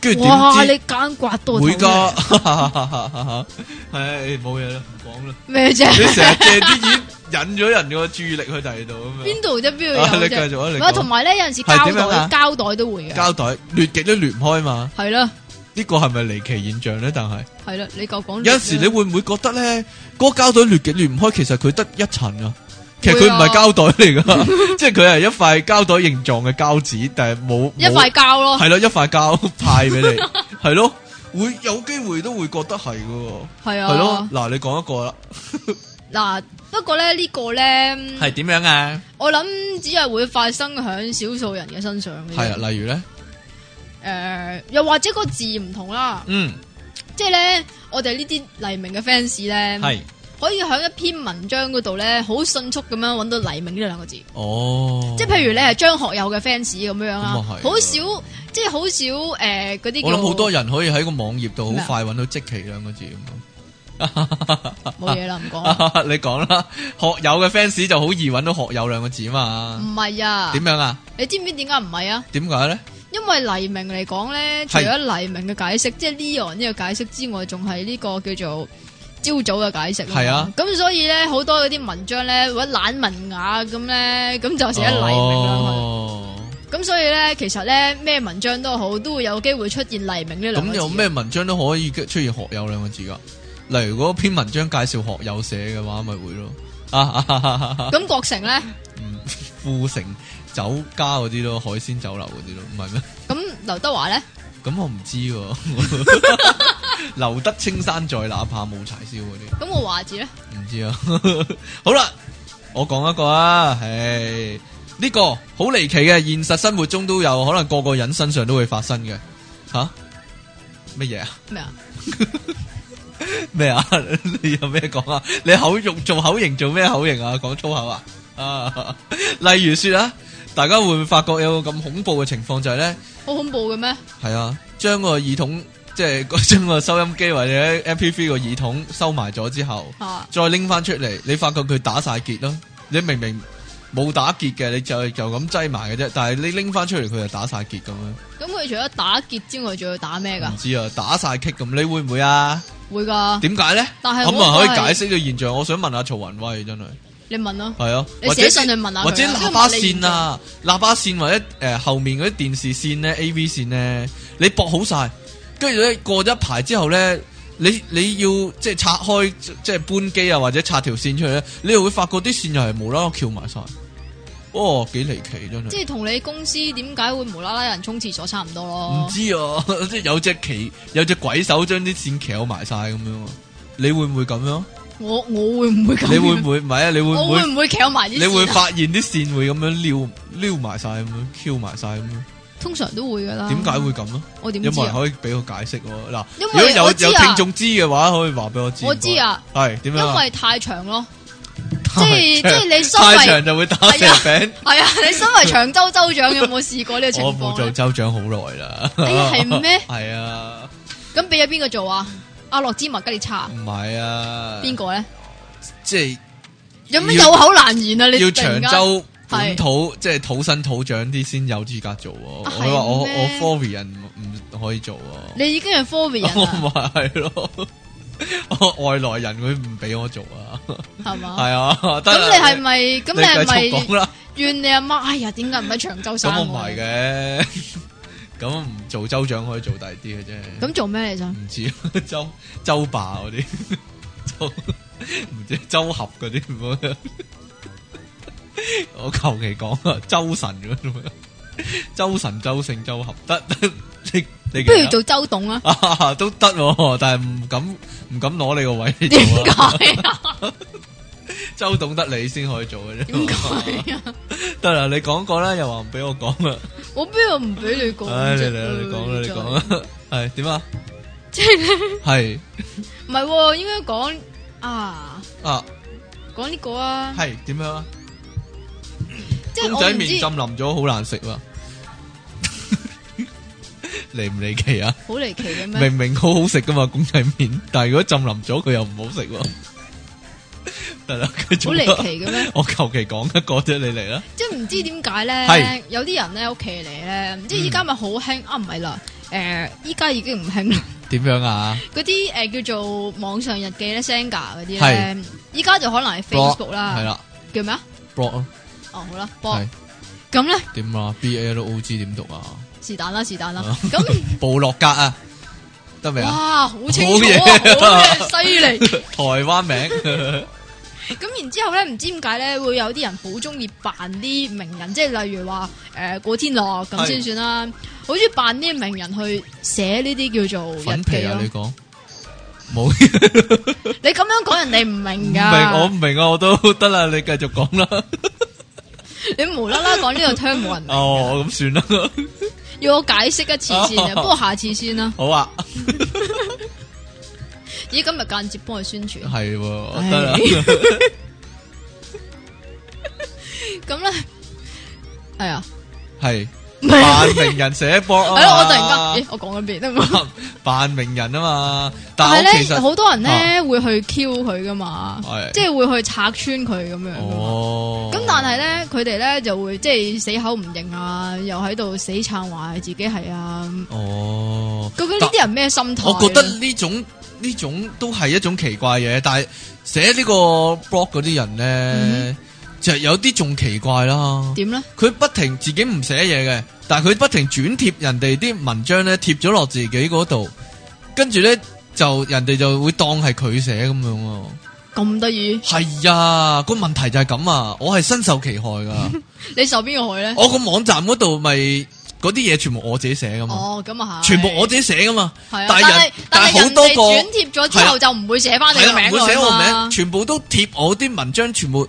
[SPEAKER 1] 跟住
[SPEAKER 2] 哇！
[SPEAKER 1] 點
[SPEAKER 2] 你夾硬刮
[SPEAKER 1] 知
[SPEAKER 2] 到頭
[SPEAKER 1] 會噶
[SPEAKER 2] 嘅？
[SPEAKER 1] 唉，冇嘢啦，唔講啦。
[SPEAKER 2] 咩啫？
[SPEAKER 1] 你成日借啲煙引咗人個注意力去第二度咁樣。
[SPEAKER 2] 邊度啫？邊
[SPEAKER 1] 啊
[SPEAKER 2] 度有
[SPEAKER 1] 你繼
[SPEAKER 2] 啫？
[SPEAKER 1] 續啊，你
[SPEAKER 2] 唔係同
[SPEAKER 1] 講
[SPEAKER 2] 埋咧，有陣時
[SPEAKER 1] 係
[SPEAKER 2] 膠
[SPEAKER 1] 點樣啊
[SPEAKER 2] 袋膠袋都會嘅，
[SPEAKER 1] 膠袋裂極都裂唔開嘛？
[SPEAKER 2] 係啦
[SPEAKER 1] 呢個係咪離奇現象咧？但係。
[SPEAKER 2] 係啦，你夠講。
[SPEAKER 1] 有陣時你會唔會覺得咧，嗰、個膠袋裂極裂唔開，其實佢得一層啊，其實佢唔係膠袋嚟噶， 即係佢係一塊膠袋形狀嘅膠紙，但係冇
[SPEAKER 2] 一塊膠 咯，
[SPEAKER 1] 係咯，一塊膠派 俾你，係咯，會有機會都會覺得係噶，
[SPEAKER 2] 係
[SPEAKER 1] 係咯
[SPEAKER 2] 啊，。
[SPEAKER 1] 嗱，你講一個啦，
[SPEAKER 2] 嗱，不過咧呢個咧，
[SPEAKER 1] 係點樣啊？
[SPEAKER 2] 我諗只係會發生響少數人嘅身上嘅。
[SPEAKER 1] 係啊，例如咧，
[SPEAKER 2] 誒，又或者個字唔同啦，
[SPEAKER 1] 嗯，
[SPEAKER 2] 即係咧，我哋呢啲黎明嘅 fans 咧，
[SPEAKER 1] 係，
[SPEAKER 2] 可以喺一篇文章嗰度咧，好迅速咁樣揾到黎明呢兩個字。
[SPEAKER 1] 哦，
[SPEAKER 2] 即係譬如你係張學友嘅 fans 咁樣啦，
[SPEAKER 1] 咁啊係
[SPEAKER 2] 好少即係好少誒嗰啲
[SPEAKER 1] 我諗
[SPEAKER 2] 叫
[SPEAKER 1] 好多人可以喺個網頁度
[SPEAKER 2] 咩
[SPEAKER 1] 好
[SPEAKER 2] 啊
[SPEAKER 1] 快揾到即期兩個字咁啊
[SPEAKER 2] 冇嘢啦，唔講啦。
[SPEAKER 1] 樣， 你講啦，學友嘅 fans 就好易揾到學友兩個字嘛，
[SPEAKER 2] 唔係啊
[SPEAKER 1] 點，樣啊？
[SPEAKER 2] 你知唔知點解唔係啊？
[SPEAKER 1] 點解咧？
[SPEAKER 2] 因為黎明嚟講咧，除
[SPEAKER 1] 係
[SPEAKER 2] 咗黎明嘅解釋，即係 Leon 呢個解釋之外，仲係呢個叫做朝早嘅解釋。
[SPEAKER 1] 係啊，
[SPEAKER 2] 咁所以咧好多嗰啲文章咧或者懶文雅咁
[SPEAKER 1] 哦
[SPEAKER 2] 咧，咁就寫黎明啦。咁所以咧，其實咧咩文章都好，都會有機會出現黎明呢兩個
[SPEAKER 1] 咁
[SPEAKER 2] 字。
[SPEAKER 1] 有咩文章都可以出現學友兩個字噶？例如嗰篇文章介紹學友寫嘅話，咪會咯。啊啊啊啊啊
[SPEAKER 2] 咁郭成咧？
[SPEAKER 1] 嗯富城酒家嗰啲咯，海鮮酒樓嗰啲咯，唔係咩？
[SPEAKER 2] 咁劉德華咧？
[SPEAKER 1] 咁我唔知喎。留得青山在，哪怕冇柴燒嗰啲，
[SPEAKER 2] 咁我華字咧？
[SPEAKER 1] 唔知啊。 好啦，我講一個啊，唉，呢、個好離奇嘅，現實生活中都有，可能個個人身上都會發生嘅。吓、乜嘢啊？
[SPEAKER 2] 咩啊？
[SPEAKER 1] 咩啊？ 你有咩講啊？你口用做口型做咩口型啊？講粗口啊？啊， 例如說啊，大家會唔會發覺有個咁恐怖嘅情況就係咧，
[SPEAKER 2] 好恐怖嘅咩？
[SPEAKER 1] 係啊，將個耳筒即係 將個收音機或者 MP3 個耳筒收埋咗之後，
[SPEAKER 2] 吓
[SPEAKER 1] 再拎翻出嚟，你發覺佢打晒結咯。你明明冇打結嘅，你就就咁擠埋嘅啫。但係你拎翻出嚟，佢就打晒結咁樣。
[SPEAKER 2] 咁佢除咗打劫之外，仲要打咩噶
[SPEAKER 1] 唔？知啊，打晒棘咁，你會唔會啊？
[SPEAKER 2] 會噶，
[SPEAKER 1] 點解咧？
[SPEAKER 2] 哦但係
[SPEAKER 1] 咁
[SPEAKER 2] 我
[SPEAKER 1] 啊，可以
[SPEAKER 2] 都係
[SPEAKER 1] 解釋個現象。我想問下曹雲威，真係
[SPEAKER 2] 你問啦。
[SPEAKER 1] 係啊，
[SPEAKER 2] 你
[SPEAKER 1] 或者
[SPEAKER 2] 寫信去問下佢啊
[SPEAKER 1] 或者喇叭線啊，喇叭線或者诶後面嗰啲電視線咧、A V 線咧，你駁好晒，跟住咧過咗一排之後咧，你你要即係拆開即係搬機啊，或者拆條線出嚟咧，你又會發覺啲線又係無啦啦翹埋晒，哦，幾離奇真係。
[SPEAKER 2] 即係同你公司點解會無啦啦有人沖廁所差唔多
[SPEAKER 1] 唔
[SPEAKER 2] 咯？
[SPEAKER 1] 知啊， 即係有隻棋，有隻鬼手將啲線翹埋晒咁樣啊，你會唔會咁樣？
[SPEAKER 2] 我我會唔會咁樣？
[SPEAKER 1] 你會唔會唔係啊？你會唔
[SPEAKER 2] 我
[SPEAKER 1] 會
[SPEAKER 2] 會唔會翹埋啲線
[SPEAKER 1] 你
[SPEAKER 2] 啊？
[SPEAKER 1] 會發現啲線會咁樣撩撩埋晒咁樣，翹埋晒咁樣，
[SPEAKER 2] 通常都會噶啦。
[SPEAKER 1] 点解会？咁咯？
[SPEAKER 2] 我啊點
[SPEAKER 1] 有
[SPEAKER 2] 知
[SPEAKER 1] 冇人
[SPEAKER 2] 啊？
[SPEAKER 1] 可以俾個解釋喎？嗱，
[SPEAKER 2] 因為
[SPEAKER 1] 如果有
[SPEAKER 2] 我知啊
[SPEAKER 1] 有聽眾知嘅話，可以話俾我知。
[SPEAKER 2] 我知啊，
[SPEAKER 1] 係點樣
[SPEAKER 2] 因
[SPEAKER 1] 啊？
[SPEAKER 2] 為太長咯，
[SPEAKER 1] 即
[SPEAKER 2] 即 係即係你身
[SPEAKER 1] 太
[SPEAKER 2] 為
[SPEAKER 1] 長就會打蛇餅。
[SPEAKER 2] 係啊，你身為長洲州長 有冇試過呢個 情
[SPEAKER 1] 我冇
[SPEAKER 2] 況
[SPEAKER 1] 做
[SPEAKER 2] 呢？
[SPEAKER 1] 州長好耐啦。
[SPEAKER 2] 哎係咩？
[SPEAKER 1] 係啊，
[SPEAKER 2] 咁俾咗邊個做啊？阿樂之麥吉列叉
[SPEAKER 1] 唔係啊。
[SPEAKER 2] 邊個咧？
[SPEAKER 1] 即
[SPEAKER 2] 有咩
[SPEAKER 1] 要
[SPEAKER 2] 有口難言啊？
[SPEAKER 1] 係
[SPEAKER 2] 你
[SPEAKER 1] 要
[SPEAKER 2] 突
[SPEAKER 1] 長
[SPEAKER 2] 然間
[SPEAKER 1] 洲本土，即係土生土長啲先有資格做喎。我
[SPEAKER 2] 啊
[SPEAKER 1] 話我
[SPEAKER 2] 係
[SPEAKER 1] 我
[SPEAKER 2] 咩
[SPEAKER 1] Foreign 人唔可以做喎。
[SPEAKER 2] 你已經係 f o r i 人
[SPEAKER 1] 我
[SPEAKER 2] 啦，
[SPEAKER 1] 咪係咯， 我外來人佢唔俾我做啊。
[SPEAKER 2] 係嘛？
[SPEAKER 1] 係啊，
[SPEAKER 2] 哦咁
[SPEAKER 1] 咁
[SPEAKER 2] 你係咪？咁你係
[SPEAKER 1] 繼續講
[SPEAKER 2] 咪
[SPEAKER 1] 啦？
[SPEAKER 2] 怨你阿媽？哎呀，點解唔喺長洲生
[SPEAKER 1] 咁
[SPEAKER 2] 我？
[SPEAKER 1] 我唔係嘅， 咁我唔做州長可以做第啲嘅啫。
[SPEAKER 2] 咁做咩你想？
[SPEAKER 1] 唔知啊 州州霸嗰啲， 州唔知州合嗰啲 唔好。我求其講啊，州神咁樣，州神州姓州合得得，你你
[SPEAKER 2] 不如
[SPEAKER 1] 記得
[SPEAKER 2] 做周董啊？
[SPEAKER 1] 啊 都得喎，但係唔敢唔敢攞你個位嚟
[SPEAKER 2] 點
[SPEAKER 1] 做啊。
[SPEAKER 2] 解啊？
[SPEAKER 1] 州懂得你先可以做嘅啫。
[SPEAKER 2] 點解 啊？
[SPEAKER 1] 得啦，你講過啦，又話唔俾我講啦。
[SPEAKER 2] 我邊度唔俾你講啫？哎
[SPEAKER 1] 唉，你嚟啦，你講啦，你講啦，係點啊？
[SPEAKER 2] 即係
[SPEAKER 1] 係
[SPEAKER 2] 唔係喎？應該講啊，
[SPEAKER 1] 啊，
[SPEAKER 2] 講呢個啊，
[SPEAKER 1] 係點樣啊？
[SPEAKER 2] 即係
[SPEAKER 1] 公
[SPEAKER 2] 我
[SPEAKER 1] 仔
[SPEAKER 2] 唔
[SPEAKER 1] 麵浸
[SPEAKER 2] 知，
[SPEAKER 1] 淋咗好難食喎， 離唔離奇啊？
[SPEAKER 2] 好離奇嘅咩？
[SPEAKER 1] 明明好好食噶嘛公仔麵，但係如果浸淋咗佢又唔好食喎。得啦，佢
[SPEAKER 2] 好
[SPEAKER 1] 做
[SPEAKER 2] 離奇嘅咩？
[SPEAKER 1] 我求其講一個啫，你嚟啦。
[SPEAKER 2] 即係唔知點解咧
[SPEAKER 1] 係？嗯
[SPEAKER 2] 有啲人咧屋企嚟咧，唔知依家咪好興啊？唔係啦，誒，依家已經唔興啦。
[SPEAKER 1] 點樣啊？
[SPEAKER 2] 嗰啲誒叫做網上日記咧，Senga 嗰啲咧
[SPEAKER 1] 係，
[SPEAKER 2] 依家就可能係
[SPEAKER 1] Blog，
[SPEAKER 2] Facebook
[SPEAKER 1] 係
[SPEAKER 2] 啦，
[SPEAKER 1] 啦
[SPEAKER 2] 叫咩啊？
[SPEAKER 1] ，blog 咯，
[SPEAKER 2] 哦，好啦，blog
[SPEAKER 1] 係
[SPEAKER 2] 咁咧
[SPEAKER 1] 點啊？B A L O G 點讀啊？
[SPEAKER 2] 是但啦，是但啦
[SPEAKER 1] 啊，
[SPEAKER 2] 咁。
[SPEAKER 1] 部落格啊，得未啊？
[SPEAKER 2] 哇，好清楚
[SPEAKER 1] 好嘢
[SPEAKER 2] 啊，好咩犀利！
[SPEAKER 1] 台灣 名
[SPEAKER 2] 咁然之後咧，唔知點解咧，會有啲人好中意扮啲名人，即係例如話誒古天樂咁先算啦，好中意扮啲名人去寫呢啲叫做日
[SPEAKER 1] 粉
[SPEAKER 2] 記
[SPEAKER 1] 皮
[SPEAKER 2] 咯
[SPEAKER 1] 啊！你。講冇。
[SPEAKER 2] 你咁樣講人哋唔明
[SPEAKER 1] 唔明我唔
[SPEAKER 2] 㗎，
[SPEAKER 1] 明啊，我都得啦，你繼續 講啦。
[SPEAKER 2] 你無啦啦講呢個 term 冇 人明，
[SPEAKER 1] 哦，咁算 啦，
[SPEAKER 2] 要我解釋一次先 啊，
[SPEAKER 1] 哦
[SPEAKER 2] 不過下次先啦。
[SPEAKER 1] 好啊，
[SPEAKER 2] 咦，今日間接幫佢宣傳，
[SPEAKER 1] 係喎，
[SPEAKER 2] 唉
[SPEAKER 1] 得啦，
[SPEAKER 2] 咁咧係啊，
[SPEAKER 1] 係
[SPEAKER 2] 唔係
[SPEAKER 1] 扮名人寫波啊嘛，
[SPEAKER 2] 係咯，我突然間，咦，我講緊邊啊？
[SPEAKER 1] 間 扮名人啊嘛，但
[SPEAKER 2] 但
[SPEAKER 1] 係我
[SPEAKER 2] 係
[SPEAKER 1] 其
[SPEAKER 2] 咧，
[SPEAKER 1] 實啊
[SPEAKER 2] 好多人咧會去 Q 佢噶嘛
[SPEAKER 1] 係，
[SPEAKER 2] 即係會去拆穿佢咁樣㗎嘛。
[SPEAKER 1] 哦，
[SPEAKER 2] 咁但係咧，佢哋咧就會即係死口唔認啊，又喺度死撐話自己係啊。
[SPEAKER 1] 哦，
[SPEAKER 2] 究竟呢啲人咩心態？啊
[SPEAKER 1] 我覺得呢種呢種都係一種奇怪嘢，但係寫呢個 blog 嗰啲人咧
[SPEAKER 2] 嗯，
[SPEAKER 1] 就係有啲仲奇怪啦。
[SPEAKER 2] 點咧？
[SPEAKER 1] 佢不停自己唔寫嘢嘅，但係佢不停轉貼人哋啲文章咧，貼咗落自己嗰度，跟住咧就人哋就會當係佢寫咁樣喎。
[SPEAKER 2] 咁得意，
[SPEAKER 1] 係啊，個問題就係咁啊，我係身受其害噶。
[SPEAKER 2] 你受邊個害咧？
[SPEAKER 1] 我個網站嗰度咪嗰啲嘢全部我自己寫噶嘛，
[SPEAKER 2] 哦，咁啊係，
[SPEAKER 1] 全部我自己寫噶嘛。
[SPEAKER 2] 係啊。
[SPEAKER 1] 但
[SPEAKER 2] 但
[SPEAKER 1] 係人
[SPEAKER 2] 係
[SPEAKER 1] 但係
[SPEAKER 2] 係
[SPEAKER 1] 好多
[SPEAKER 2] 人哋
[SPEAKER 1] 個
[SPEAKER 2] 轉貼咗之
[SPEAKER 1] 係啊
[SPEAKER 2] 後就唔會寫翻你
[SPEAKER 1] 係
[SPEAKER 2] 個
[SPEAKER 1] 啦，
[SPEAKER 2] 名
[SPEAKER 1] 唔會寫
[SPEAKER 2] 落
[SPEAKER 1] 我
[SPEAKER 2] 去嘛
[SPEAKER 1] 名，全部都貼我啲文章，全部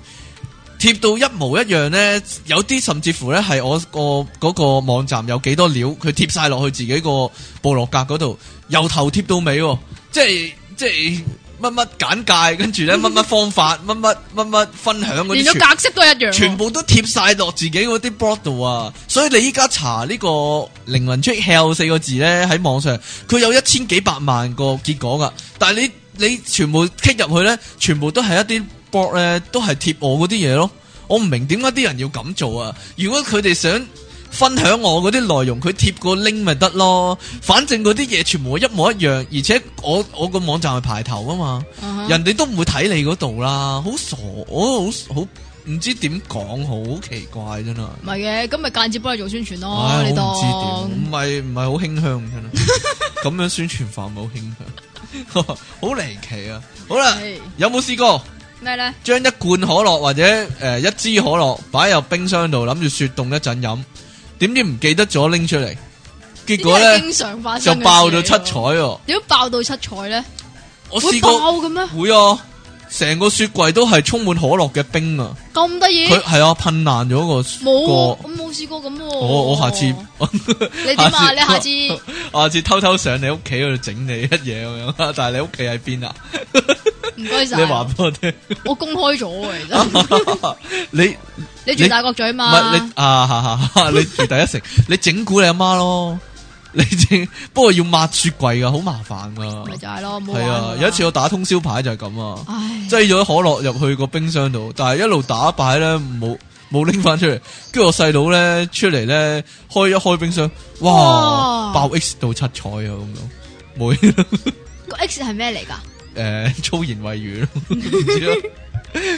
[SPEAKER 1] 貼到一模一樣呢。有啲甚至乎呢，係我個嗰個網站有幾多料，佢貼晒落去自己個部落格嗰度，由頭貼到尾喎，即係即係乜乜簡介，跟住呢，乜乜方法，乜乜乜乜分享嗰
[SPEAKER 2] 連
[SPEAKER 1] 啲
[SPEAKER 2] 咗
[SPEAKER 1] 全。
[SPEAKER 2] 格式都一樣喎。
[SPEAKER 1] 全部都貼晒落自己嗰啲 blog 度啊！所以你依家查呢個靈魂出竅四個字呢，喺網上佢有一千幾百萬個結果噶，但係你你全部 click 入去呢，全部都係一啲 blog 呢，都係貼我嗰啲嘢咯。我唔明點解啲人要咁做啊！如果佢哋想分享我嗰啲內容，佢貼個 link 咪得咯。反正嗰啲嘢全部一模一樣，而且我我個網站係排頭啊嘛。
[SPEAKER 2] 啊哈
[SPEAKER 1] 人哋都唔會睇你嗰度啦，好傻，我好好唔知點講，好奇怪真係。
[SPEAKER 2] 唔係嘅，咁咪間接幫你做宣傳咯。
[SPEAKER 1] 唉，
[SPEAKER 2] 哦你
[SPEAKER 1] 我
[SPEAKER 2] 當
[SPEAKER 1] 唔知點，唔係唔係好傾向真 係。咁樣宣傳法冇傾向， 好離奇啊！好啦
[SPEAKER 2] 係，
[SPEAKER 1] 有冇試過
[SPEAKER 2] 咩咧？
[SPEAKER 1] 將一罐可樂或者誒、呃一支可樂擺入冰箱度，諗住雪凍一陣飲，點知唔記得咗拎出嚟，結果
[SPEAKER 2] 呢啲係
[SPEAKER 1] 呢
[SPEAKER 2] 經常發
[SPEAKER 1] 就
[SPEAKER 2] 生嘅啊
[SPEAKER 1] 爆到
[SPEAKER 2] 事嚟
[SPEAKER 1] 七彩
[SPEAKER 2] 喎
[SPEAKER 1] 喎！
[SPEAKER 2] 點解爆到七彩咧？
[SPEAKER 1] 我
[SPEAKER 2] 會
[SPEAKER 1] 試過
[SPEAKER 2] 爆嘅咩？
[SPEAKER 1] 會啊，成個雪櫃都係充滿可樂嘅冰啊！
[SPEAKER 2] 咁得意
[SPEAKER 1] 佢，係啊，噴爛咗個
[SPEAKER 2] 冇啊
[SPEAKER 1] 個
[SPEAKER 2] 我冇試過咁喎。
[SPEAKER 1] 我我 下次
[SPEAKER 2] 你點啊？你下
[SPEAKER 1] 下
[SPEAKER 2] 次
[SPEAKER 1] 次下次偷偷上你屋企嗰度整你一嘢咁樣， 但係你屋企喺邊啊？
[SPEAKER 2] 唔該晒
[SPEAKER 1] 你，話俾我聽，
[SPEAKER 2] 我公開咗嘅，其實
[SPEAKER 1] 你唔
[SPEAKER 2] 你住大角咀嘛？
[SPEAKER 1] 係你啊哈哈哈你住第一 城，你整蠱你阿媽咯，你整不過要抹雪櫃噶，好麻煩噶。
[SPEAKER 2] 咪就係咯，冇
[SPEAKER 1] 係啊，有一次我打通宵牌就係咁啊。
[SPEAKER 2] 唉，
[SPEAKER 1] 挤咗可樂入去個冰箱度，但係一路打擺咧，冇冇拎翻出嚟。跟住我細佬咧出嚟咧，開一開冰箱，哇，
[SPEAKER 2] 哇
[SPEAKER 1] 爆 X 到七彩啊咁樣，冇 嘢咯
[SPEAKER 2] 個 X 係咩嚟㗎？
[SPEAKER 1] 誒粗言穢語咯，唔知咯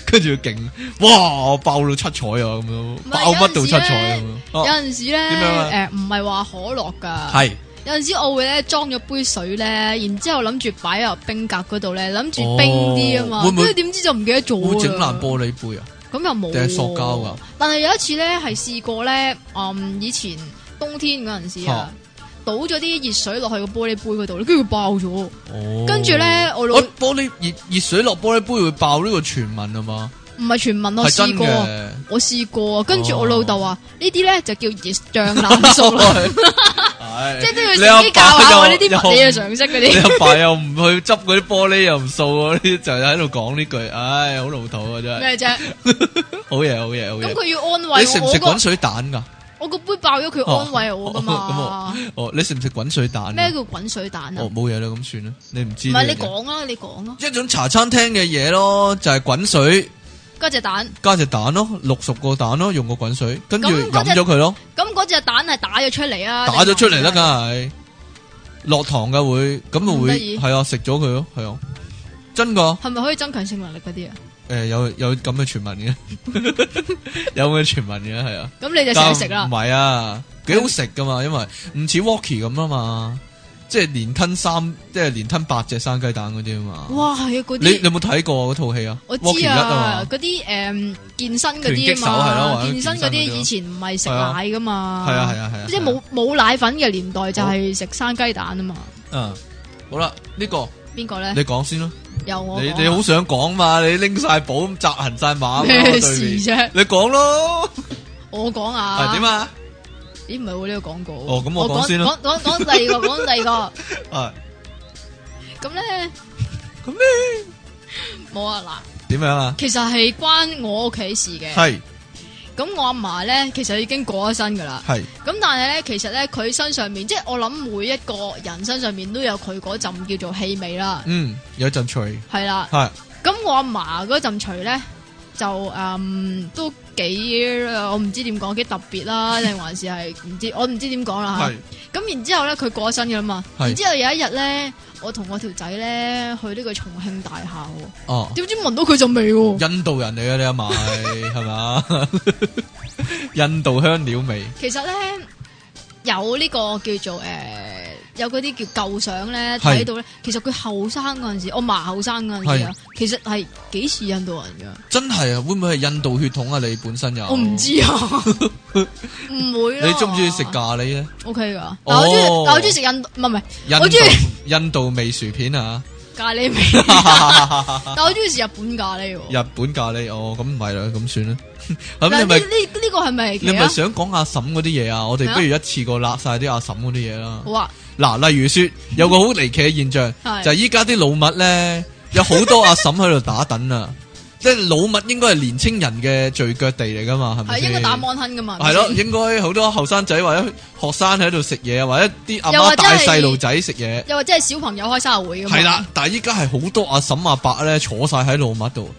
[SPEAKER 1] 跟住勁，哇，爆到七彩啊咁樣，
[SPEAKER 2] 係
[SPEAKER 1] 爆乜到七彩咁樣
[SPEAKER 2] 有有
[SPEAKER 1] 啊，
[SPEAKER 2] 陣時咧，
[SPEAKER 1] 點樣啊
[SPEAKER 2] 誒唔係話可樂㗎，
[SPEAKER 1] 係
[SPEAKER 2] 有陣時我會咧裝咗杯水咧，然之後諗住擺入冰格嗰度咧，諗
[SPEAKER 1] 哦
[SPEAKER 2] 住冰啲啊嘛，
[SPEAKER 1] 會唔會
[SPEAKER 2] 跟住點知就唔記得咗
[SPEAKER 1] 會
[SPEAKER 2] 啊
[SPEAKER 1] 整爛玻璃杯啊，
[SPEAKER 2] 咁又冇，
[SPEAKER 1] 定係塑膠㗎？
[SPEAKER 2] 但係有一次咧，係試過咧，嗯，以前冬天嗰陣時啊，倒咗啲熱水落去個玻璃杯嗰度，跟住爆咗。
[SPEAKER 1] 哦，
[SPEAKER 2] 跟住咧我老
[SPEAKER 1] 喂玻璃熱熱水落玻璃杯會爆呢個傳聞啊嘛，
[SPEAKER 2] 唔係全民，我
[SPEAKER 1] 係真
[SPEAKER 2] 試過，
[SPEAKER 1] 嘅。
[SPEAKER 2] 我試過。跟住
[SPEAKER 1] 哦
[SPEAKER 2] 我老豆話：呢啲咧就叫熱脹冷縮 啦，
[SPEAKER 1] 係
[SPEAKER 2] 即係都要自己教下我呢啲物理嘅。常識嗰
[SPEAKER 1] 你
[SPEAKER 2] 啲。
[SPEAKER 1] 阿爸又唔去執嗰啲玻璃，又唔掃嗰啲，就喺度講呢句，唉，好老土啊真係，
[SPEAKER 2] 咩啫？
[SPEAKER 1] 好嘢好嘢好
[SPEAKER 2] 咁
[SPEAKER 1] 嘢。
[SPEAKER 2] 佢要安慰
[SPEAKER 1] 你食唔
[SPEAKER 2] 我，
[SPEAKER 1] 食
[SPEAKER 2] 我個
[SPEAKER 1] 滾水蛋噶？
[SPEAKER 2] 我個杯爆咗，佢
[SPEAKER 1] 哦
[SPEAKER 2] 安慰我噶嘛？
[SPEAKER 1] 哦，你食唔食滾水蛋㗎？
[SPEAKER 2] 咩叫滾水蛋啊？
[SPEAKER 1] 哦，
[SPEAKER 2] 唔
[SPEAKER 1] 冇嘢啦，咁算啦，你唔知。
[SPEAKER 2] 係你。講啊，你講啊，
[SPEAKER 1] 一種茶餐廳嘅嘢咯，就係滾水
[SPEAKER 2] 嗰隻蛋。
[SPEAKER 1] 加隻蛋咯，六十個蛋咯，用個滾水，跟住飲
[SPEAKER 2] 咁嗰隻
[SPEAKER 1] 咗佢咯，
[SPEAKER 2] 咁嗰隻蛋係打咗出嚟啊？
[SPEAKER 1] 打咗出嚟啦，
[SPEAKER 2] 定
[SPEAKER 1] 梗
[SPEAKER 2] 係
[SPEAKER 1] 係落糖噶會，咁就
[SPEAKER 2] 唔得
[SPEAKER 1] 會
[SPEAKER 2] 意
[SPEAKER 1] 係啊，食咗佢咯，係啊，真噶。
[SPEAKER 2] 係咪可以增強性能力嗰啲啊？
[SPEAKER 1] 诶、有有咁嘅傳聞 嘅，有咁嘅傳聞嘅係啊，
[SPEAKER 2] 咁你就成日食
[SPEAKER 1] 但
[SPEAKER 2] 啦
[SPEAKER 1] 唔。係啊，幾好食噶嘛，因為唔似 Walkie 咁啊嘛，即係連吞三，即係連吞八隻生雞蛋嗰啲啊嘛。
[SPEAKER 2] 哇，係啊，嗰
[SPEAKER 1] 你你有
[SPEAKER 2] 啲
[SPEAKER 1] 冇睇過嗰套戲啊？
[SPEAKER 2] 我
[SPEAKER 1] Walkie
[SPEAKER 2] 知
[SPEAKER 1] 一啊
[SPEAKER 2] 啊，嗰啲誒健身嗰
[SPEAKER 1] 拳擊
[SPEAKER 2] 啲
[SPEAKER 1] 手係咯
[SPEAKER 2] 啊
[SPEAKER 1] 或
[SPEAKER 2] 嘛，
[SPEAKER 1] 者
[SPEAKER 2] 健身
[SPEAKER 1] 健身
[SPEAKER 2] 嗰啲
[SPEAKER 1] 嗰啲咯
[SPEAKER 2] 以前唔係食
[SPEAKER 1] 係啊
[SPEAKER 2] 奶噶嘛，
[SPEAKER 1] 嘛，係啊係啊係啊，
[SPEAKER 2] 即係冇冇奶粉嘅年代就係食生雞蛋啊嘛。
[SPEAKER 1] 嗯。好啦，呢、個
[SPEAKER 2] 邊個咧
[SPEAKER 1] 你？講先啦，
[SPEAKER 2] 由我
[SPEAKER 1] 你
[SPEAKER 2] 講啊
[SPEAKER 1] 你好想講嘛？你拎晒寶咁扎行晒馬，啊
[SPEAKER 2] 咩事？啫？
[SPEAKER 1] 你講咯，
[SPEAKER 2] 我講
[SPEAKER 1] 係
[SPEAKER 2] 啊？
[SPEAKER 1] 點？啊？
[SPEAKER 2] 咦，唔係喎呢個廣告。
[SPEAKER 1] 哦咁我講先啦
[SPEAKER 2] 講講講第二個，講第二
[SPEAKER 1] 啊，
[SPEAKER 2] 個。咁咧
[SPEAKER 1] 咁咧
[SPEAKER 2] 冇啊
[SPEAKER 1] 點樣啊
[SPEAKER 2] 嗱，？其實係關我屋企事嘅。
[SPEAKER 1] 係
[SPEAKER 2] 咁我阿嫲咧，其實已經過咗身噶啦。
[SPEAKER 1] 係
[SPEAKER 2] 咁但係咧，其實咧佢身上面，即係我諗每一個人身上面都有佢嗰陣叫做氣味啦，
[SPEAKER 1] 嗯，有陣除
[SPEAKER 2] 係啦。
[SPEAKER 1] 係
[SPEAKER 2] 咁我阿嫲嗰陣除咧，就嗯都幾呃我唔知點講，幾特別 啦，定還是係唔知我唔知點講啦
[SPEAKER 1] 係
[SPEAKER 2] 嚇。咁然之後咧，佢過咗身噶啦嘛。
[SPEAKER 1] 係
[SPEAKER 2] 然之後有一日咧，我同我條仔咧去呢個重慶大廈喎，
[SPEAKER 1] 哦。
[SPEAKER 2] 點知聞到佢陣味喎。
[SPEAKER 1] 印度人嚟嘅你阿嫲係係嘛？ 印度香料味
[SPEAKER 2] 其實咧有呢個叫做诶、有嗰啲叫舊相咧，
[SPEAKER 1] 係
[SPEAKER 2] 睇到咧，其實佢後生嗰陣時，我嫲後生嗰陣時啊，其實係幾似印度人噶，
[SPEAKER 1] 真係啊！會唔會係印度血統啊？你本身有
[SPEAKER 2] 我唔。知 啊，唔會咯。
[SPEAKER 1] 你中唔中意食咖喱咧？
[SPEAKER 2] ？O K 噶，但我中意，
[SPEAKER 1] 哦
[SPEAKER 2] 但我中意食印度，唔係唔係，
[SPEAKER 1] 印
[SPEAKER 2] 我
[SPEAKER 1] 度
[SPEAKER 2] 中意
[SPEAKER 1] 印度味薯片啊！
[SPEAKER 2] 咖喱味，但我中意食日本咖喱喎。
[SPEAKER 1] 日本咖喱哦，咁唔係啦，咁 算啦。咁
[SPEAKER 2] 嗱
[SPEAKER 1] 你
[SPEAKER 2] 呢呢
[SPEAKER 1] 咪
[SPEAKER 2] 呢個係咪
[SPEAKER 1] 你
[SPEAKER 2] 嚟
[SPEAKER 1] 咪
[SPEAKER 2] 啊？
[SPEAKER 1] 想講阿嬸嗰啲嘢啊？我哋
[SPEAKER 2] 咩啊
[SPEAKER 1] 不如一次過揦晒啲阿嬸嗰啲嘢啦。
[SPEAKER 2] 好啊，
[SPEAKER 1] 嗱，例如說有個好離奇嘅現象，
[SPEAKER 2] 係
[SPEAKER 1] 就係依家啲老麥咧，有好多阿嬸喺度打趸 啊！即係老麥應該係年青人嘅聚腳地嚟噶嘛，係咪
[SPEAKER 2] 係
[SPEAKER 1] 先？
[SPEAKER 2] 應該打芒亨噶嘛？
[SPEAKER 1] 係咯，應該好多後生仔或者學生喺度食嘢，或者啲阿
[SPEAKER 2] 又
[SPEAKER 1] 媽
[SPEAKER 2] 或者
[SPEAKER 1] 帶
[SPEAKER 2] 係
[SPEAKER 1] 細路仔食嘢。
[SPEAKER 2] 又或者係小朋友開生日會咁。
[SPEAKER 1] 係啦，，但係依家係好多阿嬸阿伯咧坐晒喺老麥度，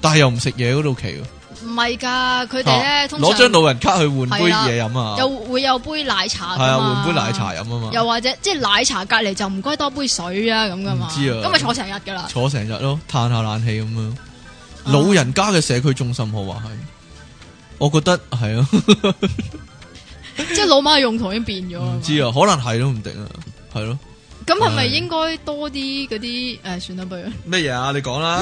[SPEAKER 1] 但係又唔食嘢嗰度奇喎。
[SPEAKER 2] 唔係㗎，佢哋
[SPEAKER 1] 啊
[SPEAKER 2] 咧通常
[SPEAKER 1] 攞張老人卡去換杯
[SPEAKER 2] 係啦
[SPEAKER 1] 嘢飲啊，
[SPEAKER 2] 又會有杯奶茶㗎
[SPEAKER 1] 係啊，
[SPEAKER 2] 嘛
[SPEAKER 1] 換杯奶茶飲啊嘛，
[SPEAKER 2] 又或者即係奶茶隔離就唔該多杯水啊咁噶
[SPEAKER 1] 唔
[SPEAKER 2] 嘛，
[SPEAKER 1] 知啊
[SPEAKER 2] 咁咪坐成日 噶啦，
[SPEAKER 1] 坐成日咯，嘆下冷氣咁樣。老人家嘅社區中心，我話係，我覺得係啊，
[SPEAKER 2] 即係老媽嘅用途已經變咗。
[SPEAKER 1] 唔知，啊，可能係都唔定啊，係咯。
[SPEAKER 2] 咁係咪
[SPEAKER 1] 唉
[SPEAKER 2] 應該多啲嗰啲誒？算啦，不如
[SPEAKER 1] 咩嘢啊？你講啦。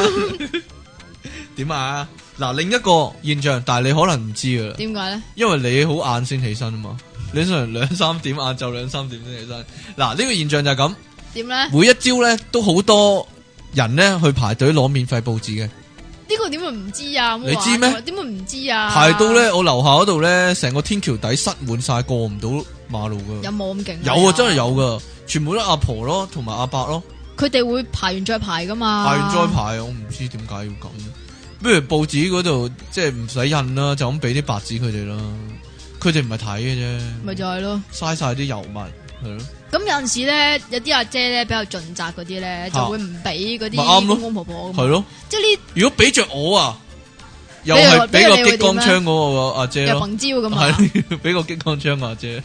[SPEAKER 1] 點啊？嗱，另一個現象，但係你可能唔知噶啦，
[SPEAKER 2] 點解咧？
[SPEAKER 1] 因為你好晏先起身啊嘛。你通常兩三點晏晝兩三點先起身。嗱，呢個現象就係咁，
[SPEAKER 2] 點咧？
[SPEAKER 1] 每一朝咧都好多人咧去排隊攞免費報紙嘅，
[SPEAKER 2] 呢個點會唔知啊？冇
[SPEAKER 1] 你知咩
[SPEAKER 2] 玩過點會唔知啊？
[SPEAKER 1] 排到咧，我樓下嗰度咧，成個天橋底塞滿晒，過唔到馬路
[SPEAKER 2] 有
[SPEAKER 1] 噶。
[SPEAKER 2] 冇咁勁啊？
[SPEAKER 1] 有啊，真係有噶，全部都阿婆咯，同埋阿伯咯，
[SPEAKER 2] 佢哋會排完再排噶嘛？
[SPEAKER 1] 排完再排，我唔知點解要咁。不如報紙嗰度即係唔使印啦，就咁俾啲白紙佢哋啦。佢哋唔係睇嘅啫，
[SPEAKER 2] 咪就係咯。
[SPEAKER 1] 嘥晒啲油墨係咯。
[SPEAKER 2] 咁有陣時咧，有啲阿姐咧比較盡責嗰啲咧，就會唔俾嗰
[SPEAKER 1] 啊咪啱
[SPEAKER 2] 啲
[SPEAKER 1] 咯
[SPEAKER 2] 公公婆婆㗎嘛
[SPEAKER 1] 係咯，
[SPEAKER 2] 即係呢
[SPEAKER 1] 如果俾着我啊，又
[SPEAKER 2] 你又
[SPEAKER 1] 係俾個
[SPEAKER 2] 你又
[SPEAKER 1] 激光
[SPEAKER 2] 點啊咧
[SPEAKER 1] 槍嗰個阿姐
[SPEAKER 2] 又
[SPEAKER 1] 咯，
[SPEAKER 2] 蹦招咁嘛。
[SPEAKER 1] 係俾個激光槍阿姐，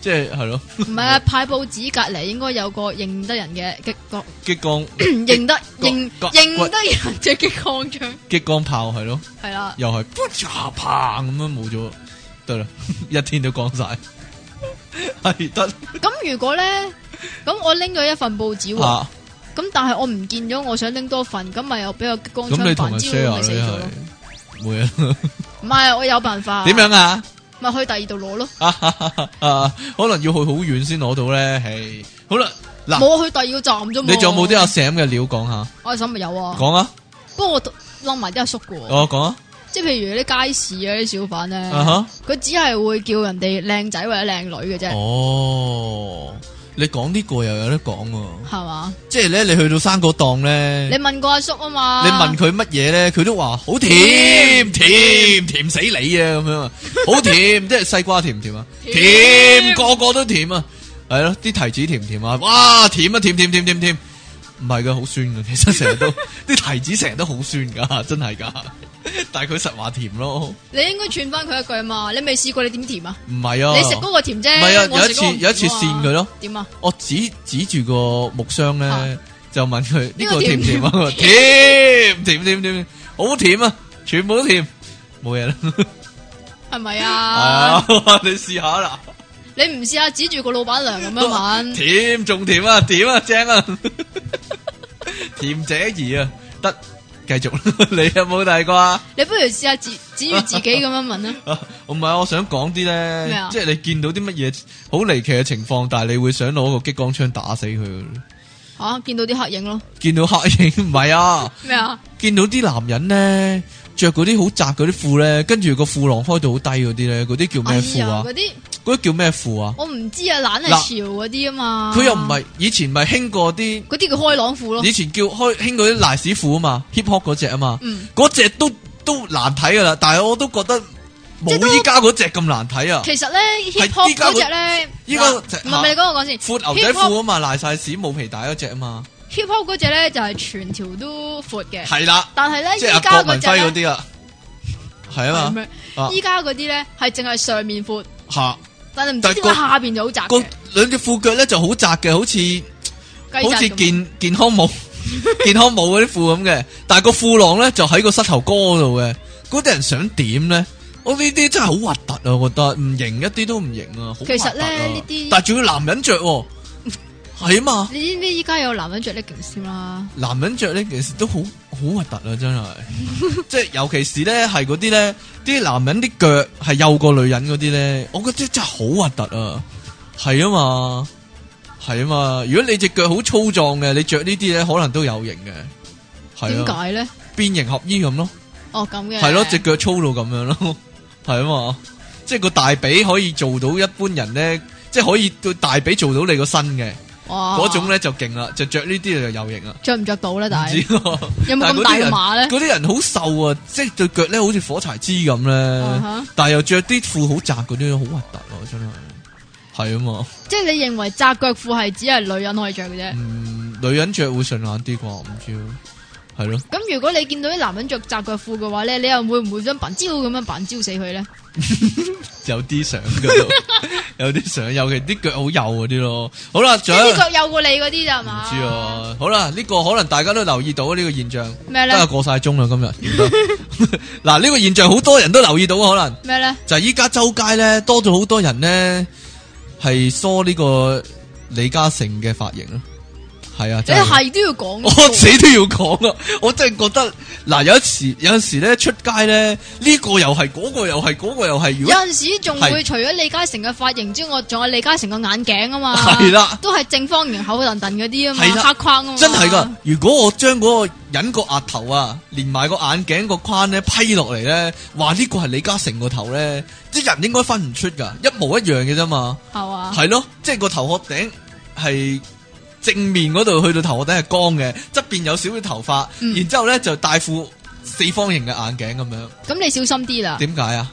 [SPEAKER 1] 即係係咯，
[SPEAKER 2] 唔係啊，派報紙隔離應該有個認得人嘅激光，
[SPEAKER 1] 激 光
[SPEAKER 2] 認得認
[SPEAKER 1] 角
[SPEAKER 2] 認得人嘅激光槍，
[SPEAKER 1] 激光炮係咯。
[SPEAKER 2] 係啦。
[SPEAKER 1] 又係噗嚓砰咁樣冇咗，得啦， 一天都講晒， 係得
[SPEAKER 2] 咁如果咧，咁我拎咗一份報紙喎，
[SPEAKER 1] 啊！
[SPEAKER 2] 咁但係我唔見咗，我想拎多份，咁咪又俾個激光槍
[SPEAKER 1] 咁你同
[SPEAKER 2] 煩
[SPEAKER 1] 人
[SPEAKER 2] 招，
[SPEAKER 1] share
[SPEAKER 2] 咪死咗咯
[SPEAKER 1] 咧。係冇嘢啦，
[SPEAKER 2] 唔係，我有辦法。
[SPEAKER 1] 點？樣啊？
[SPEAKER 2] 咪去第二度攞咯。
[SPEAKER 1] 啊，可能要去好遠先攞到咧，係好啦，嗱，
[SPEAKER 2] 冇去第二個站啫嘛。
[SPEAKER 1] 你仲有冇啲阿 Sam 嘅料講下？
[SPEAKER 2] 我心咪有啊。
[SPEAKER 1] 講啊，
[SPEAKER 2] 不過我冧埋啲阿叔嘅喎，
[SPEAKER 1] 我講啊，
[SPEAKER 2] 即係譬如啲街市啊啲小販咧，
[SPEAKER 1] 啊哈，
[SPEAKER 2] 佢只係會叫人哋靚仔或者靚女嘅啫，
[SPEAKER 1] 哦，你講呢個又有得講喎，
[SPEAKER 2] 係嘛？
[SPEAKER 1] 即係咧，你去到生果檔咧，
[SPEAKER 2] 你問過阿叔啊嘛？
[SPEAKER 1] 你問佢乜嘢咧，佢都話好甜甜甜死你啊咁樣啊，好甜，即係西瓜甜唔甜啊？
[SPEAKER 2] 甜
[SPEAKER 1] 甜，個個都甜啊，係咯，啲提子甜唔甜啊？哇，甜啊甜甜甜甜甜，唔係噶，好酸噶，其實成日都啲提子成日都好酸噶，真係 噶，但係佢實話甜咯，
[SPEAKER 2] 你應該串翻佢一句嘛？你未試過你點甜啊？
[SPEAKER 1] 唔係啊，
[SPEAKER 2] 你食嗰個甜啫，
[SPEAKER 1] 唔係啊
[SPEAKER 2] 我
[SPEAKER 1] 有一
[SPEAKER 2] 食
[SPEAKER 1] 次
[SPEAKER 2] 嗰個唔甜啊
[SPEAKER 1] 有一次跣佢咯，
[SPEAKER 2] 點啊？
[SPEAKER 1] 我指指住個木箱咧
[SPEAKER 2] 啊，
[SPEAKER 1] 就問佢呢個
[SPEAKER 2] 個
[SPEAKER 1] 甜
[SPEAKER 2] 甜
[SPEAKER 1] 唔甜
[SPEAKER 2] 唔甜
[SPEAKER 1] 啊？佢話甜甜甜甜，好甜啊，全部都甜，冇嘢啦。
[SPEAKER 2] 係咪
[SPEAKER 1] 係
[SPEAKER 2] 啊
[SPEAKER 1] 啊？， 你試下啦，
[SPEAKER 2] 你唔試下指住個老闆娘咁 樣問，
[SPEAKER 1] 甜仲甜啊，甜啊，正啊， 甜姐兒啊，得繼續 啦。你有冇第二個啊？
[SPEAKER 2] 你不如試下指指住自己咁樣問 啦。
[SPEAKER 1] 啊唔係，我想講啲
[SPEAKER 2] 咩
[SPEAKER 1] 咧
[SPEAKER 2] 啊，
[SPEAKER 1] 即係你見到啲乜嘢好離奇嘅情況，但係你會想攞個激光槍打死佢。
[SPEAKER 2] 吓，見到啲黑影咯，
[SPEAKER 1] 見到黑影唔係啊！
[SPEAKER 2] 咩啊？
[SPEAKER 1] 見到啲男人咧着嗰啲好窄嗰啲褲咧，跟住個褲浪開到好低嗰啲咧，嗰啲叫
[SPEAKER 2] 哎
[SPEAKER 1] 咩褲
[SPEAKER 2] 呀，
[SPEAKER 1] 啊
[SPEAKER 2] 嗰？啲
[SPEAKER 1] 嗰啲叫咩褲啊？
[SPEAKER 2] 我唔知啊，懶
[SPEAKER 1] 嗱
[SPEAKER 2] 係潮嗰啲啊嘛。
[SPEAKER 1] 佢又唔係以前咪興過啲，
[SPEAKER 2] 嗰啲叫開朗褲咯。
[SPEAKER 1] 以前叫開興過啲賴屎褲啊嘛，hip hop 嗰只啊嘛，
[SPEAKER 2] 嗯，
[SPEAKER 1] 嗰只都都難睇噶啦，但係我都覺得
[SPEAKER 2] 即係都
[SPEAKER 1] 冇依家嗰只咁難睇啊！
[SPEAKER 2] 其實咧 hip hop
[SPEAKER 1] 依家嗰
[SPEAKER 2] 嗰只咧，
[SPEAKER 1] 依家
[SPEAKER 2] 嗱
[SPEAKER 1] 隻
[SPEAKER 2] 唔係唔係你講我講先。
[SPEAKER 1] 闊牛仔
[SPEAKER 2] hip-hop
[SPEAKER 1] 褲啊嘛，賴晒屎冇皮帶嗰只啊嘛，
[SPEAKER 2] hip hop 嗰只咧就係全條都闊嘅，
[SPEAKER 1] 係啦，
[SPEAKER 2] 但係咧
[SPEAKER 1] 即係
[SPEAKER 2] 依
[SPEAKER 1] 阿
[SPEAKER 2] 家
[SPEAKER 1] 郭
[SPEAKER 2] 嗰
[SPEAKER 1] 文
[SPEAKER 2] 只
[SPEAKER 1] 輝嗰
[SPEAKER 2] 咧
[SPEAKER 1] 啲啊，係啊
[SPEAKER 2] 係
[SPEAKER 1] 嘛
[SPEAKER 2] 咩
[SPEAKER 1] 啊
[SPEAKER 2] 依家嗰啲咧係淨係上面闊，
[SPEAKER 1] 嚇
[SPEAKER 2] 但係唔
[SPEAKER 1] 但係
[SPEAKER 2] 知點解
[SPEAKER 1] 個
[SPEAKER 2] 下邊就好窄
[SPEAKER 1] 個
[SPEAKER 2] 嘅。
[SPEAKER 1] 兩隻褲腳咧就好窄嘅，好似。
[SPEAKER 2] 雞
[SPEAKER 1] 好
[SPEAKER 2] 扎
[SPEAKER 1] 似
[SPEAKER 2] 咁
[SPEAKER 1] 健健康 帽、健康帽嗰啲褲咁嘅，但係個褲浪咧就喺個膝頭哥嗰度嘅。嗰啲人想點咧？我呢啲真係好核突啊！我覺得唔型一啲都唔型啊！好
[SPEAKER 2] 其實呢
[SPEAKER 1] 核突啊
[SPEAKER 2] 呢啲
[SPEAKER 1] 但係仲要男人着 喎，係啊嘛，
[SPEAKER 2] 你知唔知依家有男人着 leggings 添啦？
[SPEAKER 1] 男人着呢件事都好好核突啊！真係， 即係尤其是咧係嗰啲咧，啲男人啲腳係幼過女人嗰啲咧，我覺得真係好核突啊！係啊嘛，係啊嘛，如果你隻腳好粗壯嘅，你着呢啲咧可能都有型嘅，係
[SPEAKER 2] 點
[SPEAKER 1] 啊，
[SPEAKER 2] 解咧？
[SPEAKER 1] 變形合衣咁咯，
[SPEAKER 2] 哦咁嘅
[SPEAKER 1] 係咯，隻腳粗到咁樣咯， 係啊嘛，即係個大髀可以做到一般人咧，即係可以個大髀做到你個身嘅，
[SPEAKER 2] 哇
[SPEAKER 1] 嗰種咧就勁啦，就着呢啲就有型啦。
[SPEAKER 2] 着唔着到咧？但
[SPEAKER 1] 唔知
[SPEAKER 2] 係
[SPEAKER 1] 喎
[SPEAKER 2] 有
[SPEAKER 1] 但
[SPEAKER 2] 冇
[SPEAKER 1] 係
[SPEAKER 2] 咁
[SPEAKER 1] 嗰
[SPEAKER 2] 大
[SPEAKER 1] 啲
[SPEAKER 2] 嘅
[SPEAKER 1] 人
[SPEAKER 2] 碼咧？
[SPEAKER 1] 嗰啲人好瘦啊，即係對腳咧好似火柴枝咁
[SPEAKER 2] 啊
[SPEAKER 1] 咧，
[SPEAKER 2] 哈
[SPEAKER 1] 但係又着啲褲好窄嗰啲，好核突啊！真係係啊嘛，
[SPEAKER 2] 即係你認為窄腳褲係只係女人可以着嘅啫。
[SPEAKER 1] 嗯，女人着會順眼啲啩，唔知咯係咯，
[SPEAKER 2] 咁如果你見到啲男人着窄腳褲嘅話咧，你又會唔會想扮招咁樣扮招死佢咧？
[SPEAKER 1] 有啲相嗰度， 有啲相，尤其啲腳好幼嗰啲咯。好啦，
[SPEAKER 2] 即
[SPEAKER 1] 仲有
[SPEAKER 2] 係
[SPEAKER 1] 一
[SPEAKER 2] 啲腳幼過你嗰啲咋
[SPEAKER 1] 唔
[SPEAKER 2] 嘛？
[SPEAKER 1] 知啊，好啦，呢個可能大家都留意到呢個現象，
[SPEAKER 2] 咩
[SPEAKER 1] 都係
[SPEAKER 2] 咧？
[SPEAKER 1] 過晒鐘啦今日。 嗱，呢個現象好多人都留意到可能。
[SPEAKER 2] 咩咧？
[SPEAKER 1] 就係依家周街咧多咗好多人咧係梳呢個李嘉誠嘅髮型咯，系啊，
[SPEAKER 2] 你
[SPEAKER 1] 真係
[SPEAKER 2] 哎係都要講
[SPEAKER 1] 我
[SPEAKER 2] 呢個。
[SPEAKER 1] 死都要講啊！我真係覺得嗱，有一時有阵时咧出街咧，呢、個又係，嗰、個又係，嗰、個又係。如
[SPEAKER 2] 有
[SPEAKER 1] 果
[SPEAKER 2] 阵时仲會除咗李嘉誠嘅髮型之外，仲有李嘉誠嘅眼鏡啊嘛。
[SPEAKER 1] 係啦
[SPEAKER 2] 都係正方形、厚墩墩嗰啲啊
[SPEAKER 1] 係啦
[SPEAKER 2] 嘛，黑框啊嘛。
[SPEAKER 1] 真係噶，如果我將嗰個人個額頭啊，連埋個眼鏡個框咧批落嚟咧，話呢個係李嘉誠個頭咧，啲人應該分唔出噶，一模一樣嘅啫嘛。
[SPEAKER 2] 係嘛？
[SPEAKER 1] 係咯，即係個頭殼頂係正面嗰度去到頭殼頂係光嘅，側邊有少少頭髮，
[SPEAKER 2] 嗯
[SPEAKER 1] 然之后咧就戴副四方形嘅眼鏡咁樣。
[SPEAKER 2] 咁你小心啲啦，
[SPEAKER 1] 点解啊？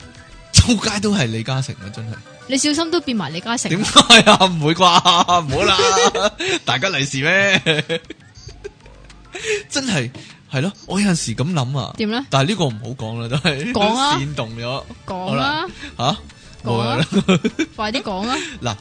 [SPEAKER 1] 周街都系李嘉誠啊，真係
[SPEAKER 2] 你小心都變埋李嘉誠。
[SPEAKER 1] 點解啊？唔會啩？ 唔好啦，大家利是咩？真係係咯，我有阵时咁諗啊。
[SPEAKER 2] 點咧？
[SPEAKER 1] 但係呢個唔好講啦，都係
[SPEAKER 2] 講啊
[SPEAKER 1] 煽動咗
[SPEAKER 2] 講啦，
[SPEAKER 1] 吓，
[SPEAKER 2] 講
[SPEAKER 1] 冇嘢啦
[SPEAKER 2] 啊。快啲 講啊！
[SPEAKER 1] 嗱，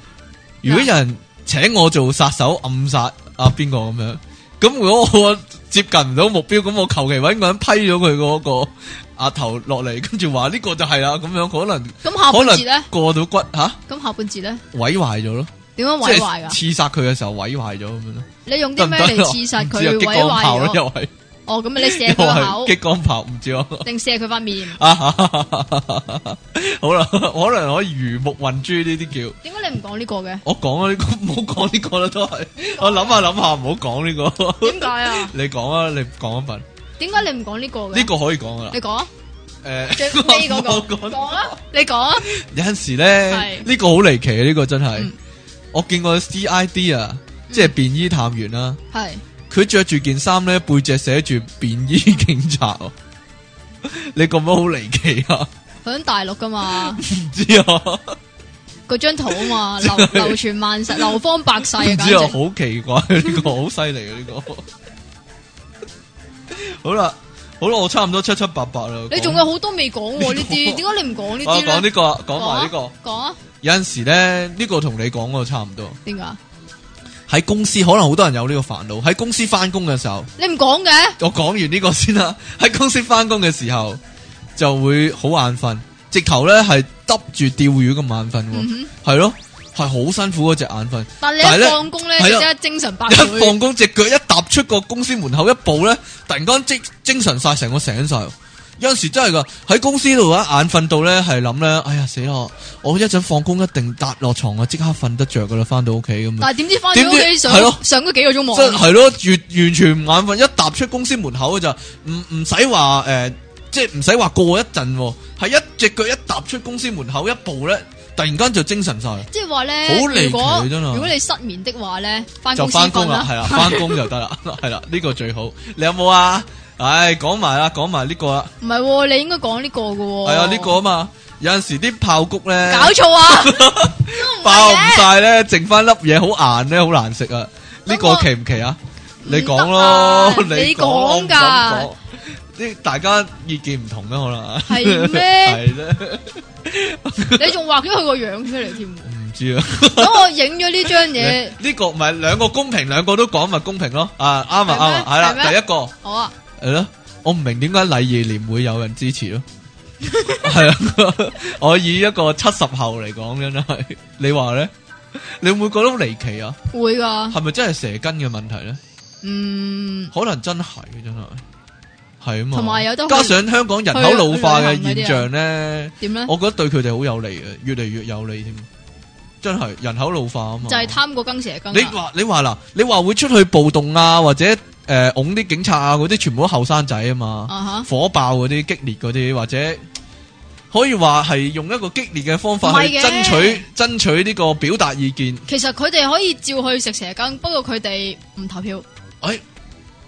[SPEAKER 1] 如果有人請我做殺手暗殺啊邊個咁樣，咁如果我接近唔到目標，咁我求其搵個人批咗佢嗰個額頭落嚟，跟住話呢個就係啦，咁樣可能
[SPEAKER 2] 咁下啊半
[SPEAKER 1] 可
[SPEAKER 2] 節咧
[SPEAKER 1] 能，過到骨吓。
[SPEAKER 2] 咁下半節咧，
[SPEAKER 1] 毁坏咗咯，
[SPEAKER 2] 點樣
[SPEAKER 1] 即
[SPEAKER 2] 毀壞啊㗎？
[SPEAKER 1] 系刺杀佢嘅时候毁坏咗咁样咯。
[SPEAKER 2] 你用啲 咩
[SPEAKER 1] 得唔得
[SPEAKER 2] 嚟
[SPEAKER 1] 啊
[SPEAKER 2] 刺殺
[SPEAKER 1] 唔知
[SPEAKER 2] 佢
[SPEAKER 1] 啊
[SPEAKER 2] 毀
[SPEAKER 1] 激光炮
[SPEAKER 2] 壞
[SPEAKER 1] 咯，
[SPEAKER 2] 咗？
[SPEAKER 1] 又系
[SPEAKER 2] 哦，咁你射佢個
[SPEAKER 1] 又
[SPEAKER 2] 口
[SPEAKER 1] 系激，光炮，唔知啊。
[SPEAKER 2] 定射佢塊面？
[SPEAKER 1] 啊哈哈哈哈哈哈好啦， 可能可以魚目混珠呢啲叫。
[SPEAKER 2] 點解你唔講呢個嘅？
[SPEAKER 1] 我讲啊呢个， 唔好讲呢个啦，都系我谂下谂下，唔好讲呢个。
[SPEAKER 2] 點解啊？
[SPEAKER 1] 你讲啊，你讲一份，
[SPEAKER 2] 點解你唔講呢個嘅？
[SPEAKER 1] 呢个可以讲噶啦。
[SPEAKER 2] 啊你講啊，
[SPEAKER 1] 诶，
[SPEAKER 2] 最尾 嗰
[SPEAKER 1] 我
[SPEAKER 2] 個
[SPEAKER 1] 講
[SPEAKER 2] 講啊，你講啊，
[SPEAKER 1] 有阵时咧，
[SPEAKER 2] 係
[SPEAKER 1] 呢個好離奇啊！呢個真係
[SPEAKER 2] 嗯，
[SPEAKER 1] 我見過 C.I.D 啊，即係便衣探員啦。
[SPEAKER 2] 係
[SPEAKER 1] 佢着住件衫咧，背脊寫住便衣警察喎。 你咁樣好離奇啊？
[SPEAKER 2] 響大陸㗎嘛？
[SPEAKER 1] 唔知啊，
[SPEAKER 2] 嗰張圖啊 嘛，流流傳萬世，流芳百世
[SPEAKER 1] 唔
[SPEAKER 2] 啊！簡
[SPEAKER 1] 知啊，
[SPEAKER 2] 直
[SPEAKER 1] 好奇怪呢個，好犀利啊呢個。 好啦，好啦，我差唔多七七八八啦。
[SPEAKER 2] 你仲有好多未講喎呢 啲，點解你唔講呢
[SPEAKER 1] 我
[SPEAKER 2] 啲
[SPEAKER 1] 講呢
[SPEAKER 2] 咧？
[SPEAKER 1] 個啊，講埋呢個。
[SPEAKER 2] 個，講啊，
[SPEAKER 1] 有陣時咧，呢個同你講嗰個啊差唔多。
[SPEAKER 2] 點解？
[SPEAKER 1] 喺公司可能好多人有呢個煩惱。喺公司翻工嘅時候，
[SPEAKER 2] 你唔講嘅，
[SPEAKER 1] 我講完呢個先啦。 喺公司翻工嘅時候就會好眼瞓，直頭咧係耷住釣魚咁眼瞓喎，
[SPEAKER 2] 嗯哼
[SPEAKER 1] 係咯、係好辛苦嗰隻眼瞓。
[SPEAKER 2] 但你
[SPEAKER 1] 但係
[SPEAKER 2] 一
[SPEAKER 1] 咧
[SPEAKER 2] 放工咧，
[SPEAKER 1] 係
[SPEAKER 2] 你
[SPEAKER 1] 啊
[SPEAKER 2] 真係精神 百
[SPEAKER 1] 一
[SPEAKER 2] 倍。
[SPEAKER 1] 放工只腳一踏出個公司門口一步咧，突然間精精神晒，成個醒晒。有阵时真係噶，喺公司度啊，眼瞓到咧係諗咧，哎呀死啦！我一陣放工一定搭落床啊，即刻瞓得着噶啦，翻到屋企咁樣。
[SPEAKER 2] 但係點知翻到屋
[SPEAKER 1] 點
[SPEAKER 2] 企
[SPEAKER 1] 知
[SPEAKER 2] 上
[SPEAKER 1] 係咯
[SPEAKER 2] 上咗幾個鐘
[SPEAKER 1] 真
[SPEAKER 2] 網，
[SPEAKER 1] 係咯，完完全唔眼瞓，一踏出公司門口就唔唔使話诶，即係唔使話過一陣喎，係一隻腳一踏出公司門口一步咧，突然間就精神晒，
[SPEAKER 2] 即係話咧，
[SPEAKER 1] 好離奇啊
[SPEAKER 2] 如果
[SPEAKER 1] 真係
[SPEAKER 2] 如果你失眠的話咧，翻
[SPEAKER 1] 就
[SPEAKER 2] 公司
[SPEAKER 1] 翻工啊
[SPEAKER 2] 瞓
[SPEAKER 1] 啦，係啦，翻工就得 啦，係啦，呢個最好。你有冇啊？唉，講埋啦，講埋呢個啦，
[SPEAKER 2] 唔係喎，你應該講呢個嘅喎。
[SPEAKER 1] 係啊，呢個啊嘛，有阵时啲爆谷咧
[SPEAKER 2] 搞 錯啊，
[SPEAKER 1] 爆唔晒咧，剩翻粒嘢好硬咧，好難食啊！呢個
[SPEAKER 2] 咁我
[SPEAKER 1] 奇唔奇啊？你
[SPEAKER 2] 唔得
[SPEAKER 1] 講
[SPEAKER 2] 啊
[SPEAKER 1] 咯，
[SPEAKER 2] 你
[SPEAKER 1] 講我唔
[SPEAKER 2] 講㗎
[SPEAKER 1] 敢講啲大家意見唔同咧，可能
[SPEAKER 2] 係 咩
[SPEAKER 1] 系咧，
[SPEAKER 2] 你仲畫咗佢個樣出嚟添喎。
[SPEAKER 1] 唔知啊。
[SPEAKER 2] 咁我影咗 呢張嘢，
[SPEAKER 1] 呢個唔係兩個公平，兩個都講咪公平咯。啊，啱啊，啱啊，係
[SPEAKER 2] 係咩
[SPEAKER 1] 啦，第一個
[SPEAKER 2] 好啊，
[SPEAKER 1] 係咯。我唔明點解禮義年會有人支持咯。 係啊， 我以一個七十後嚟講，真係你話咧，你會唔會覺得好離奇啊？
[SPEAKER 2] 會噶，
[SPEAKER 1] 係咪真係蛇根嘅問題咧？
[SPEAKER 2] 嗯，
[SPEAKER 1] 可能真係真係係啊嘛。
[SPEAKER 2] 同埋有得去
[SPEAKER 1] 加上香港人口老化嘅現象咧，
[SPEAKER 2] 點咧？
[SPEAKER 1] 我覺得對佢哋好有利嘅，越嚟越有利添。真係人口老化啊嘛。
[SPEAKER 2] 就係貪過羹蛇羹啊。
[SPEAKER 1] 你話你話嗱，你話會出去暴動啊，或者诶拱啲警察啊嗰啲，全部都後生仔啊嘛，
[SPEAKER 2] 啊哈。
[SPEAKER 1] 火爆嗰啲、激烈嗰啲，或者可以話係用一個激烈嘅方法去
[SPEAKER 2] 唔係嘅
[SPEAKER 1] 爭取爭取呢個表達意見，
[SPEAKER 2] 其實佢哋可以照去食蛇羹，不過佢哋唔投票，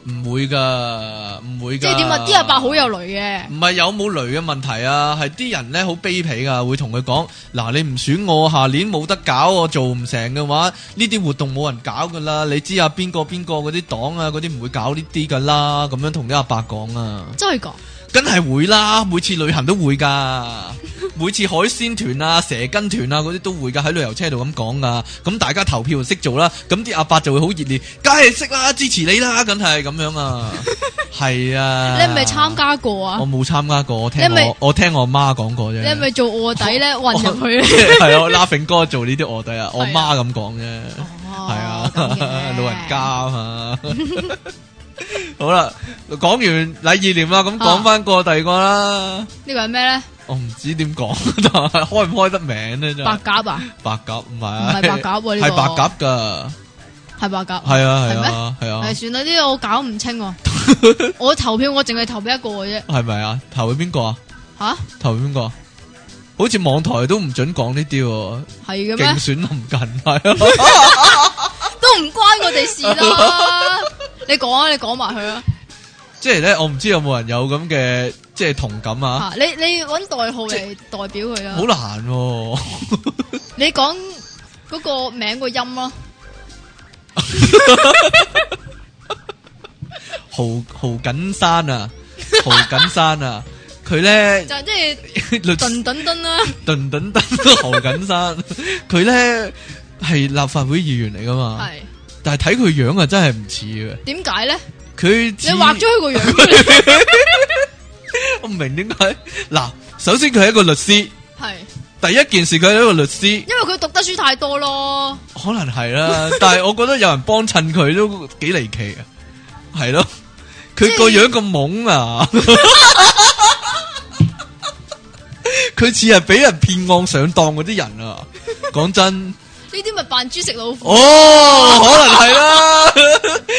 [SPEAKER 1] 唔會噶，唔會
[SPEAKER 2] 即
[SPEAKER 1] 噶。
[SPEAKER 2] 係點啊？啲阿伯好有雷嘅，
[SPEAKER 1] 唔係有冇雷嘅問題啊，係啲人咧好卑鄙噶，會同佢講嗱，你唔選我，下年冇得搞，我做唔成嘅話，呢啲活動冇人搞噶啦。你知啊，邊個邊個嗰啲黨啊，嗰啲唔會搞呢啲噶啦。咁樣同啲阿伯講啊，
[SPEAKER 2] 真係噶，
[SPEAKER 1] 梗係會啦，每次旅行都會噶， 每次海鮮團啊、蛇羹團啊嗰啲都會噶，喺旅遊車度咁講噶。咁大家投票就識做啦，咁啲阿伯就會好熱烈，梗係識啦，支持你啦，梗係咁樣啊， 係啊。哦
[SPEAKER 2] 你係咪參加過啊
[SPEAKER 1] 我？冇參加過，我聽
[SPEAKER 2] 你係咪
[SPEAKER 1] 我我聽我媽講過啫。
[SPEAKER 2] 你係咪做卧底
[SPEAKER 1] 哦
[SPEAKER 2] 咧？混入去咧？
[SPEAKER 1] 係啊，我 laughing 哥做呢啲卧底啊，我
[SPEAKER 2] 係啊
[SPEAKER 1] 媽咁講啫。
[SPEAKER 2] 係
[SPEAKER 1] 係啊
[SPEAKER 2] 咁嘅
[SPEAKER 1] 老人家啊嘛。 好啦，讲完礼仪年啦，咁讲
[SPEAKER 2] 啊
[SPEAKER 1] 翻个第二个啦。
[SPEAKER 2] 呢个系咩咧？
[SPEAKER 1] 我唔知点讲，但系开唔开得名咧？真
[SPEAKER 2] 白
[SPEAKER 1] 係
[SPEAKER 2] 鸽啊，
[SPEAKER 1] 白鸽唔系
[SPEAKER 2] 唔
[SPEAKER 1] 啊，
[SPEAKER 2] 系白鸽喎，
[SPEAKER 1] 系
[SPEAKER 2] 呢個
[SPEAKER 1] 白鸽噶，
[SPEAKER 2] 系白鸽，
[SPEAKER 1] 系啊系
[SPEAKER 2] 係咩
[SPEAKER 1] 啊系啊
[SPEAKER 2] 系，算啦，呢個我搞唔清 喎。我投票我淨係投俾一個嘅啫，
[SPEAKER 1] 系咪啊？投俾边个啊？
[SPEAKER 2] 吓
[SPEAKER 1] 投俾边个啊？好似網台都唔准講呢啲喎，
[SPEAKER 2] 係
[SPEAKER 1] 競
[SPEAKER 2] 嘅咩？
[SPEAKER 1] 選臨近係 啊，
[SPEAKER 2] 都唔關我哋事啦。 你講啊，你講埋佢啊。
[SPEAKER 1] 即係咧，我唔知有冇人有咁嘅即係同感啊，
[SPEAKER 2] 吓，你你搵代號嚟代表佢
[SPEAKER 1] 好
[SPEAKER 2] 啊。
[SPEAKER 1] 難喎，
[SPEAKER 2] 你講嗰個名個音咯，
[SPEAKER 1] 豪豪緊山啊，豪緊山啊，佢 咧
[SPEAKER 2] 就係即係
[SPEAKER 1] 律
[SPEAKER 2] 頓頓頓啦。
[SPEAKER 1] 頓頓頓豪緊山，佢咧係立法會議員嚟噶嘛，
[SPEAKER 2] 係
[SPEAKER 1] 但係睇佢樣啊真係唔似
[SPEAKER 2] 點解咧？
[SPEAKER 1] 嘅，佢
[SPEAKER 2] 你
[SPEAKER 1] 似
[SPEAKER 2] 畫咗佢個樣出 嚟，
[SPEAKER 1] 我唔明點解嗱，首先佢係一個律師，
[SPEAKER 2] 係
[SPEAKER 1] 第一件事佢係一個律師。
[SPEAKER 2] 因為佢讀得書太多咯。
[SPEAKER 1] 可能系啦，但系我覺得有人幫襯佢都幾離奇啊，係咯，佢個樣咁懵啊，佢似係俾人騙案上當嗰啲人啊，講真，
[SPEAKER 2] 呢啲咪扮豬食老虎，
[SPEAKER 1] 哦，可能係啦，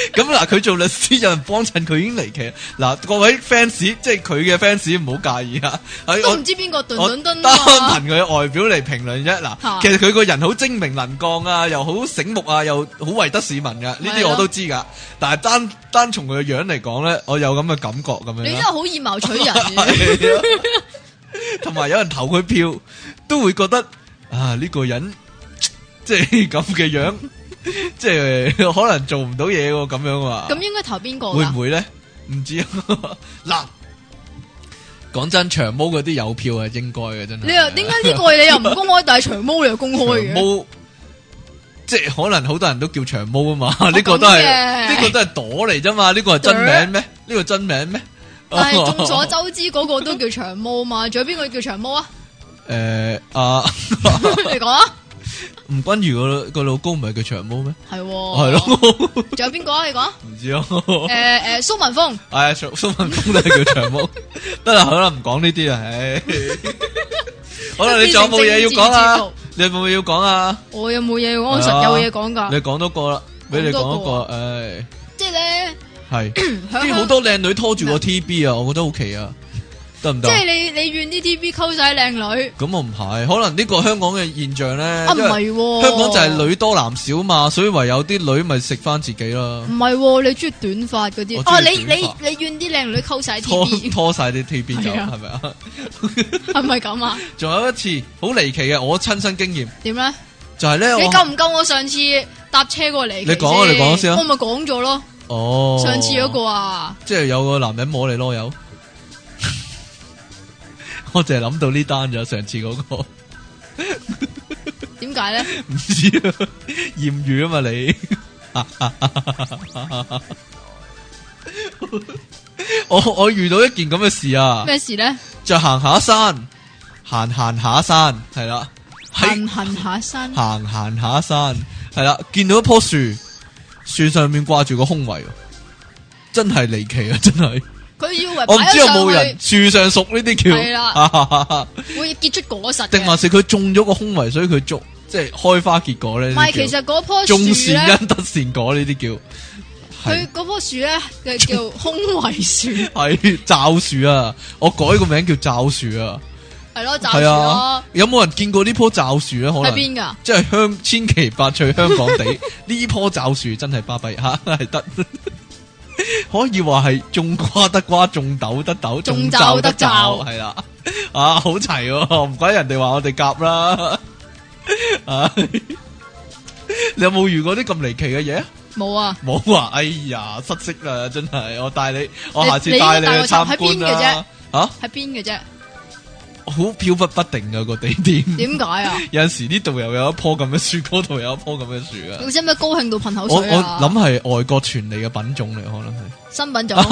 [SPEAKER 1] 咁嗱，佢做律師有人幫襯佢已經離奇啦，嗱，各位 fans 即係佢嘅 fans 唔好介意啊，喺
[SPEAKER 2] 都
[SPEAKER 1] 我
[SPEAKER 2] 唔知邊個
[SPEAKER 1] 我
[SPEAKER 2] 頓頓
[SPEAKER 1] 單
[SPEAKER 2] 頓啊嘛。
[SPEAKER 1] 憑佢外表嚟評論啫。嗱，
[SPEAKER 2] 嚇
[SPEAKER 1] 其實佢個人好精明能幹啊，又好醒目啊，又好為得市民噶，呢
[SPEAKER 2] 係
[SPEAKER 1] 啲
[SPEAKER 2] 咯
[SPEAKER 1] 我都知噶。但係單單從佢嘅樣嚟講咧，我有咁嘅感覺咁
[SPEAKER 2] 你
[SPEAKER 1] 樣
[SPEAKER 2] 真係
[SPEAKER 1] 啦。
[SPEAKER 2] 好以貌取人 嘅。
[SPEAKER 1] 係啊同埋有人投佢票，都會覺得啊呢個人即係咁嘅樣，即係可能做唔到嘢喎咁樣啊。
[SPEAKER 2] 咁應該投邊個
[SPEAKER 1] 會唔
[SPEAKER 2] 㗎？
[SPEAKER 1] 會咧？唔知啊 嗱，講真，長毛嗰啲有票係應該嘅，真係。
[SPEAKER 2] 你又點解呢個你又唔公開，但係長毛你又公開
[SPEAKER 1] 長
[SPEAKER 2] 嘅？
[SPEAKER 1] 毛，即系可能好多人都叫長毛啊嘛，呢個
[SPEAKER 2] 哦咁
[SPEAKER 1] 都係
[SPEAKER 2] 嘅
[SPEAKER 1] 呢個都係朵嚟啫嘛，呢個係真名咩？呢個真名咩？
[SPEAKER 2] 但係眾 所周知嗰個都叫長毛嘛，仲有邊個叫長毛啊？
[SPEAKER 1] 诶啊，
[SPEAKER 2] 你講啊，
[SPEAKER 1] 吳君如個個老公唔係叫長毛咩？
[SPEAKER 2] 係
[SPEAKER 1] 係
[SPEAKER 2] 喎，，
[SPEAKER 1] 咯，
[SPEAKER 2] 仲有邊個啊？你講啊，
[SPEAKER 1] 唔知 啊。
[SPEAKER 2] 诶诶，苏文峰
[SPEAKER 1] 哎呀，蘇蘇文峰都係叫長 毛，得啦，好啦，唔講呢啲啦，唉。好啦，你仲有冇嘢要講啊？你有冇嘢要講啊？
[SPEAKER 2] 我有冇嘢？我實有嘢講㗎，
[SPEAKER 1] 你講多個啦，俾你講
[SPEAKER 2] 啊講
[SPEAKER 1] 一
[SPEAKER 2] 多個
[SPEAKER 1] 個，
[SPEAKER 2] 啊
[SPEAKER 1] 唉，
[SPEAKER 2] 即係咧，
[SPEAKER 1] 係。
[SPEAKER 2] 響
[SPEAKER 1] 啲好
[SPEAKER 2] 香
[SPEAKER 1] 多靚女拖住個 TB 啊，我覺得好奇啊，得唔
[SPEAKER 2] 即
[SPEAKER 1] 得？
[SPEAKER 2] 係你你怨啲 T V 溝仔靚女
[SPEAKER 1] 咁我唔係，可能呢個香港嘅現象咧，
[SPEAKER 2] 啊？唔
[SPEAKER 1] 因為
[SPEAKER 2] 係喎，
[SPEAKER 1] 香港就係女多男少嘛，所以唯有啲女咪食翻自己啦，
[SPEAKER 2] 唔係喎，你中意短髮嗰
[SPEAKER 1] 我
[SPEAKER 2] 啲
[SPEAKER 1] 中意
[SPEAKER 2] 哦？你
[SPEAKER 1] 短
[SPEAKER 2] 你
[SPEAKER 1] 髮
[SPEAKER 2] 你怨啲靚女溝晒 T
[SPEAKER 1] 拖
[SPEAKER 2] V
[SPEAKER 1] 拖晒啲 TB 走，
[SPEAKER 2] 係啊
[SPEAKER 1] 係咪啊？
[SPEAKER 2] 係咪咁啊？
[SPEAKER 1] 仲有一次好離奇嘅，我親身經驗
[SPEAKER 2] 點咧？
[SPEAKER 1] 就係咧，
[SPEAKER 2] 你
[SPEAKER 1] 我
[SPEAKER 2] 夠唔夠我上次搭車過嚟？
[SPEAKER 1] 你講啊你講先啊
[SPEAKER 2] 我咪講咗咯，
[SPEAKER 1] 哦，
[SPEAKER 2] 上次嗰個啊，
[SPEAKER 1] 即係有個 男人摸你啰柚，我淨係諗到呢單咋，上次嗰個 唔
[SPEAKER 2] 點解咧？
[SPEAKER 1] 知啊，豔遇啊嘛你。 我我遇到一件咁嘅事啊，
[SPEAKER 2] 咩事咧？
[SPEAKER 1] 就行下山，行行下山，系啦，喺
[SPEAKER 2] 行行下山，
[SPEAKER 1] 行行下山，系啦，见到一棵樹，樹上面掛住個胸圍喎，真係離奇啊！真 係，
[SPEAKER 2] 佢以為
[SPEAKER 1] 我唔
[SPEAKER 2] 擺
[SPEAKER 1] 知有
[SPEAKER 2] 咗
[SPEAKER 1] 冇
[SPEAKER 2] 上
[SPEAKER 1] 人樹上熟呢
[SPEAKER 2] 係
[SPEAKER 1] 啲叫，
[SPEAKER 2] 去會結出果實嘅
[SPEAKER 1] 定還是佢中咗個胸圍，所以佢中即係開花結果咧？
[SPEAKER 2] 唔
[SPEAKER 1] 呢
[SPEAKER 2] 係，
[SPEAKER 1] 啲
[SPEAKER 2] 其
[SPEAKER 1] 叫
[SPEAKER 2] 實嗰棵樹
[SPEAKER 1] 種善
[SPEAKER 2] 咧，
[SPEAKER 1] 因得善果呢啲叫，係
[SPEAKER 2] 佢嗰棵樹咧 就叫胸圍樹，
[SPEAKER 1] 係罩樹啊！我改個名叫罩樹啊！
[SPEAKER 2] 係咯，就樹
[SPEAKER 1] 系
[SPEAKER 2] 咯
[SPEAKER 1] 啊，，有冇人見過呢棵罩樹咧？可
[SPEAKER 2] 喺
[SPEAKER 1] 能
[SPEAKER 2] 邊㗎？
[SPEAKER 1] 即係香千奇百趣香港地 呢棵罩樹真係巴閉吓，係得可以話係種瓜得瓜，種豆得豆，
[SPEAKER 2] 種
[SPEAKER 1] 種
[SPEAKER 2] 罩
[SPEAKER 1] 罩
[SPEAKER 2] 得
[SPEAKER 1] 得
[SPEAKER 2] 罩
[SPEAKER 1] 罩，係啦，啊好齊喎，唔怪人哋話我哋夾啦， 啊你有冇遇過啲咁離奇嘅嘢啊？
[SPEAKER 2] 冇啊！
[SPEAKER 1] 冇啊！哎呀，失色啦，真係！我帶你，我
[SPEAKER 2] 你
[SPEAKER 1] 下次
[SPEAKER 2] 你
[SPEAKER 1] 帶
[SPEAKER 2] 帶我
[SPEAKER 1] 去參
[SPEAKER 2] 集喺邊
[SPEAKER 1] 觀
[SPEAKER 2] 嘅啫
[SPEAKER 1] 啦。吓，
[SPEAKER 2] 喺邊嘅啫？
[SPEAKER 1] 好飄忽不定啊個地 點。
[SPEAKER 2] 點解啊？
[SPEAKER 1] 有阵时呢度又有一棵咁嘅樹，嗰度有一棵咁嘅樹啊！
[SPEAKER 2] 你使唔使高興到噴口
[SPEAKER 1] 我
[SPEAKER 2] 水
[SPEAKER 1] 我
[SPEAKER 2] 啊？
[SPEAKER 1] 諗係外國傳嚟嘅品種嚟，可能係。
[SPEAKER 2] 新 品種，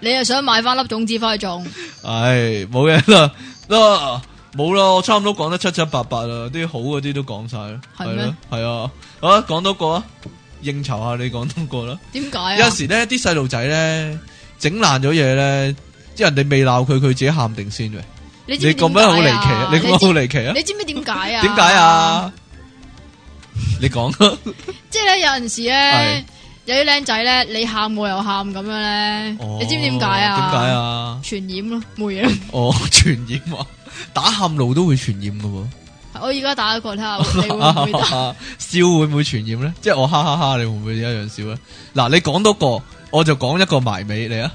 [SPEAKER 2] 你又想買翻粒種子翻去種？
[SPEAKER 1] 唉，冇嘢啦。嗱，冇啦，我差唔多講得七七八八啦，啲好嗰啲都講晒啦，
[SPEAKER 2] 係
[SPEAKER 1] 係
[SPEAKER 2] 咩
[SPEAKER 1] 咯，係啊，好啊，講多個啊，應酬下你講多個啦。
[SPEAKER 2] 點解啊
[SPEAKER 1] 有？時咧，啲細路仔咧整爛咗嘢咧，即係人哋未鬧佢，佢自己喊定先嘅。
[SPEAKER 2] 你知
[SPEAKER 1] 你
[SPEAKER 2] 唔知
[SPEAKER 1] 咁樣好離
[SPEAKER 2] 點
[SPEAKER 1] 奇
[SPEAKER 2] 解
[SPEAKER 1] 啊
[SPEAKER 2] 啊？！
[SPEAKER 1] 你咁樣好
[SPEAKER 2] 知
[SPEAKER 1] 離奇啊！
[SPEAKER 2] 你知唔知點解啊？
[SPEAKER 1] 點解？啊？你講啊！
[SPEAKER 2] 即係咧，有陣時
[SPEAKER 1] 係
[SPEAKER 2] 咧，有啲僆仔咧，你喊我又喊咁樣咧，
[SPEAKER 1] 哦
[SPEAKER 2] 你知唔知點解啊？
[SPEAKER 1] 點解？啊？
[SPEAKER 2] 傳染咯，冇嘢 咯。
[SPEAKER 1] 哦， 傳染啊！打喊路都會傳染噶喎。
[SPEAKER 2] 我而家打一個睇下你會唔 會打？
[SPEAKER 1] 笑會唔會傳染咧？即係我哈哈哈，你會唔會一樣笑咧？嗱，你講多個，我就講一個埋尾你啊！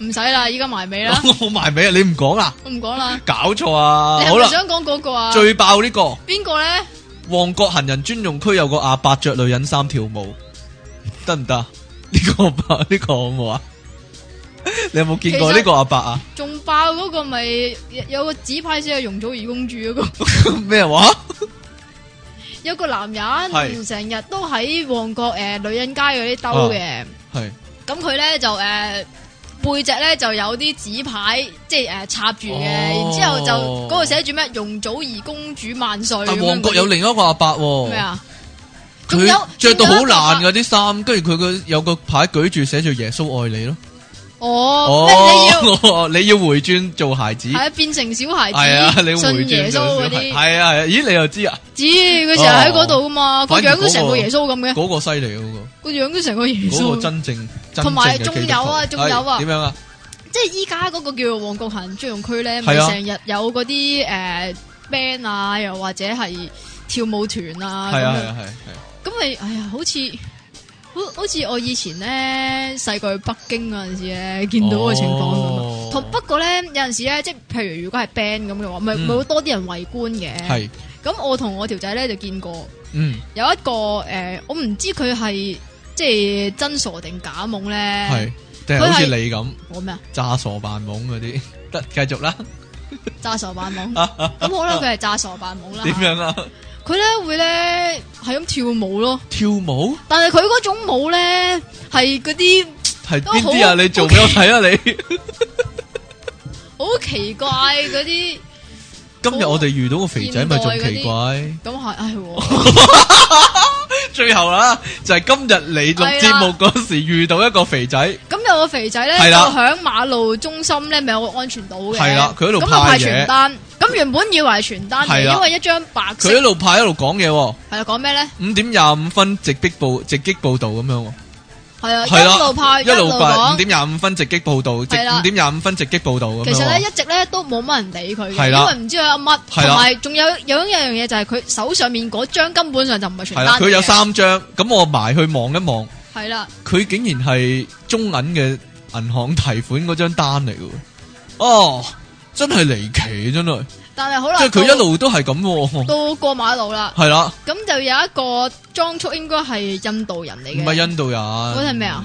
[SPEAKER 2] 唔使啦，依家埋尾啦，
[SPEAKER 1] 我埋尾啊！你唔講啦，
[SPEAKER 2] 我唔講啦。
[SPEAKER 1] 搞錯啊！
[SPEAKER 2] 你
[SPEAKER 1] 好
[SPEAKER 2] 係咪
[SPEAKER 1] 啦，
[SPEAKER 2] 想講嗰個啊？
[SPEAKER 1] 最爆呢個
[SPEAKER 2] 邊個咧？
[SPEAKER 1] 旺角行人專用區有個阿伯着女人衫跳舞，得唔得？啊 呢個阿伯呢個好唔好啊？你有冇見過
[SPEAKER 2] 其實
[SPEAKER 1] 呢個阿伯啊？
[SPEAKER 2] 仲爆嗰個咪有有個紙牌寫係容祖兒公主嗰個，
[SPEAKER 1] 咩話？
[SPEAKER 2] 有個男
[SPEAKER 1] 係哦
[SPEAKER 2] 人成日都喺旺角誒女人街嗰啲兜嘅，
[SPEAKER 1] 係
[SPEAKER 2] 咁佢咧就誒背脊咧就有啲紙牌，即係誒插住嘅，
[SPEAKER 1] 哦
[SPEAKER 2] 然之後就嗰度寫住咩容祖兒公主萬歲咁樣嗰
[SPEAKER 1] 但
[SPEAKER 2] 啲。
[SPEAKER 1] 旺角有另一個阿伯喎，
[SPEAKER 2] 咩啊？仲
[SPEAKER 1] 佢
[SPEAKER 2] 有
[SPEAKER 1] 着到好
[SPEAKER 2] 仲有一個啊
[SPEAKER 1] 爛嗰啲衫，跟住佢個有個牌舉住寫住耶穌愛你咯。
[SPEAKER 2] 哦，咩你 要
[SPEAKER 1] 哦，你要回轉做孩子，
[SPEAKER 2] 係啊變成小孩
[SPEAKER 1] 係啊，你
[SPEAKER 2] 子
[SPEAKER 1] 回
[SPEAKER 2] 信耶
[SPEAKER 1] 轉做
[SPEAKER 2] 穌嗰
[SPEAKER 1] 小孩，
[SPEAKER 2] 啲，
[SPEAKER 1] 係啊係啊，咦你又知 啊？
[SPEAKER 2] 知佢成日喺嗰度噶嘛？個
[SPEAKER 1] 哦反而
[SPEAKER 2] 樣都成
[SPEAKER 1] 嗰個
[SPEAKER 2] 個耶穌咁嘅，
[SPEAKER 1] 嗰個犀利嗰個，
[SPEAKER 2] 個樣都成個耶
[SPEAKER 1] 嗰個
[SPEAKER 2] 穌。
[SPEAKER 1] 真正真
[SPEAKER 2] 同埋
[SPEAKER 1] 正嘅
[SPEAKER 2] 仲
[SPEAKER 1] 基督徒
[SPEAKER 2] 有啊仲有啊
[SPEAKER 1] 係點樣啊？
[SPEAKER 2] 即係依家嗰個叫做旺角行人專用區咧，咪
[SPEAKER 1] 係啊
[SPEAKER 2] 成日有嗰啲誒 band 啊，又或者係跳舞團啊咁
[SPEAKER 1] 係啊係
[SPEAKER 2] 樣。
[SPEAKER 1] 啊係係，
[SPEAKER 2] 咁咪哎呀，好似好好似我以前咧細個去北京嗰陣時咧，見到個情況咁啊。
[SPEAKER 1] 哦
[SPEAKER 2] 同不過咧，有陣時咧，即係譬如如果係 band 咁嘅話，咪
[SPEAKER 1] 嗯
[SPEAKER 2] 咪會多啲人圍觀嘅。
[SPEAKER 1] 係
[SPEAKER 2] 咁我同我條仔咧就見過
[SPEAKER 1] 嗯
[SPEAKER 2] 有一個誒，我唔知佢係即係真傻定假懵咧
[SPEAKER 1] 係。，定係好似
[SPEAKER 2] 佢
[SPEAKER 1] 你咁
[SPEAKER 2] 我咩啊？
[SPEAKER 1] 詐傻扮懵嗰啲， 得繼續啦，
[SPEAKER 2] 詐傻扮 懵，咁好啦，佢係詐傻扮懵啦。
[SPEAKER 1] 啊點樣啊？
[SPEAKER 2] 佢咧會咧係咁跳舞咯，
[SPEAKER 1] 跳舞
[SPEAKER 2] 但係佢嗰種舞咧係嗰啲
[SPEAKER 1] 係
[SPEAKER 2] 都
[SPEAKER 1] 邊啲啊？
[SPEAKER 2] 好
[SPEAKER 1] 你做俾我睇啊你！
[SPEAKER 2] 好奇怪嗰啲，
[SPEAKER 1] 今日我哋遇到個肥仔咪仲奇怪。
[SPEAKER 2] 咁係 唉喎，
[SPEAKER 1] 最後啦，就係今日你錄節目嗰時遇到一個肥 仔。
[SPEAKER 2] 咁有個肥仔咧
[SPEAKER 1] 係
[SPEAKER 2] 就
[SPEAKER 1] 啦
[SPEAKER 2] 響馬路中心咧咪有個安全島嘅，
[SPEAKER 1] 係啦佢喺度
[SPEAKER 2] 咁就啊
[SPEAKER 1] 派
[SPEAKER 2] 派
[SPEAKER 1] 嘢
[SPEAKER 2] 傳單，咁原本以為係傳單
[SPEAKER 1] 係
[SPEAKER 2] 嘅，
[SPEAKER 1] 啦
[SPEAKER 2] 因為一張白色
[SPEAKER 1] 佢一路派一路講嘢喎，
[SPEAKER 2] 係啦，講咩咧？
[SPEAKER 1] 五點廿五分直擊報直擊報道咁樣
[SPEAKER 2] 係啊，
[SPEAKER 1] 喎，係啦，
[SPEAKER 2] 一路派
[SPEAKER 1] 一路派五
[SPEAKER 2] 講。
[SPEAKER 1] 點廿五分直擊報道，直
[SPEAKER 2] 係啦
[SPEAKER 1] 五點廿五分直擊報道咁樣喎。啊
[SPEAKER 2] 其實咧一直咧都冇乜人理佢嘅，
[SPEAKER 1] 係啦
[SPEAKER 2] 因為唔知佢有乜，
[SPEAKER 1] 係啦
[SPEAKER 2] 同埋仲有有一樣嘢就係佢手上面嗰張根本上就唔係傳
[SPEAKER 1] 係
[SPEAKER 2] 單
[SPEAKER 1] 啦，佢有
[SPEAKER 2] 嘅
[SPEAKER 1] 三張，咁我埋去望一望，
[SPEAKER 2] 係啦，
[SPEAKER 1] 佢竟然係中銀嘅銀行提款嗰張單嚟嘅，哦，真係離奇真係，
[SPEAKER 2] 但係好啦，
[SPEAKER 1] 即係佢
[SPEAKER 2] 到
[SPEAKER 1] 一路都係咁喎，
[SPEAKER 2] 到過馬路啦，
[SPEAKER 1] 係啦。
[SPEAKER 2] 咁就有一個裝束應該係印度人嚟嘅，
[SPEAKER 1] 唔係印度人，嗰
[SPEAKER 2] 啲係咩啊？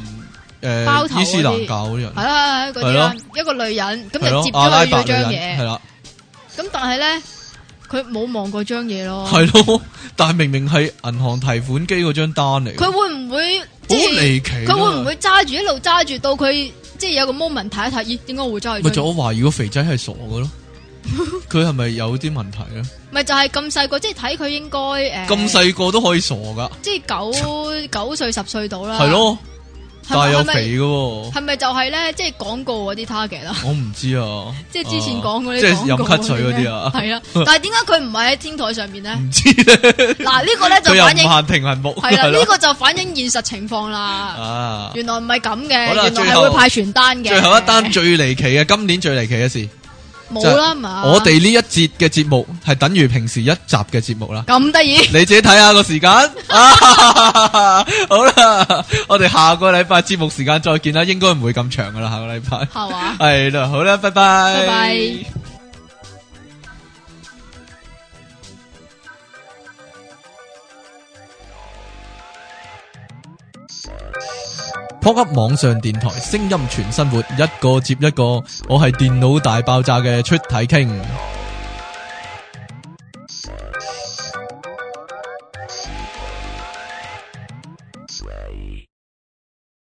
[SPEAKER 1] 诶
[SPEAKER 2] 包，頭嗰啲
[SPEAKER 1] 伊斯蘭教嗰啲人
[SPEAKER 2] 係，啦，係啦嗰啲啦，一個女人咁
[SPEAKER 1] 係
[SPEAKER 2] 就
[SPEAKER 1] 咯
[SPEAKER 2] 接，
[SPEAKER 1] 阿
[SPEAKER 2] 咗
[SPEAKER 1] 拉
[SPEAKER 2] 佢
[SPEAKER 1] 伯
[SPEAKER 2] 嗰
[SPEAKER 1] 女
[SPEAKER 2] 張
[SPEAKER 1] 人，係
[SPEAKER 2] 嘢，
[SPEAKER 1] 啦，
[SPEAKER 2] 咁但係咧佢冇望過張嘢咯，
[SPEAKER 1] 係咯，但係明明係銀行提款機嗰張單嚟，
[SPEAKER 2] 佢會唔會
[SPEAKER 1] 好
[SPEAKER 2] 即係
[SPEAKER 1] 離奇，
[SPEAKER 2] 佢會唔？會揸住一路揸住到佢即係有個 moment 睇一睇，咦？點解我會揸
[SPEAKER 1] 咪
[SPEAKER 2] 住
[SPEAKER 1] 就
[SPEAKER 2] 張嘢？
[SPEAKER 1] 我懷疑個肥仔係傻嘅 咯，佢係咪有啲問題咧？
[SPEAKER 2] 咪就係咁細個，即係睇佢應該誒啊
[SPEAKER 1] 咁，細個都可以傻噶，
[SPEAKER 2] 即係九九歲十歲到啦，
[SPEAKER 1] 係，咯，
[SPEAKER 2] 係
[SPEAKER 1] 但係
[SPEAKER 2] 咪
[SPEAKER 1] 又。
[SPEAKER 2] 係咪
[SPEAKER 1] 肥嘅喎，
[SPEAKER 2] 係咪就係咧？即係廣告嗰啲 target 啦，
[SPEAKER 1] 我唔知啊，
[SPEAKER 2] 即係之前講嗰啲
[SPEAKER 1] 啊即係飲
[SPEAKER 2] 廣告
[SPEAKER 1] 咳水嗰啲啊，
[SPEAKER 2] 係啦。 但係點解佢唔係喺天台上面咧？
[SPEAKER 1] 唔知咧，
[SPEAKER 2] 嗱，呢個咧
[SPEAKER 1] 佢
[SPEAKER 2] 就
[SPEAKER 1] 又
[SPEAKER 2] 反
[SPEAKER 1] 唔
[SPEAKER 2] 映
[SPEAKER 1] 限停銀幕，
[SPEAKER 2] 係啦，啊
[SPEAKER 1] 係
[SPEAKER 2] 呢
[SPEAKER 1] 咯，
[SPEAKER 2] 個就反映現實情況啦。
[SPEAKER 1] 啊。
[SPEAKER 2] 原來唔係咁嘅，
[SPEAKER 1] 好
[SPEAKER 2] 原
[SPEAKER 1] 啦
[SPEAKER 2] 來
[SPEAKER 1] 最後
[SPEAKER 2] 係會派傳單嘅。
[SPEAKER 1] 最後一單最離奇嘅，今年最離奇嘅事，
[SPEAKER 2] 冇啦嘛，
[SPEAKER 1] 我哋呢一節嘅節目係等於平時一集嘅節目啦。
[SPEAKER 2] 咁得意，
[SPEAKER 1] 你自己睇下個時間。 啊好啦，我哋下個禮拜節目時間再見啦，應該唔會咁長噶啦，下個禮 拜。
[SPEAKER 2] 係嘛？
[SPEAKER 1] 係啦，好啦，拜拜。
[SPEAKER 2] 拜拜。
[SPEAKER 1] 波及網上電台，聲音全生活，一個接一個。我係電腦大爆炸嘅出體傾。